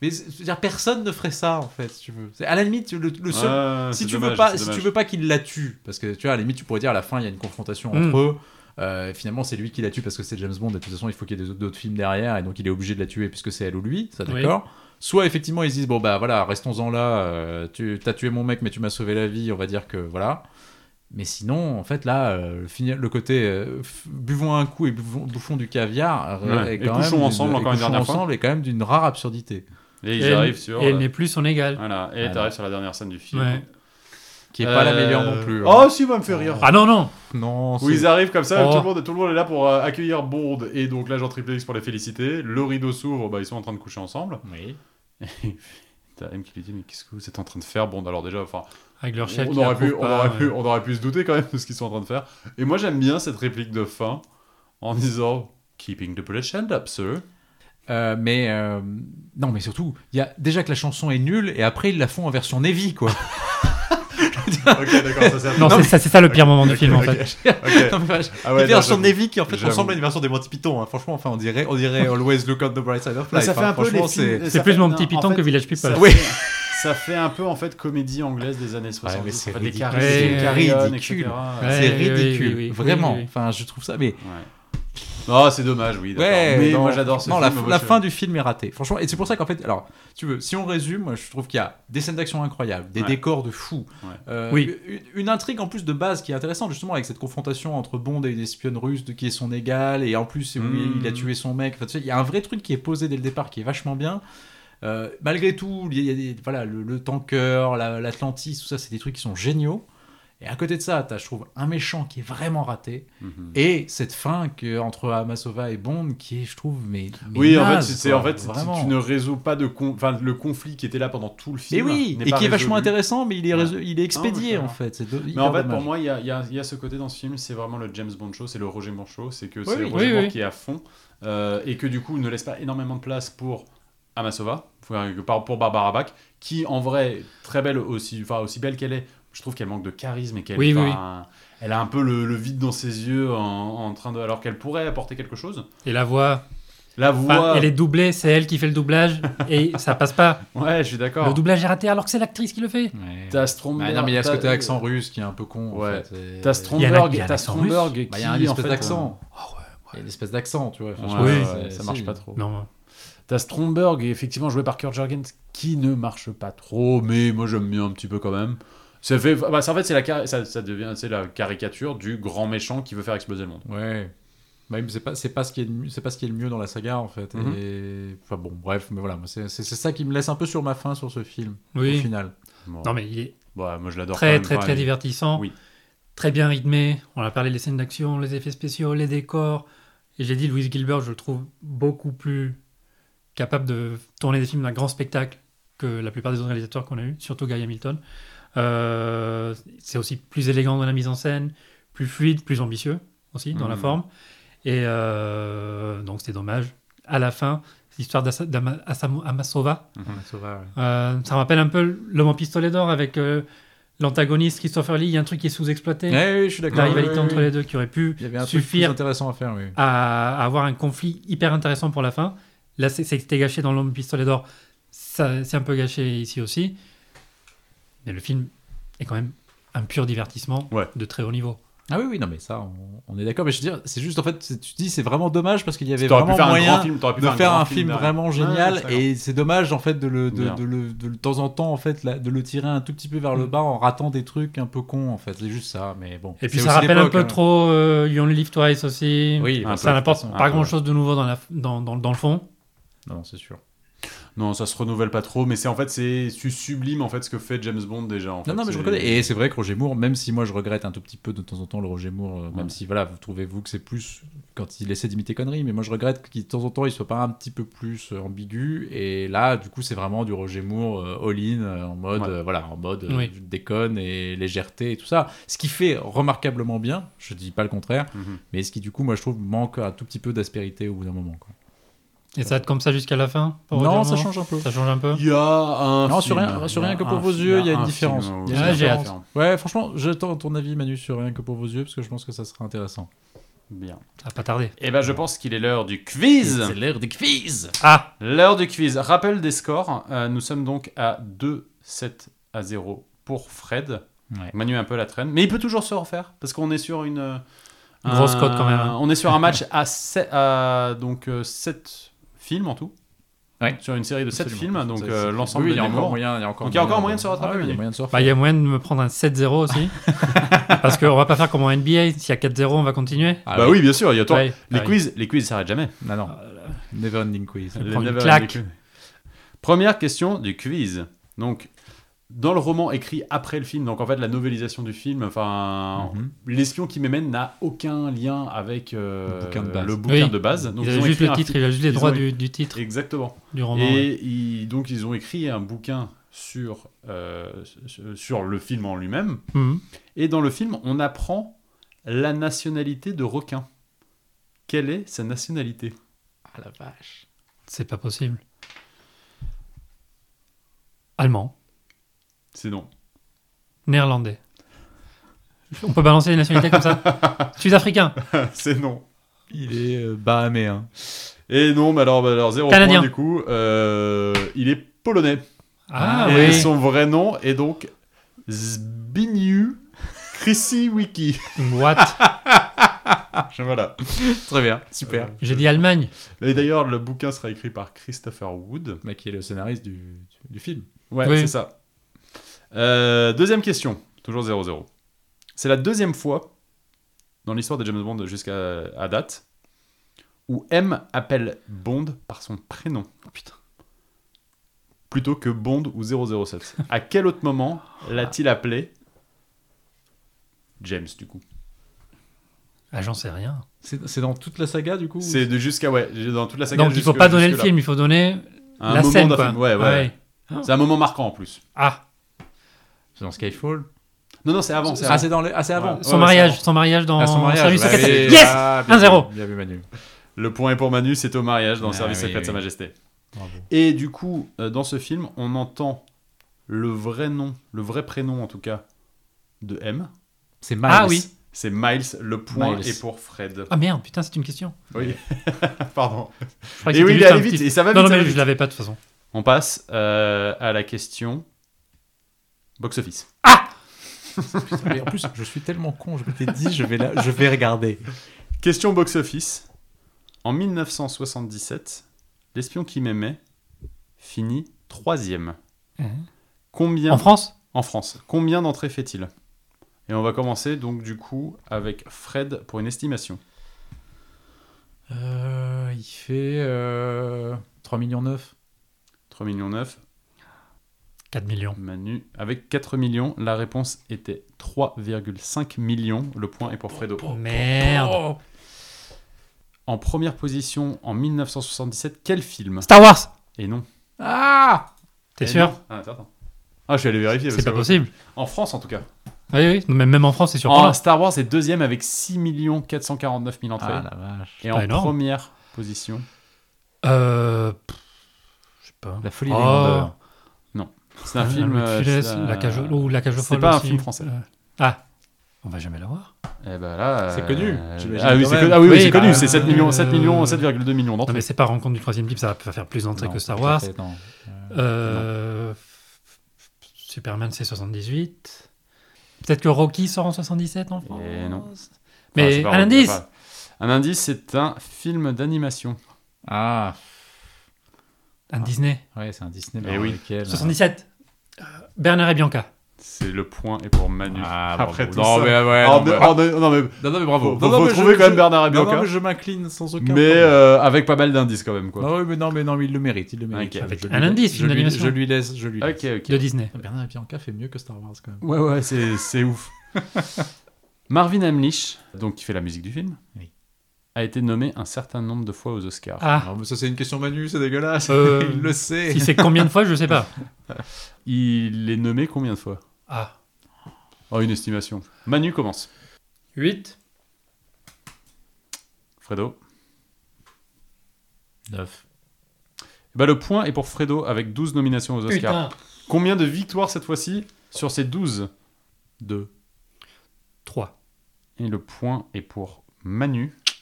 E: mais c'est- je veux dire, personne ne ferait ça en fait, si tu veux. C'est- À la limite le, le seul
B: Ouais,
E: si
B: Ah, c'est
E: tu veux
B: dommage,
E: pas
B: c'est
E: si
B: dommage.
E: tu veux pas qu'il la tue parce que tu vois à la limite tu pourrais dire à la fin il y a une confrontation
C: Mm.
E: entre eux. Euh, finalement, c'est lui qui la tue parce que c'est James Bond. Et de toute façon, il faut qu'il y ait des autres- d'autres films derrière, et donc il est obligé de la tuer puisque c'est elle ou lui. Ça,
C: Oui.
E: d'accord. Soit effectivement, ils se disent bon bah voilà, restons-en là. euh, tu t'as tué mon mec, mais tu m'as sauvé la vie. On va dire que voilà. Mais sinon, en fait, là, euh, le, finir- le côté euh, f- buvons un coup et buvons- bouffons du caviar euh,
B: Ouais.
E: est
B: Et
E: quand
B: couchons
E: même
B: ensemble
E: d'une-
B: encore une
E: couchons
B: dernière fois.
E: ensemble est quand même d'une rare absurdité
B: Et ils
C: Et elle-
B: arrivent sur.
C: Et elle
B: euh,
C: n'est plus son égale.
B: Voilà, et
E: Voilà.
B: t'arrives sur la dernière scène du film.
C: Ouais.
E: qui est pas la
B: Euh,
E: meilleure non plus. hein.
B: Oh, si, va me faire rire.
C: Ah non, non
E: non,
B: Où
E: c'est-
B: ils arrivent comme ça,
C: Oh.
B: tout, le monde, tout le monde est là pour euh, accueillir Bond et donc l'agent Triple X pour les féliciter. Le rideau s'ouvre, bah, ils sont en train de coucher ensemble.
E: Oui.
B: T'as M qui lui dit Mais qu'est-ce que vous êtes en train de faire Bond, alors déjà, enfin,
C: Avec leur chef.
B: on,
C: qui
B: aurait
C: l'approuve
B: pu, on,
C: pas, euh.
B: aurait pu,
C: ouais.
B: on aurait pu se douter quand même de ce qu'ils sont en train de faire. Et moi, j'aime bien cette réplique de fin en disant Keeping the British hand up, sir.
E: Euh, mais euh, non, mais surtout, il y a déjà que la chanson est nulle et après ils la font en version Navy quoi.
B: ok, d'accord, ça sert
C: Non,
E: Non,
C: c'est
E: mais-
C: ça, c'est ça le pire moment du film en fait.
E: Non, mais vache.
B: Ah [laughs]
E: une
B: ouais, non,
E: version
B: j'avoue.
E: Navy qui en fait
B: J'avoue.
E: ressemble à une version des Monty Python. hein. Franchement, enfin, on dirait, on dirait Always Look on the Bright Side of
C: Bah,
E: Life. hein. Franchement, c'est
C: C'est plus mon petit piton que Village People.
B: ça,
E: Oui.
B: fait- ça fait un peu en fait comédie anglaise des années 60.
E: mais c'est
B: ça fait des
E: ridicule.
B: Caribbean,
C: Ouais,
B: Caribbean,
E: ridicule.
B: etc.
C: Ouais.
E: c'est
C: oui, oui,
E: ridicule,
C: oui, oui, oui,
E: vraiment.
C: oui, oui.
E: Enfin, je trouve ça, mais
B: Non, Ah, c'est dommage, oui. d'accord.
E: Ouais,
B: mais
E: non.
B: moi j'adore ce
E: Non, la,
B: film.
E: la fin du film est ratée. Franchement, et c'est pour ça qu'en fait, alors, tu veux, si on résume, moi, je trouve qu'il y a des scènes d'action incroyables, des
B: Ouais.
E: décors de fou,
B: Ouais.
E: euh,
C: Oui.
E: une, une intrigue en plus de base qui est intéressante justement avec cette confrontation entre Bond et une espionne russe de qui est son égal et en plus oui,
B: Mm.
E: il a tué son mec. Enfin, tu sais, il y a un vrai truc qui est posé dès le départ qui est vachement bien. Euh, malgré tout, il y a des- voilà, le, le tanker, la- l'Atlantis, tout ça, c'est des trucs qui sont géniaux. Et à côté de ça, t'as, je trouve, un méchant qui est vraiment raté.
B: Mhm.
E: Et cette fin que, entre Amasova et Bond, qui est, je trouve, mais. mais
B: Oui, en fait,
E: naze,
B: c'est- c'est
E: quoi,
B: en fait, tu-
E: vraiment.
B: tu ne résous pas de con- enfin le conflit qui était là pendant tout le
E: Mais
B: film.
E: oui,
B: n'est
E: et
B: pas
E: qui est vachement
B: résolu.
E: intéressant, mais il est,
B: Ouais.
E: rés- il est
B: mais
E: expédié,
B: c'est
E: en
B: vrai.
E: fait. C'est
B: Mais en fait, pour moi, il y a, il y a- il y a ce côté dans ce film, c'est vraiment le James Bond show, c'est le Roger Moore show, c'est que c'est
E: oui.
B: Roger
C: Oui,
B: Moore
C: oui.
B: qui est à fond euh, et que du coup, il ne laisse pas énormément de place pour Amasova, pour pour Barbara Bach, qui en vrai, très belle aussi, enfin aussi belle qu'elle est, je trouve qu'elle manque de charisme et qu'elle
C: Oui, oui,
B: enfin, elle a un peu le, le vide dans ses yeux en, en train de alors qu'elle pourrait apporter quelque chose.
C: Et la voix,
B: La
C: enfin,
B: voix,
C: elle est doublée, c'est elle qui fait le doublage et ça passe pas.
B: ouais, je suis d'accord.
C: Le doublage est raté alors que c'est l'actrice qui le fait.
E: Ouais.
B: T'as Stromberg,
E: Ah non, mais il y a ce
B: t'as-
E: côté accent russe qui est un peu con. en
B: Ouais.
E: fait. Et-
B: T'as Stromberg,
C: il y a un
B: t'as
C: accent
E: Bah,
B: Stromberg qui
E: Il y a un espèce
B: en fait,
E: d'accent.
C: Oh,
E: Il y a une espèce d'accent, tu vois.
B: euh,
E: Enfin,
B: ouais,
E: je-
B: ouais,
E: c'est-
B: ça
E: si.
B: marche pas trop.
C: Non,
B: T'as Stromberg, et effectivement joué par Kurt Jorgens, qui ne marche pas trop, mais moi j'aime bien un petit peu quand même. Ça fait, bah, ça, en fait, c'est la, cari- ça, ça devient, c'est la caricature du grand méchant qui veut faire exploser le monde.
E: Ouais. Même c'est pas c'est pas ce qui est le mieux- c'est pas ce qui est le mieux dans la saga en fait.
B: Mhm.
E: Et- enfin bon bref mais voilà moi, c'est c'est- c'est ça qui me laisse un peu sur ma faim sur ce film au
C: oui.
E: final.
B: Bon.
C: Non, mais il est
B: Ouais, moi je l'adore. quand
C: très,
B: même,
C: très,
B: enfin,
C: très
B: il-
C: divertissant.
B: Oui.
C: Très bien rythmé. On a parlé des scènes d'action, les effets spéciaux, les décors. Et j'ai dit, Louis Gilbert, je le trouve beaucoup plus capable de tourner des films d'un grand spectacle que la plupart des autres réalisateurs qu'on a eu, surtout Guy Hamilton. Euh, c'est aussi plus élégant dans la mise en scène, plus fluide, plus ambitieux aussi dans la
B: Mhm.
C: forme. Et euh, donc c'est dommage. À la fin, l'histoire d'Amasova, euh, ça me rappelle un peu l'homme en pistolet d'or avec euh, l'antagoniste Christopher Lee. Il y a un truc qui est sous-exploité.
E: Ah, Ouais, oui, je suis
C: La
E: d'accord.
C: rivalité
E: Oui, oui,
C: entre
E: oui.
C: les deux qui aurait pu
E: Il y avait un truc plus
C: suffire
E: intéressant à faire oui.
C: à, à avoir un conflit hyper intéressant pour la fin. Là, c'est- c'était gâché dans l'homme au pistolet d'or. Ça- C'est un peu gâché ici aussi. Mais le film est quand même un pur divertissement
B: Ouais.
C: de très haut niveau.
E: Ah oui oui non mais ça on, on est d'accord mais je veux dire c'est juste en fait c'est- tu te dis c'est vraiment dommage parce qu'il y avait
B: T'aurais pu
E: vraiment
B: faire un grand
E: moyen
B: film, t'aurais pu
E: de faire
B: grand
E: un film
B: derrière.
E: vraiment
B: Ouais,
E: génial
B: c'est
E: et c'est dommage en fait de le de,
B: Bien. Mm.
E: de le de, le- de temps en temps en fait la- de le tirer un tout petit peu vers le bas en ratant des trucs un peu cons en fait c'est juste ça mais bon
C: Et puis
E: C'est
C: ça
E: aussi
C: rappelle un
E: l'époque,
C: peu
E: hein.
C: trop euh, You Only Live Twice aussi.
E: oui bah, Ah,
B: Un
C: ça
B: peu,
C: n'apporte
E: de toute façon,
C: pas
E: un peu,
C: grand chose de nouveau dans, la, dans, dans, dans le fond.
E: Ah, non c'est sûr
B: Non, ça se renouvelle pas trop, mais c'est en fait, c'est tu sublimes en fait ce que fait James Bond déjà. en fait.
E: non, non, mais je
B: C'est-
E: reconnais. Et c'est vrai que Roger Moore, même si moi je regrette un tout petit peu de temps en temps le Roger Moore, euh, même
B: Ouais.
E: si voilà, vous trouvez-vous que c'est plus quand il essaie d'imiter conneries, mais moi je regrette qu'il de temps en temps il soit pas un petit peu plus euh, ambigu. Et là, du coup, c'est vraiment du Roger Moore euh, all-in euh, en mode
B: Ouais.
E: euh, voilà, en mode euh,
C: Oui.
E: déconne et légèreté et tout ça. Ce qui fait remarquablement bien. Je dis pas le contraire,
B: Mhm.
E: mais ce qui du coup, moi je trouve manque un tout petit peu d'aspérité au bout d'un moment. quoi.
C: Et ça va être comme ça jusqu'à la fin pour
E: Non,
C: Roger
E: ça
C: Moore
E: change un peu.
C: Ça change un peu.
B: Il y a un.
E: Hein Non, sur
B: film,
E: rien, sur
B: il y a
E: rien que
B: un
E: pour vos
B: film,
E: yeux, il y a
B: un
E: une
B: film,
E: différence.
B: ouais,
E: Il y
C: Ah,
E: a une
C: j'ai hâte.
E: différence. Ouais, franchement, j'attends ton avis, Manu, sur rien que pour vos yeux, parce que je pense que ça sera intéressant.
B: Bien.
C: Ça va pas tarder.
B: Et ben, je pense qu'il est l'heure du quiz.
E: l'heure des quiz
C: Ah
B: L'heure du quiz. Rappel des scores. Euh, nous sommes donc à 2-7 à 0 pour Fred.
E: Ouais.
B: Manu est un peu la traîne. Mais il peut toujours se refaire parce qu'on est sur une. euh,
C: Une grosse cote quand même, hein.
B: On est sur
E: [laughs]
B: un match à, sept- à, donc, 7 films en tout.
E: Ouais.
B: Sur une série de 7
E: Absolument.
B: films. Donc
E: Ça,
B: euh,
E: c'est-
B: l'ensemble
E: oui, il
B: des
E: y a encore
B: mémoires.
E: moyen, il y a encore
B: Donc, il y a encore
E: de-
B: moyen de se rattraper,
E: Ah oui, il y a
B: Manu.
E: moyen de se
C: Bah, il
E: rattraper.
C: y a moyen de me prendre un
B: [laughs]
C: 7-0 aussi. parce qu'on va pas faire comme en NBA. S'il y a 4-0, on va continuer.
E: Ah
B: bah oui, bien sûr. Il y a toi.
C: Ouais, Ah,
B: les,
C: ouais.
B: quiz, les quiz s'arrêtent jamais.
E: Non, non. Euh, Never ending quiz.
B: Les
C: prends une
B: never
C: claque.
B: ending quiz. Première question du quiz. Donc, dans le roman écrit après le film, donc en fait la novélisation du film, enfin,
E: Mhm.
B: L'espion qui m'émène n'a aucun lien avec euh,
E: Le bouquin de base.
B: le bouquin
C: Oui.
B: de base. Donc,
C: il
B: ils
C: a
B: ont
C: juste
B: écrit
C: le
B: un
C: titre,
B: fi-
C: il a juste les
B: ils
C: droits
B: ont-
C: du, du titre
B: Exactement.
C: du roman. ouais.
B: Et ils- donc ils ont écrit un bouquin sur, euh, sur le film en lui-même.
C: Mhm.
B: Et dans le film, on apprend la nationalité de requin. Quelle est sa nationalité
E: Ah la vache.
C: C'est pas possible. Allemand.
B: C'est non.
C: Néerlandais. On peut balancer les nationalités
B: [laughs]
C: comme ça Sud-africain.
E: Ah,
B: C'est non.
E: Il est euh, bahaméen.
B: Et non, mais alors, bah alors zéro
C: Canadien.
B: point du coup. Euh, il est polonais.
C: Ah,
B: et
C: oui.
B: son vrai nom est donc Zbigniew Krisiwicki.
C: What
B: [laughs] voilà. Euh,
E: Très bien, super.
C: J'ai dit Allemagne.
B: Et d'ailleurs, le bouquin sera écrit par Christopher Wood.
E: Mec, qui est le scénariste du, du film.
B: Ouais,
C: Oui.
B: c'est ça. Euh, deuxième question, toujours 0-0. C'est la deuxième fois dans l'histoire de James Bond jusqu'à à date où M appelle Bond par son prénom.
E: Oh,
B: putain. Plutôt que Bond ou 007. à quel autre moment l'a-t-il appelé James, du coup
C: Ah, j'en sais rien.
E: C'est c'est dans toute la saga, du coup
B: C'est de jusqu'à. Ouais, dans toute la saga.
C: Donc il faut
B: jusque-
C: pas donner le
B: jusque-là.
C: film, il faut donner
B: Un
C: la
B: moment
C: scène.
B: d'un
C: Quoi. Ah
B: film, ouais, ouais.
C: Ouais.
B: C'est un moment marquant en plus.
C: Ah,
E: C'est dans Skyfall
B: Non, non, c'est avant. c'est
E: Ah,
B: avant.
E: c'est dans le... ah, c'est avant.
B: Ouais.
C: son mariage, son mariage dans
E: Ah, son mariage.
C: Service
E: bah,
C: secret.
E: oui.
C: Yes
E: Ah, bien
C: 1-0.
E: vu, Bien vu, Manu.
B: Le point est pour Manu, c'est au mariage dans le
E: Ah,
B: service
E: oui,
B: secret de Sa
E: oui.
B: Majesté.
E: Bravo.
B: Et du coup, euh, dans ce film, on entend le vrai nom, le vrai prénom en tout cas, de M.
E: C'est Miles.
C: Ah oui.
B: C'est Miles, le point
E: Miles.
B: est pour Fred.
C: Ah merde, putain, c'est une question.
B: Pardon.
C: Je croyais
B: Et
C: que
B: oui, il est
C: c'était
B: allé
C: juste un
B: vite,
C: petit-
B: et ça va vite.
C: Non, non,
B: ça va
C: mais
B: vite.
C: je l'avais pas de toute façon.
B: On passe euh, à la question box-office.
E: Mais en plus, je suis tellement con. Je m'étais dit.
G: Dis, je vais, la- je vais regarder.
B: Question box-office. En 1977, L'espion qui m'aimait finit troisième.
C: Hein
B: Combien
C: En France
B: en France, combien d'entrées fait-il Et on va commencer donc du coup avec Fred pour une estimation.
E: Euh, il fait euh, 3 millions 9.
B: 3 millions 9,
C: 4 millions.
B: Manu avec 4 millions, la réponse était 3,5 millions, le point est pour Fredo.
C: Oh merde.
E: Oh
B: En première position en 1977, quel film
C: Star Wars
B: Et non.
E: ah
C: T'es
B: Eh
C: sûr
B: non. Ah, attends, attends. Ah, je suis allé vérifier.
C: C'est
B: parce
C: pas
B: que-
C: possible.
B: En France, en tout cas.
C: Oui, oui. Mais même en France, c'est
B: En
C: surprenant.
B: Star Wars est deuxième avec 6 449 000 entrées.
E: Ah la vache.
B: et
C: pas
B: en
C: énorme.
B: première position,
C: Euh. pff, Je sais pas.
E: La folie
C: Oh.
E: des grandeurs.
B: c'est un
C: Ah,
B: film.
C: Louis de
B: euh,
C: Funès,
B: c'est un-
C: la cage aux- ou la cage aux
B: c'est
C: folles
B: pas un
C: aussi.
B: film français.
C: Euh, Ah, on va jamais la voir.
B: Eh ben là,
G: C'est
B: euh,
G: connu,
B: euh,
G: j'imagine,
B: Ah oui,
G: quand
B: c'est
G: même.
B: connu, ah oui, oui,
C: Oui,
B: c'est
C: bah,
B: connu, c'est 7 millions,
C: euh,
B: 7 millions, 7,2 millions
C: Non mais
B: d'entrées.
C: c'est pas Rencontre du troisième type, ça va faire plus d'entrées
E: Non,
C: que Star
E: tout à
C: Wars.
E: fait, non. Euh,
C: Euh, Superman c'est 78. Peut-être que Rocky sort en 77 en France.
B: Et Eh, non. Enfin,
C: Mais
B: c'est pas
C: un
B: grave,
C: indice.
B: c'est pas grave. Un indice, c'est un film d'animation.
E: Ah,
C: Un Disney.
E: ouais, c'est un Disney.
B: Eh oui.
E: lequel, euh,
C: 77. Euh, Bernard et Bianca.
B: C'est le point et pour Manu.
E: Ah,
B: Après
E: bon,
B: tout
E: non,
B: ça.
E: mais ouais,
B: Alors,
E: non,
B: de-
E: mais-
B: alors, de- ah, non, mais
E: Non, non, mais bravo.
B: faut,
E: Non, non,
B: faut
E: mais
B: trouver
E: je-
B: quand même
E: je-
B: Bernard et
E: Non, non,
B: Bianca.
E: mais je m'incline sans aucun
B: mais
E: problème.
B: euh, avec pas mal d'indices quand même. Quoi.
E: Non, oui, mais non, mais non, mais il le mérite, il le mérite.
B: Ok.
C: Avec
E: Je
C: un
E: lui-
C: indice,
E: je
C: film
E: lui-
C: d'animation.
E: Je lui laisse, je lui laisse.
B: Ok, ok.
C: De Disney.
E: Bernard et Bianca fait mieux que Star Wars quand même.
B: Ouais, ouais, c'est, c'est ouf. [laughs] Marvin Hamlisch, donc qui fait la musique du film,
E: Oui.
B: a été nommé un certain nombre de fois aux Oscars.
C: Ah,
E: Non, mais ça c'est une question Manu, c'est dégueulasse.
C: Euh,
E: [laughs] il le sait.
C: si c'est combien de fois, je sais pas.
B: Il est nommé combien de fois
C: Ah,
B: Oh, une estimation. Manu commence.
C: 8.
B: Fredo.
E: 9.
B: Eh ben, le point est pour Fredo avec 12 nominations aux Oscars.
C: Putain.
B: Combien de victoires cette fois-ci sur ces 12 2.
C: 3.
B: Et le point est pour Manu
C: Si-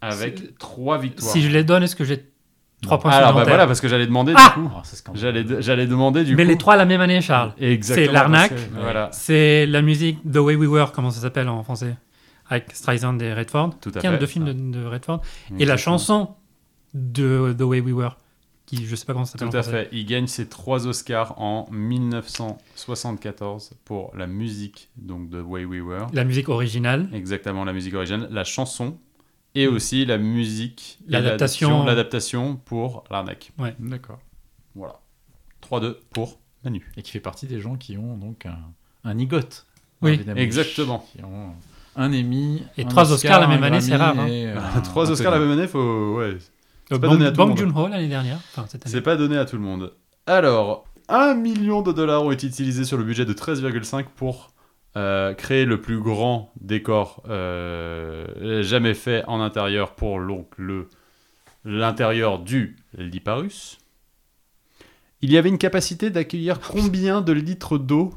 B: avec 3 victoires.
C: Si je les donne, est-ce que j'ai 3 points
B: Alors bah,
C: supplémentaires
B: voilà parce que j'allais demander
C: Ah
B: du coup.
E: c'est scandaleux.
B: J'allais de- j'allais demander du
C: Mais
B: coup. Ah,
C: les trois la même année, Charles.
B: Exactement,
C: c'est l'arnaque.
B: parce que- Voilà.
C: C'est la musique The Way We Were, comment ça s'appelle en français Avec Streisand et Redford.
B: Tout à
C: Tiens,
B: fait,
C: deux films de, de Redford. Et la chanson de The Way We Were, qui je sais pas comment ça s'appelle
B: Tout
C: en
B: à
C: français.
B: fait. Il gagne ses trois Oscars en 1974 pour la musique donc de Way We Were.
C: La musique originale.
B: Exactement, la musique originale, la chanson et aussi la musique, et
C: L'adaptation.
B: l'adaptation l'adaptation pour l'arnaque.
E: D'accord.
B: Voilà. 3-2 pour Manu.
E: Et qui fait partie des gens qui ont donc un, un igote.
C: Oui,
E: Évidemment.
B: exactement.
E: Qui ont un Emmy.
C: Et
E: un
C: trois
E: Oscar,
C: Oscars la
E: un
C: même année,
E: Grammy
C: c'est rare, hein.
E: et, euh,
B: [laughs] Trois
E: un
B: Oscars la
E: Tony.
B: même année, faut ouais,
C: Euh,
B: pas donné à
C: Bang,
B: tout le monde.
C: Bang Joon-ho l'année dernière. Enfin, cette année.
B: C'est pas donné à tout le monde. Alors, 1 million de dollars ont été utilisés sur le budget de 13,5 pour euh, créer le plus grand décor euh, jamais fait en intérieur pour donc le- l'intérieur du Liparus. Il y avait une capacité d'accueillir combien de litres d'eau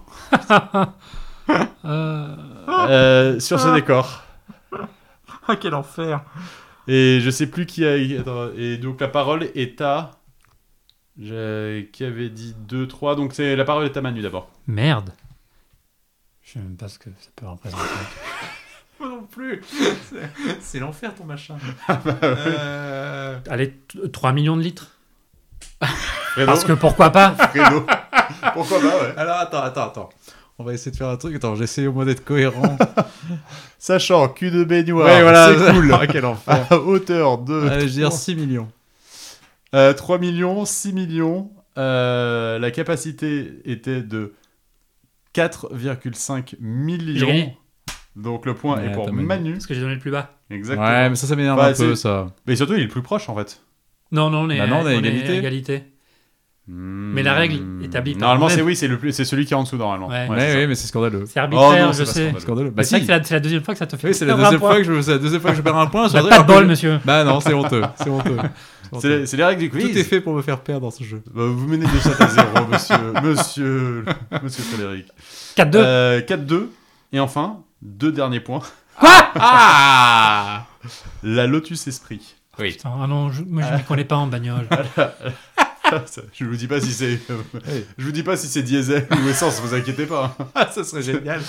C: Euh,
B: euh, sur ce décor
G: [laughs] Ah, quel enfer.
B: Et je sais plus qui a. attends, et donc la parole est à. je- Qui avait dit 2, 3. Donc c'est la parole est à Manu d'abord.
C: Merde. Je sais même pas ce que ça peut représenter.
G: Moi non plus. C'est- C'est l'enfer ton machin. Euh,
C: Allez, t- 3 millions de litres.
B: Fredo,
C: Parce que pourquoi pas
B: Fredo. Pourquoi pas, ouais.
G: Alors attends, attends, attends. On va essayer de faire un truc. Attends, j'essaie au moins d'être cohérent.
B: Sachant cul de baignoire,
G: Ouais, voilà.
B: c'est cool.
G: Ah, quel enfer.
B: À hauteur de
G: Euh, je veux dire 6 millions.
B: Euh, 3 millions, 6 millions. Euh, la capacité était de 4,5
C: J'ai
B: [laughs] millions.
C: gagné.
B: Donc le point
E: Ouais,
B: est pour
E: t'as Manu.
B: Manu.
C: Parce que j'ai donné le plus bas.
B: Exactement.
E: Ouais, mais ça, ça m'énerve un
B: Bah,
E: peu,
B: c'est-
E: ça.
B: Mais surtout, il est le plus proche en fait.
C: Non, non, on est,
E: Bah non, on est
C: on est
E: égalité.
C: égalité.
B: Mais
C: la règle établie par
B: Hmm. Normalement,
C: nous-mêmes.
B: c'est oui, c'est le plus- c'est celui qui est en dessous normalement.
C: Ouais.
E: Ouais,
B: c'est ça.
E: ouais, mais c'est scandaleux.
C: C'est arbitraire,
B: Oh non, c'est pas
C: je sais.
B: scandaleux.
E: Scandaleux.
C: Mais
E: Bah
C: c'est vrai
E: si.
C: que c'est la, c'est la deuxième fois que ça te fait
E: Oui, c'est la
C: perdre un
E: deuxième
C: point.
E: fois que je c'est la deuxième fois que je perds un point. sur
C: Bah,
E: un
C: Pas
E: d'ailleurs
C: de bol,
E: que-
C: monsieur.
E: Bah non, c'est honteux, c'est honteux. C'est
B: [laughs] C'est
E: honteux.
B: les- c'est les règles du
E: Tout
B: quiz.
E: est fait pour me faire perdre dans ce jeu.
B: Bah, vous menez déjà à zéro, [laughs] monsieur, monsieur, monsieur Frédéric.
C: 4-2.
B: Euh, 4-2. Et enfin, deux derniers points. [laughs]
E: Ah
B: La Lotus Esprit. [laughs]
E: Oui.
C: Putain, Ah non, je, moi je m'y connais pas en bagnole.
B: Ah, Ça, Je vous dis pas si c'est, euh, je vous dis pas si c'est diesel ou essence, vous inquiétez
C: [laughs]
B: pas.
E: ça serait génial.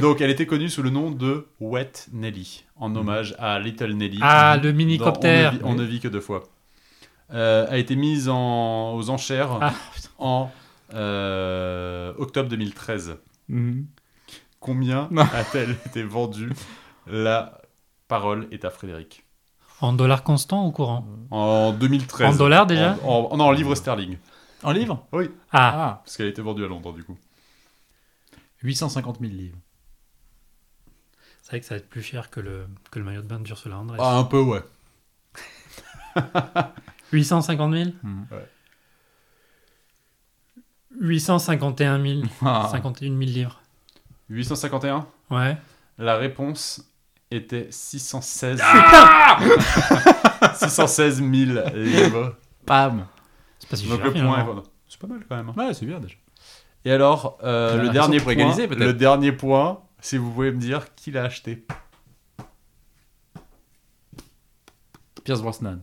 B: Donc, elle était connue sous le nom de Wet Nelly, en hommage à Little Nelly.
C: Ah, le
B: dans
C: minicoptère.
B: On, ne vit- on ne vit que deux fois. Euh, a été mise en- aux enchères
C: Ah,
B: en euh, octobre 2013. Mhm. Combien
E: Non.
B: [laughs] a-t-elle été vendue La parole est à Frédéric.
C: En dollars constants ou courant
B: Mm. En 2013.
C: En dollars, déjà
B: en, en- Non, en livres sterling.
E: En livre
C: Ah,
E: Ah.
B: Parce qu'elle a été vendue à Londres, du coup.
E: 850 000 livres.
C: c'est vrai que ça va être plus cher que le, que le maillot de bain d'Ursula Andress.
B: Ah, un peu, ouais.
C: 850 000
B: Mm. Ouais.
C: 851 000.
E: Ah.
C: 51 000 livres.
B: 851
C: Ouais.
B: La réponse était 616.
C: Ah
B: [laughs] 616 000 livres.
E: Pam.
C: C'est pas si cher.
B: Donc le point
C: finalement.
B: est bon. C'est pas mal quand même. hein.
E: Ouais, c'est bien déjà.
B: Et alors, euh,
E: T'as
B: le,
E: raison
B: dernier
E: pour
B: point,
E: égaliser, peut-être.
B: le dernier point, si vous pouvez me dire qui l'a acheté.
E: Pierce Brosnan.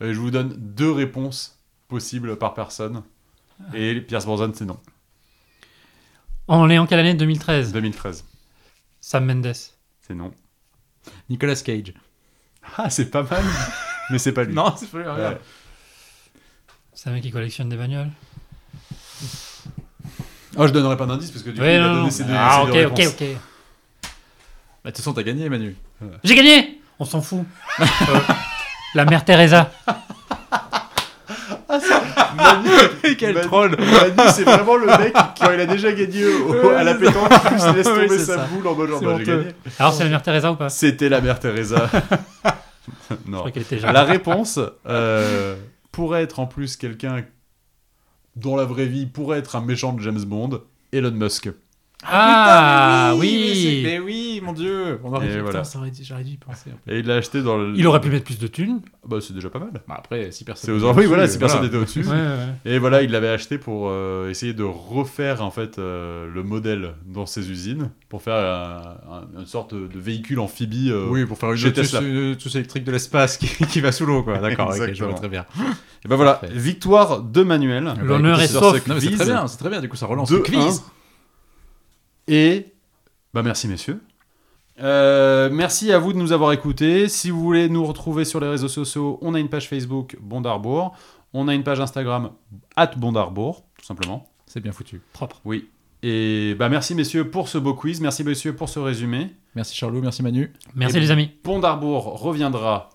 B: Euh, je vous donne deux réponses possibles par personne. Et Pierce Brosnan, c'est non.
C: On est en quelle année 2013
B: 2013,
C: Sam Mendes.
B: c'est non. [laughs]
E: Nicolas Cage.
B: Ah, c'est pas mal, mais Ah, c'est pas lui.
E: Non, c'est pas
B: Ouais.
E: regarde.
C: C'est un mec qui collectionne des bagnoles.
B: Oh, je donnerai pas d'indice parce que du coup,
C: Ouais,
B: il a
C: non,
B: donné
C: non.
B: ses deux, ses
C: Ah, ok,
B: deux
C: ok,
B: réponses.
C: ok.
E: Bah, de toute façon, t'as gagné, Manu.
C: J'ai gagné On
B: [laughs]
C: s'en fout. Euh, la mère Teresa.
E: Quel
B: [laughs] Manu-
E: troll
B: Manu, c'est vraiment le mec qui, quand il a déjà gagné au- au- à la pétanque, il laisse tomber
E: Oui, c'est
B: sa
E: ça.
B: boule en mode genre,
E: C'est
B: bah, j'ai
E: honteux.
B: gagné.
C: Alors, c'est la mère Teresa ou pas Je
B: C'était la mère Teresa. non.
C: crois qu'elle était jeune.
B: La réponse euh, pourrait être en plus quelqu'un dans la vraie vie pourrait être un méchant de James Bond, Elon Musk.
C: Ah,
E: mais, c'est-
C: oui,
E: mais oui, mon dieu On aurait
B: Et
E: dit,
B: voilà.
E: Ah, putain, ça aurait dit- j'aurais dû y penser un peu.
B: Et il l'a acheté dans le.
C: Il aurait pu mettre plus de thunes.
B: Bah, c'est déjà pas mal.
E: Bah, après, si personne.
B: C'est aux enfants. Oui, voilà,
E: dessus,
B: si
E: euh,
B: personne n'était au-dessus.
C: Ouais, ouais.
B: Et voilà, il l'avait acheté pour euh, essayer de refaire en fait euh, le modèle dans ses usines pour faire euh, un- une sorte de véhicule amphibie. euh,
E: Oui, pour faire une
B: Chez
E: Lotus,
B: Tesla.
E: euh, tous électrique de l'espace qui, qui va sous l'eau, quoi. D'accord, ok, je vois
B: Exactement.
E: très bien.
B: Et ben voilà,
E: Parfait.
B: victoire de Manuel.
C: bah, L'honneur
E: Eh ben, écoutez,
C: est
E: sur
C: sauf.
E: ce- Non, mais c'est très
B: Quiz.
E: bien, c'est très bien, du coup, ça relance le
B: 2
E: quiz.
B: Et bah merci messieurs. Euh, merci à vous de nous avoir écoutés. Si vous voulez nous retrouver sur les réseaux sociaux, on a une page Facebook Bondarbourg, on a une page Instagram at Bondarbourg tout simplement.
E: C'est bien foutu.
C: Propre.
B: Oui. Et bah merci messieurs pour ce beau quiz, merci messieurs pour ce résumé.
E: Merci Charlot, merci Manu.
C: Merci,
B: Et-
C: les amis.
B: Bondarbourg reviendra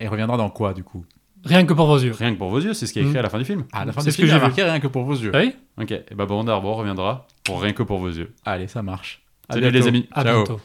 E: Et il reviendra dans quoi, du coup
C: Rien que pour vos yeux.
B: rien que pour vos yeux, c'est ce qui est écrit
C: Mm.
B: à la fin du film.
E: Ah, la fin
C: C'est
E: du
C: ce
E: film,
C: que
E: j'ai
C: j'ai vu.
E: marqué rien que pour vos yeux.
C: Ah oui
B: Ok. Et bah Bondarbourg reviendra pour rien que pour vos yeux.
E: Allez, ça marche. À
B: Salut
E: bientôt.
B: les amis.
C: À
E: Ciao.
C: bientôt.